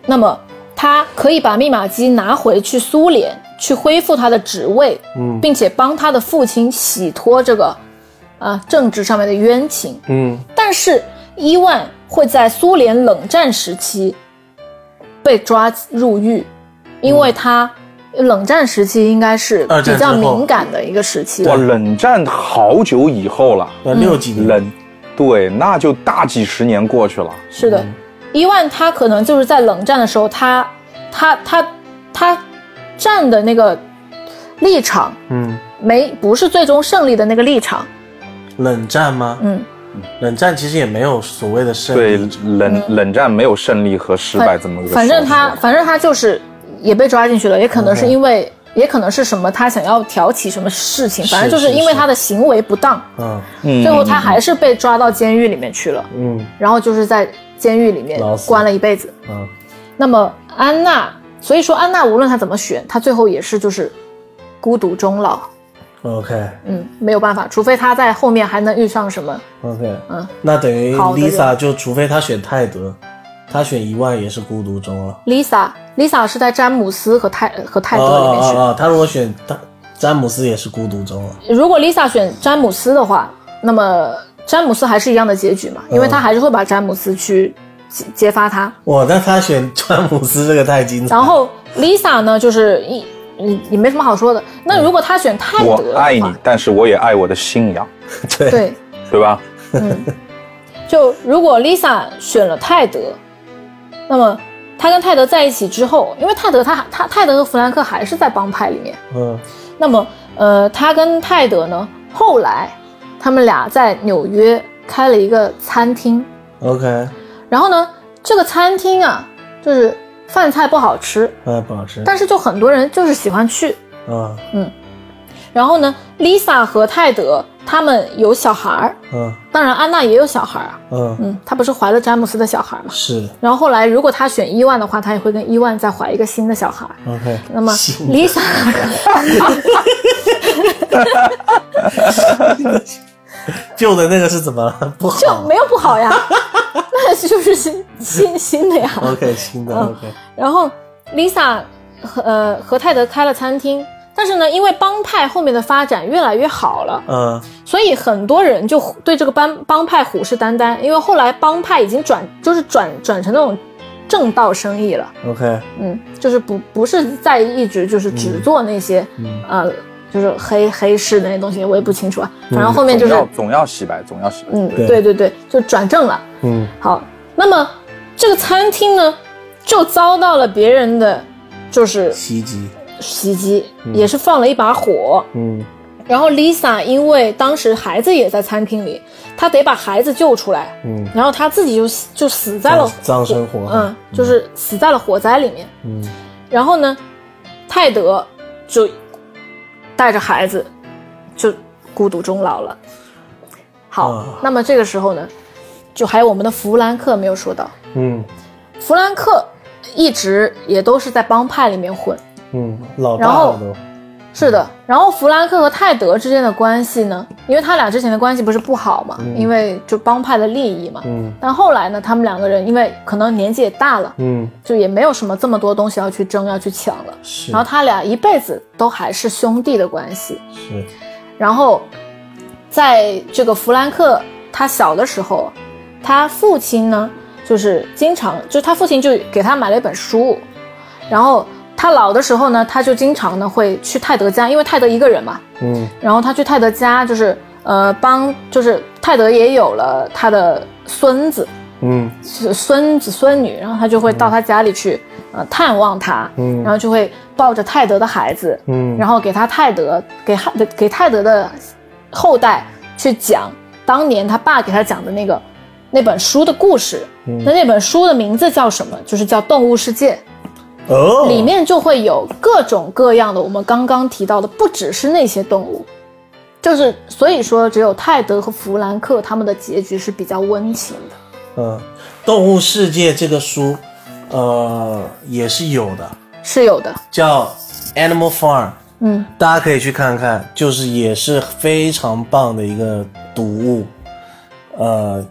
Speaker 3: 那么他可以把密码机拿回去苏联，去恢复他的职位，
Speaker 4: 嗯
Speaker 3: 并且帮他的父亲洗脱这个啊、政治上面的冤情。
Speaker 4: 嗯
Speaker 3: 但是伊万会在苏联冷战时期被抓入狱，因为他冷战时期应该是
Speaker 4: 二战
Speaker 3: 比
Speaker 4: 之后
Speaker 3: 较敏感的一个时期
Speaker 1: 哇，。冷战好久以后了，
Speaker 4: 呃，六几年，
Speaker 1: 冷，对，那就大几十年过去了。
Speaker 3: 是的，伊万他可能就是在冷战的时候，他他他他站的那个立场
Speaker 4: 嗯，
Speaker 3: 没不是最终胜利的那个立场，
Speaker 4: 冷战吗？
Speaker 3: 嗯，
Speaker 4: 冷战其实也没有所谓的胜
Speaker 1: 对，
Speaker 4: 利，
Speaker 1: 冷冷战没有胜利和失败这么个说法。
Speaker 3: 嗯
Speaker 1: 嗯
Speaker 3: 反正他反正他就是也被抓进去了，也可能是因为。也可能是什么，他想要挑起什么事情，反正就是是因为
Speaker 4: 是
Speaker 3: 他的行为不当，
Speaker 4: 嗯
Speaker 1: 嗯
Speaker 3: 最后他还是被抓到监狱里面去了，
Speaker 4: 嗯
Speaker 3: 然后就是在监狱里面
Speaker 4: 老死
Speaker 3: 关了一辈子。
Speaker 4: 嗯
Speaker 3: 那么安娜，所以说安娜无论她怎么选，她最后也是就是孤独终老，
Speaker 4: ，OK
Speaker 3: 嗯，没有办法，除非她在后面还能遇上什么，
Speaker 4: OK，
Speaker 3: 嗯，
Speaker 4: 那等于
Speaker 3: 好的
Speaker 4: Lisa 就除非她选泰德，她选一万也是孤独终了。
Speaker 3: Lisa，Lisa 是在詹姆斯和泰和泰
Speaker 4: 哦
Speaker 3: 德里
Speaker 1: 啊
Speaker 3: 面选。
Speaker 4: 哦哦，她如果选她詹姆斯也是孤独终了。
Speaker 3: 如果 Lisa 选詹姆斯的话，那么詹姆斯还是一样的结局嘛，
Speaker 1: 嗯
Speaker 3: 因为他还是会把詹姆斯去揭揭发他。
Speaker 4: 哇，那她选詹姆斯这个太精彩了。
Speaker 3: 然后 Lisa 呢，就是一你也没什么好说的。那如果他选泰德
Speaker 1: 我
Speaker 3: 的话，
Speaker 1: 爱你，但是我也爱我的信仰，
Speaker 4: 对
Speaker 3: 对，
Speaker 1: 对吧？
Speaker 3: 嗯，就如果 Lisa 选了泰德，那么她跟泰德在一起之后，因为泰德他他泰德和弗兰克还是在帮派里面，
Speaker 4: 嗯
Speaker 3: 那么呃，她跟泰德呢，后来他们俩在纽约开了一个餐厅，
Speaker 4: ，OK，
Speaker 3: 然后呢，这个餐厅啊，就是饭菜不好吃，
Speaker 4: 呃，保持，
Speaker 3: 但是就很多人就是喜欢去。
Speaker 4: 嗯
Speaker 3: 然后呢，Lisa 和泰德他们呃有小孩儿，
Speaker 4: 嗯
Speaker 3: 当然安娜也有小孩儿啊，
Speaker 4: 嗯，
Speaker 3: 嗯，她不是怀了詹姆斯的小孩儿嘛。
Speaker 4: 是
Speaker 3: 然后后来，如果她选伊万的话，她也会跟伊万再怀一个新的小孩儿。
Speaker 4: OK。
Speaker 3: 那么
Speaker 4: 新的
Speaker 3: Lisa，
Speaker 4: 旧的那个是怎么了？不好
Speaker 3: 就没有不好 呀，那就是新新新的呀。
Speaker 4: OK 新的
Speaker 3: 嗯
Speaker 4: OK，
Speaker 3: 然后 Lisa 和呃和泰德开了餐厅，但是呢，因为帮派后面的发展越来越好了，
Speaker 4: 嗯
Speaker 3: 所以很多人就对这个帮帮派虎视眈眈，因为后来帮派已经转就是转转成那种正道生意了，
Speaker 4: OK，
Speaker 3: 嗯，就是不不是在一直就是只做那些、呃就是黑黑市那些东西，我也不清楚啊，反正后面就是
Speaker 1: 总要总要洗白，总要洗白。
Speaker 3: 嗯
Speaker 4: 对
Speaker 3: 对对对，就转正了。
Speaker 4: 嗯
Speaker 3: 好，那么这个餐厅呢，就遭到了别人的就是
Speaker 4: 袭击，
Speaker 3: 袭击，也是放了一把火。
Speaker 4: 嗯
Speaker 3: 然后 Lisa 因为当时孩子也在餐厅里，她得把孩子救出来，
Speaker 4: 嗯，
Speaker 3: 然后她自己就就死在了
Speaker 4: 葬葬身火海
Speaker 3: 嗯，就是死在了火灾里面。
Speaker 4: 嗯
Speaker 3: 然后呢，泰德就带着孩子就孤独终老了。好，
Speaker 4: 啊
Speaker 3: 那么这个时候呢，就还有我们的弗兰克没有说到，
Speaker 4: 嗯
Speaker 3: 弗兰克一直也都是在帮派里面混，
Speaker 4: 嗯，老
Speaker 3: 然
Speaker 4: 大
Speaker 3: 后
Speaker 4: 了都，
Speaker 3: 是的。然后弗兰克和泰德之间的关系呢，因为他俩之前的关系不是不好嘛，因为就帮派的利益嘛。
Speaker 4: 嗯
Speaker 3: 但后来呢，他们两个人因为可能年纪也大了，
Speaker 4: 嗯
Speaker 3: 就也没有什么这么多东西要去争、要去抢了。
Speaker 4: 是
Speaker 3: 然后他俩一辈子都还是兄弟的关系。
Speaker 4: 是
Speaker 3: 然后，在这个弗兰克他小的时候，他父亲呢，就是经常，就他父亲就给他买了一本书，然后他老的时候呢，他就经常呢会去泰德家，因为泰德一个人嘛，
Speaker 4: 嗯
Speaker 3: 然后他去泰德家就是呃帮，就是泰德也有了他的孙子，
Speaker 4: 嗯
Speaker 3: 是孙子孙女，然后他就会到他家里去，呃，探望他，
Speaker 4: 嗯
Speaker 3: 然后就会抱着泰德的孩子，
Speaker 4: 嗯，
Speaker 3: 然后给他泰德给汉给泰德的后代去讲当年他爸给他讲的那个
Speaker 4: 嗯
Speaker 3: 那本书的故事。那那本书的名字叫什么？就是叫《动物世界》。
Speaker 4: 哦，
Speaker 3: 里面就会有各种各样的我们刚刚提到的，不只是那些动物，就是所以说，只有泰德和弗兰克他们的结局是比较温情的。
Speaker 4: 嗯，《动物世界》这个书，呃，也是有的，
Speaker 3: 是有的，
Speaker 4: 叫《Animal Farm》，
Speaker 3: 嗯，
Speaker 4: 大家可以去看看，就是也是非常棒的一个读物。呃，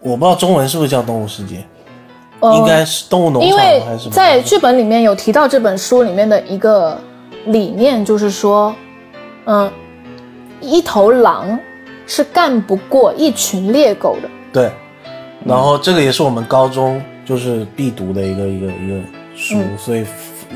Speaker 4: 我不知道中文是不是叫《动物世界》，
Speaker 3: 呃、
Speaker 4: 应该是《动物农
Speaker 3: 因
Speaker 4: 场》
Speaker 3: 为
Speaker 4: 还是什么
Speaker 3: 在剧本里面有提到这本书里面的一个理念，就是说，嗯，一头狼是干不过一群猎狗的。
Speaker 4: 对，然后这个也是我们高中就是必读的一个一个一个书，
Speaker 3: 嗯
Speaker 4: 所以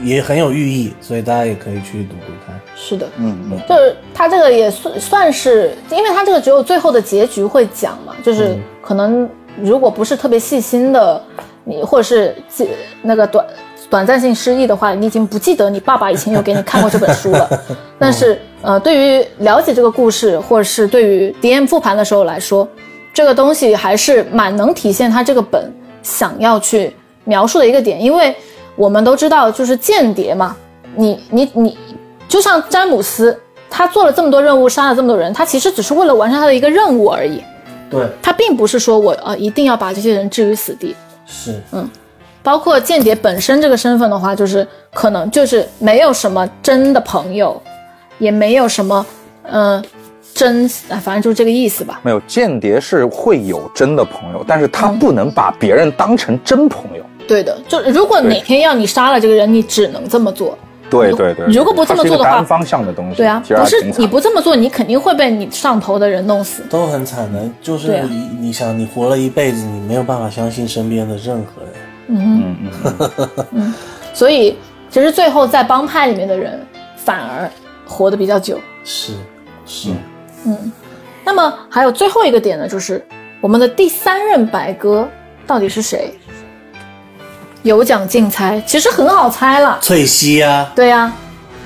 Speaker 4: 也很有寓意，所以大家也可以去读读看。
Speaker 3: 是的，
Speaker 1: 嗯嗯
Speaker 3: 就是他这个也算算是，因为他这个只有最后的结局会讲嘛，
Speaker 1: 嗯
Speaker 3: 就是可能如果不是特别细心的你，或者是记那个短短暂性失忆的话，你已经不记得你爸爸以前有给你看过这本 书了。
Speaker 1: 嗯
Speaker 3: 但是呃，对于了解这个故事，或者是对于 DM 复盘的时候来说，这个东西还是蛮能体现他这个本想要去描述的一个点，因为我们都知道，就是间谍嘛，你你你，就像詹姆斯，他做了这么多任务，杀了这么多人，他其实只是为了完成他的一个任务而已，
Speaker 4: 对，
Speaker 3: 他并不是说我呃一定要把这些人置于死地。
Speaker 4: 是，
Speaker 3: 嗯包括间谍本身这个身份的话，就是可能就是没有什么真的朋友，也没有什么嗯、呃真，啊反正就是这个意思吧。
Speaker 1: 没有间谍是会有真的朋友，但是他不能把别人当成真朋友。
Speaker 3: 对的，就如果
Speaker 1: 对
Speaker 3: 哪天要你杀了这个人，你只能这么做。
Speaker 1: 对
Speaker 3: 如
Speaker 1: 对对，
Speaker 3: 如果不
Speaker 1: 它
Speaker 3: 这么
Speaker 1: 是一
Speaker 3: 做的
Speaker 1: 个
Speaker 3: 话
Speaker 1: 单方向的东西，
Speaker 3: 对啊
Speaker 1: 其，实
Speaker 3: 不
Speaker 1: 还
Speaker 3: 是
Speaker 1: 挺惨
Speaker 3: 你不这么做，你肯定会被你上头的人弄死。
Speaker 4: 都很惨的，就是
Speaker 3: 对啊
Speaker 4: 你、你想，你活了一辈子，你没有办法相信身边的任何人。
Speaker 1: 嗯嗯嗯，
Speaker 3: 所以其实最后在帮派里面的人反而活得比较久。
Speaker 4: 是，是，
Speaker 3: 那么还有最后一个点呢，就是我们的第三任白鸽到底是谁？有奖竞猜，其实很好猜了。
Speaker 4: 翠西啊，
Speaker 3: 对呀、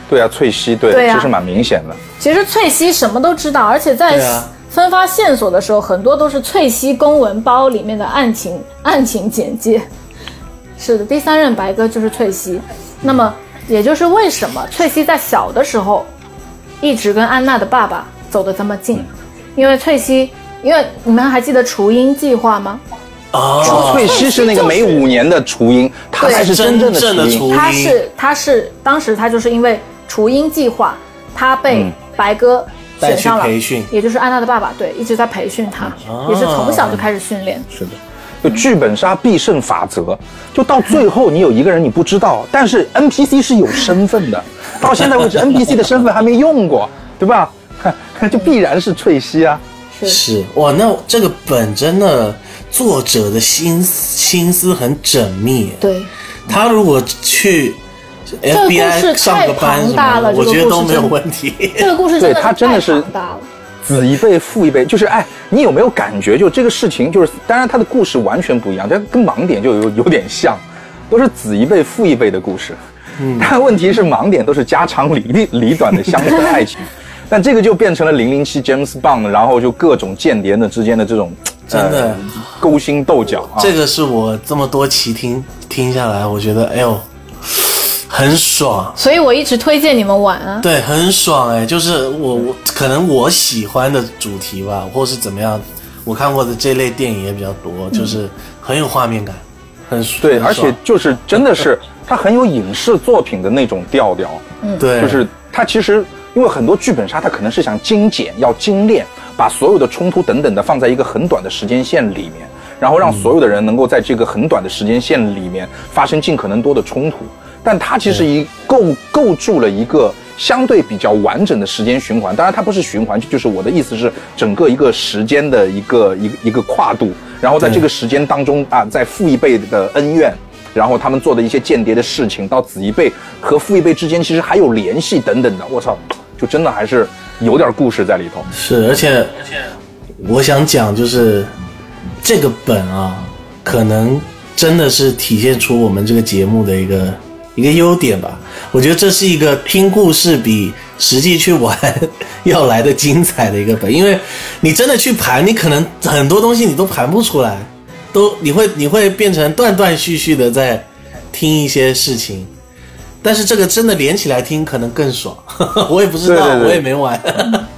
Speaker 1: 对啊，翠西，对，
Speaker 3: 对啊
Speaker 1: 其实蛮明显的。
Speaker 3: 其实翠西什么都知道，而且在
Speaker 4: 对啊
Speaker 3: 分发线索的时候，很多都是翠西公文包里面的案情案情简介。是的，第三任白鸽就是翠西。那么，也就是为什么翠西在小的时候一直跟安娜的爸爸走得这么近，因为翠西，因为你们还记得雏鹰计划吗？
Speaker 4: 啊，
Speaker 1: 翠西是那个每五年的雏鹰，她才是哦真正的
Speaker 4: 真正的
Speaker 1: 雏鹰。
Speaker 4: 雏
Speaker 3: 他
Speaker 4: 鹰
Speaker 3: 是他是当时他就是因为雏鹰计划，他被
Speaker 1: 嗯
Speaker 3: 白鸽选上了，
Speaker 4: 带去培训
Speaker 3: 也就是安娜的爸爸，对，一直在培训他，
Speaker 4: 啊
Speaker 3: 也是从小就开始训练。
Speaker 1: 是的，就剧本杀必胜法则，就到最后你有一个人你不知道，但是 NPC 是有身份的，到现在为止 NPC 的身份还没用过，对吧？ 就必然是翠西啊，
Speaker 4: 是哇，那这个本真的作者的心思心思很缜密。
Speaker 3: 对，
Speaker 4: 他如果去
Speaker 3: 个故事
Speaker 4: FBI 上个班
Speaker 3: 太庞
Speaker 4: 什
Speaker 3: 大
Speaker 4: 么
Speaker 3: 了
Speaker 4: 的，我觉
Speaker 3: 这个
Speaker 4: 得
Speaker 3: 故事
Speaker 4: 都没有
Speaker 3: 真的
Speaker 4: 问题。
Speaker 3: 这个故事真
Speaker 1: 对
Speaker 3: 的
Speaker 1: 他真的是
Speaker 3: 太庞大了。
Speaker 1: 子一辈父一辈，就是哎，你有没有感觉就这个事情就是，当然他的故事完全不一样，但跟盲点就有有点像，都是子一辈父一辈的故事，
Speaker 4: 嗯
Speaker 1: 但问题是盲点都是家长里里里短的乡村爱情。但这个就变成了零零七 James Bond，然后就各种间谍的之间的这种
Speaker 4: 真的
Speaker 1: 呃勾心斗角啊，
Speaker 4: 这个是我这么多期听听下来，我觉得哎呦很爽，
Speaker 3: 所以我一直推荐你们玩啊。
Speaker 4: 对，很爽哎、就是我我可能我喜欢的主题吧，或是怎么样，我看过的这类电影也比较多，就是很有画面感，很爽
Speaker 1: 嗯对，
Speaker 4: 很
Speaker 1: 而且
Speaker 4: 爽
Speaker 1: 就是真的是它很有影视作品的那种调调，
Speaker 4: 对
Speaker 1: 就是它其实因为很多剧本杀它可能是想精简，要精炼，把所有的冲突等等的放在一个很短的时间线里面，然后让所有的人能够在这个很短的时间线里面发生尽可能多的冲突，但它其实一构构筑了一个。相对比较完整的时间循环，当然它不是循环，就是我的意思是整个一个时间的一个一个一个跨度，然后在这个时间当中啊，在父一辈的恩怨，然后他们做的一些间谍的事情，到子一辈和父一辈之间其实还有联系等等的，我操，就真的还是有点故事在里头。
Speaker 4: 是，而且我想讲就是这个本啊，可能真的是体现出我们这个节目的一个一个优点吧。我觉得这是一个听故事比实际去玩 要来的精彩的一个本，因为你真的去盘，你可能很多东西你都盘不出来，都你会你会变成断断续续的在听一些事情，但是这个真的连起来听可能更爽， 我也不知
Speaker 1: 对
Speaker 4: 道，
Speaker 1: 对对
Speaker 4: 我也没玩。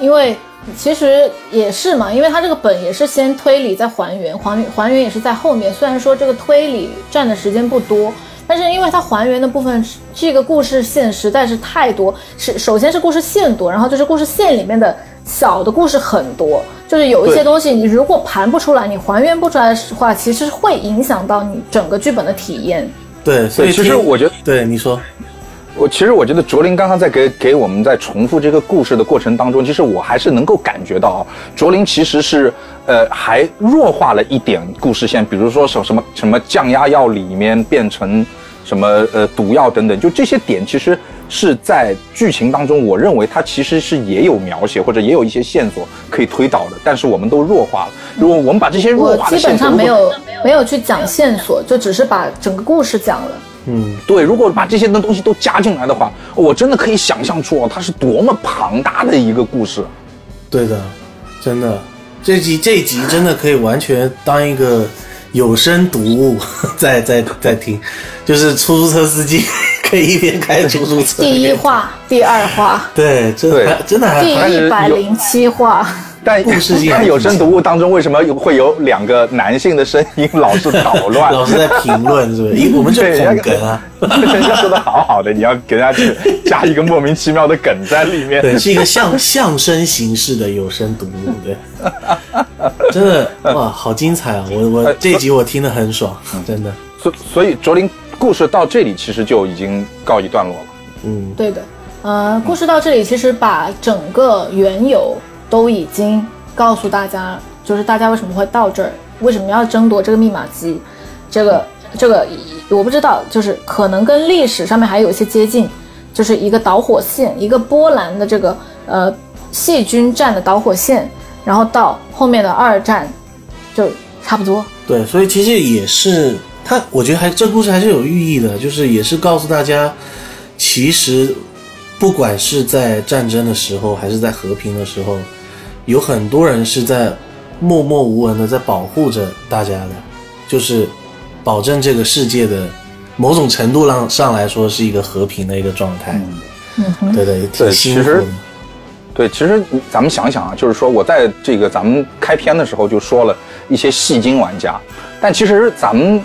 Speaker 3: 因为其实也是嘛，因为它这个本也是先推理再还原，还还原也是在后面。虽然说这个推理占的时间不多，但是因为它还原的部分是，这个故事线实在是太多。是首先是故事线多，然后就是故事线里面的小的故事很多，就是有一些
Speaker 1: 对
Speaker 3: 东西你如果盘不出来，你还原不出来的话，其实会影响到你整个剧本的体验。
Speaker 4: 对，所以
Speaker 1: 对其实
Speaker 4: 听
Speaker 1: 我觉得
Speaker 4: 对你说，
Speaker 1: 我其实我觉得卓林刚刚在给给我们在重复这个故事的过程当中，其实我还是能够感觉到，啊卓林其实是呃还弱化了一点故事线，比如说什什么什么降压药里面变成什么呃毒药等等，就这些点其实是在剧情当中，我认为它其实是也有描写或者也有一些线索可以推导的，但是我们都弱化了。如果我们把这些弱
Speaker 3: 我
Speaker 1: 化的
Speaker 3: 基
Speaker 1: 线
Speaker 3: 本
Speaker 1: 索
Speaker 3: 上
Speaker 1: 如
Speaker 3: 没
Speaker 1: 果
Speaker 3: 有没有去讲线索，就只是把整个故事讲了。
Speaker 4: 嗯，
Speaker 1: 对，如果把这些的东西都加进来的话，我真的可以想象出哦，它是多么庞大的一个故事。
Speaker 4: 对的，真的，这集这一集真的可以完全当一个有声读物在在在听，就是出租车司机 可以一边开出租车，
Speaker 3: 第一
Speaker 4: 边
Speaker 3: 话、第二话。
Speaker 4: 对，真的
Speaker 1: 对
Speaker 4: 还真的还
Speaker 3: 第
Speaker 1: 哎还
Speaker 3: 一
Speaker 1: 是
Speaker 3: 百
Speaker 1: 有
Speaker 3: 零七话，
Speaker 1: 但
Speaker 4: 故事性
Speaker 1: 但
Speaker 4: 很
Speaker 1: 有声读物当中为什么有会有两个男性的声音老是捣 乱？
Speaker 4: 老是在评论，是不是？因为我们就
Speaker 1: 对，人
Speaker 4: 捧
Speaker 1: 家
Speaker 4: 哏啊，，
Speaker 1: 人家说的好好的，你要给人家去加一个莫名其妙的梗在里面。
Speaker 4: 对，是一个相相声形式的有声读物，对，真的哇，好精彩啊！我
Speaker 1: 呃
Speaker 4: 我这集我听得很爽，真的，
Speaker 1: 所所以卓林故事到这里其实就已经告一段落了。
Speaker 4: 嗯，
Speaker 3: 对的。呃，故事到这里，其实把整个缘由都已经告诉大家，就是大家为什么会到这儿，为什么要争夺这个密码机，这个这个我不知道，就是可能跟历史上面还有一些接近，就是一个导火线，一个波兰的这个呃细菌战的导火线，然后到后面的二战就差不多。
Speaker 4: 对，所以其实也是他，我觉得还这故事还是有寓意的，就是也是告诉大家，其实不管是在战争的时候，还是在和平的时候，有很多人是在默默无闻的在保护着大家的，就是保证这个世界的某种程度上上来说是一个和平的一个状态。
Speaker 3: 嗯哼，
Speaker 4: 对对，也挺
Speaker 1: 对
Speaker 4: 辛
Speaker 1: 其
Speaker 4: 苦
Speaker 1: 实
Speaker 4: 的。
Speaker 1: 对，其实你咱们想想啊，就是说我在这个咱们开篇的时候就说了一些戏精玩家，但其实咱们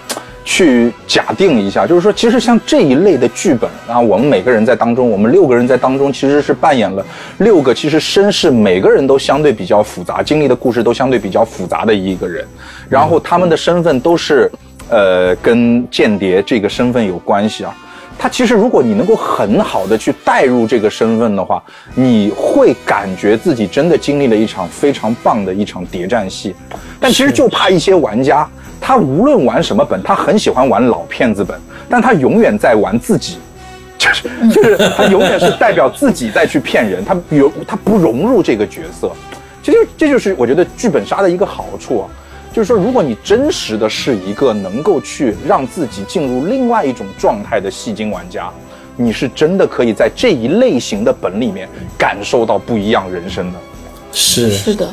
Speaker 1: 去假定一下，就是说，其实像这一类的剧本啊，我们每个人在当中，我们六个人在当中其实是扮演了六个其实身世每个人都相对比较复杂，经历的故事都相对比较复杂的一个人，然后他们的身份都是呃跟间谍这个身份有关系啊。他其实如果你能够很好的去带入这个身份的话，你会感觉自己真的经历了一场非常棒的一场谍战戏。但其实就怕一些玩家，他无论玩什么本，他很喜欢玩老骗子本，但他永远在玩自己。就是就是他永远是代表自己在去骗人，他有他不融入这个角色，这就这就是我觉得剧本杀的一个好处啊，就是说如果你真实的是一个能够去让自己进入另外一种状态的戏精玩家，你是真的可以在这一类型的本里面感受到不一样人生的。
Speaker 4: 是
Speaker 3: 是的，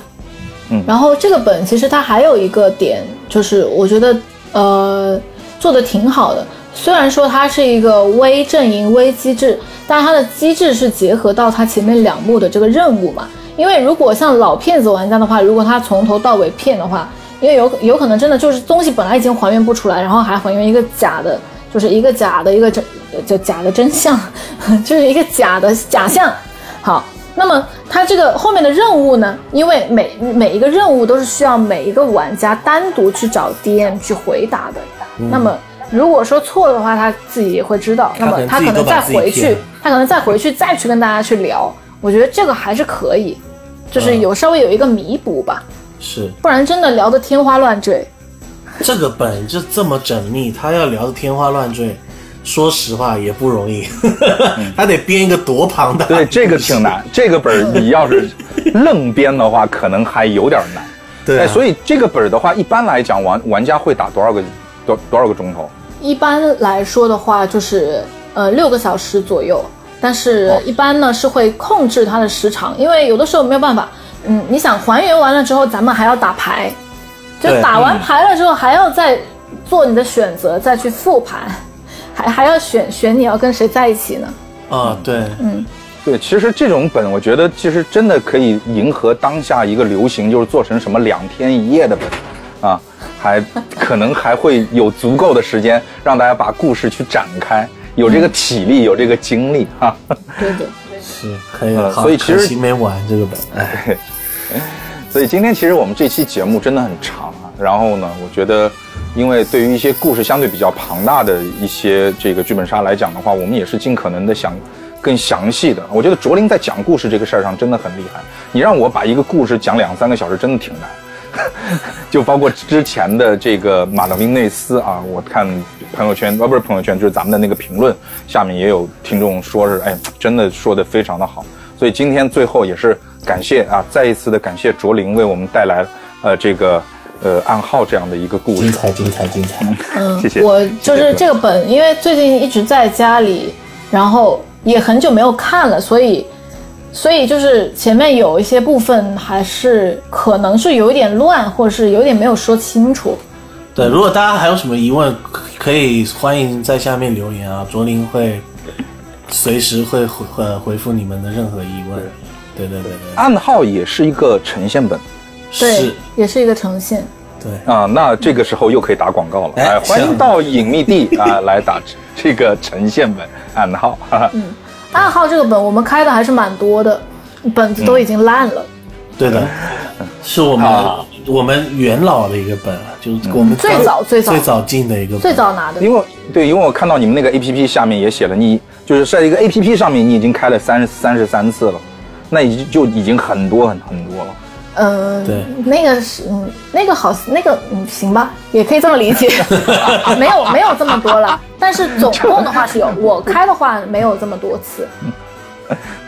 Speaker 1: 嗯
Speaker 3: 然后这个本其实它还有一个点，就是我觉得呃做的挺好的。虽然说它是一个微阵营、微机制，但它的机制是结合到它前面两幕的这个任务嘛。因为如果像老骗子玩家的话，如果他从头到尾骗的话，因为有有可能真的就是东西本来已经还原不出来，然后还还原一个假的，就是一个假的一个真呃就假的真相， 就是一个假的假象。好，那么它这个后面的任务呢？因为每每一个任务都是需要每一个玩家单独去找 DM 去回答的。
Speaker 4: 嗯
Speaker 3: 那么如果说错的话，他自己也会知道。那
Speaker 4: 他可
Speaker 3: 么他可
Speaker 4: 能自己都
Speaker 3: 能
Speaker 4: 把
Speaker 3: 再
Speaker 4: 自己
Speaker 3: 回
Speaker 4: 骗
Speaker 3: 去
Speaker 4: 了，
Speaker 3: 他可能再回去再去跟大家去聊。我觉得这个还是可以，
Speaker 4: 嗯
Speaker 3: 就是有稍微有一个弥补吧，
Speaker 4: 是，
Speaker 3: 不然真的聊得天花乱坠。
Speaker 4: 这个本就这么缜密，他要聊的天花乱坠，说实话也不容易， 他得编一个多庞大。
Speaker 1: 对，这个挺。难，这个本儿你要是愣编的话，可能还有点难。
Speaker 4: 对啊
Speaker 1: 哎所以这个本儿的话，一般来讲玩玩家会打多少个多多少个钟头？
Speaker 3: 一般来说的话，就是呃六个小时左右，但是
Speaker 1: 哦
Speaker 3: 一般呢是会控制它的时长，因为有的时候没有办法，嗯，你想还原完了之后，咱们还要打牌，就
Speaker 4: 对
Speaker 3: 打完牌了之后还要再做你的选择，再去复盘，还还要选选你要跟谁在一起呢？
Speaker 4: 啊，对，
Speaker 1: 对，其实这种本，我觉得其实真的可以迎合当下一个流行，就是做成什么两天一夜的本，啊，还可能还会有足够的时间让大家把故事去展开，有这个体力，有这个精力啊哈、
Speaker 3: 对的。
Speaker 4: 是可以
Speaker 1: 呃
Speaker 4: 了。好
Speaker 1: 所以其实
Speaker 4: 可惜没玩这个本，哎，
Speaker 1: 所以今天其实我们这期节目真的很长啊，然后呢，我觉得，因为对于一些故事相对比较庞大的一些这个剧本杀来讲的话，我们也是尽可能的想更详细的。我觉得卓林在讲故事这个事儿上真的很厉害，你让我把一个故事讲两三个小时真的挺难。就包括之前的这个马德宾内斯啊，我看朋友圈，啊不是朋友圈，就是咱们的那个评论下面也有听众说是，哎，真的说的非常的好。所以今天最后也是感谢啊，再一次的感谢卓林为我们带来呃这个呃暗号这样的一个故
Speaker 4: 精
Speaker 1: 事。
Speaker 4: 彩，精彩，精彩。
Speaker 3: 嗯
Speaker 1: 谢谢
Speaker 3: 我就
Speaker 1: 谢谢
Speaker 3: 是这个本，因为最近一直在家里，然后也很久没有看了，所以，所以就是前面有一些部分还是可能是有一点乱，或者是有点没有说清楚。
Speaker 4: 对，如果大家还有什么疑问，可可以欢迎在下面留言啊，卓林会随时会回呃回复你们的任何疑问。对对对对，
Speaker 1: 暗号也是一个呈现本
Speaker 3: 对
Speaker 4: 是，，
Speaker 3: 也是一个呈现。
Speaker 4: 对，
Speaker 1: 啊，那这个时候又可以打广告了，
Speaker 4: 哎
Speaker 1: 哎，欢
Speaker 4: 是啊
Speaker 1: 迎到隐秘地啊来打这个呈现本暗号。哈哈
Speaker 3: 暗号这个本我们开的还是蛮多的，本子都已经烂了，
Speaker 1: 嗯
Speaker 4: 对的，是我们
Speaker 1: 啊
Speaker 4: 我们元老的一个本，啊就是我们
Speaker 3: 最早最早
Speaker 4: 最早进的一个本
Speaker 3: 最早拿的。
Speaker 1: 因为对，因为我看到你们那个 A P P 下面也写了你，就是在一个 A P P 上面你已经开了三三十三次了，那已经就已经很多很很多了。
Speaker 3: 嗯，
Speaker 4: 对
Speaker 3: 那个是，嗯，那个好，那个嗯，行吧，也可以这么理 解，没有没有这么多了，但是总共的话是有，我开的话没有这么多次。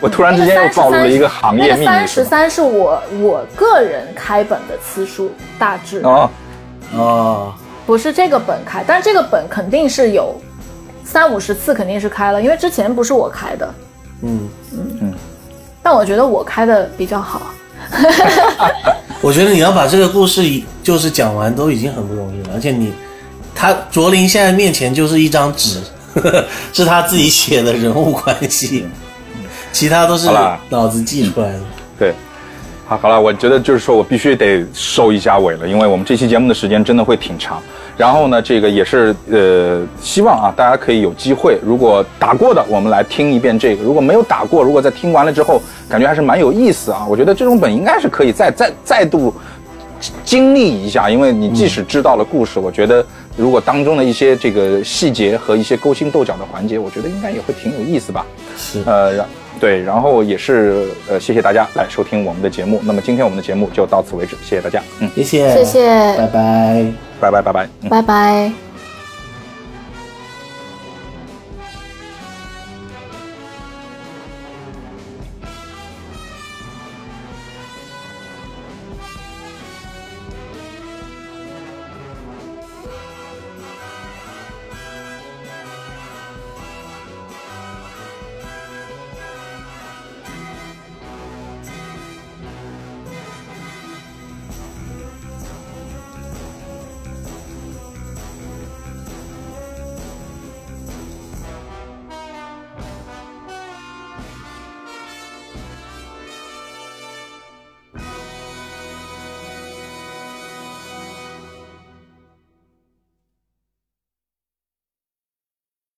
Speaker 1: 我突然之间又暴露了一个行业秘密。
Speaker 3: 那个三十
Speaker 1: 是吧
Speaker 3: 三是我我个人开本的次数，大致、
Speaker 1: 哦，
Speaker 4: 哦，
Speaker 3: 不是这个本开，但是这个本肯定是有三五十次肯定是开了，因为之前不是我开的，
Speaker 4: 嗯，
Speaker 3: 但我觉得我开的比较好。
Speaker 4: 我觉得你要把这个故事一就是讲完都已经很不容易了，而且你他卓林现在面前就是一张纸， 是他自己写的人物关系，其他都是
Speaker 1: 嗯好啦
Speaker 4: 脑子记出来的。
Speaker 1: 对，好，好了，我觉得就是说我必须得收一下尾了，因为我们这期节目的时间真的会挺长。然后呢，这个也是呃，希望啊，大家可以有机会，如果打过的，我们来听一遍这个；如果没有打过，如果在听完了之后，感觉还是蛮有意思啊。我觉得这种本应该是可以再再再度经历一下，因为你即使知道了故事，我觉得如果当中的一些这个细节和一些勾心斗角的环节，我觉得应该也会挺有意思吧。
Speaker 4: 是，
Speaker 1: 呃，然对，然后也是呃，谢谢大家来收听我们的节目。那么今天我们的节目就到此为止，谢谢大家，嗯，
Speaker 4: 谢谢，
Speaker 3: 谢谢
Speaker 4: 拜拜。
Speaker 1: 拜拜，拜拜，嗯。
Speaker 3: 拜拜。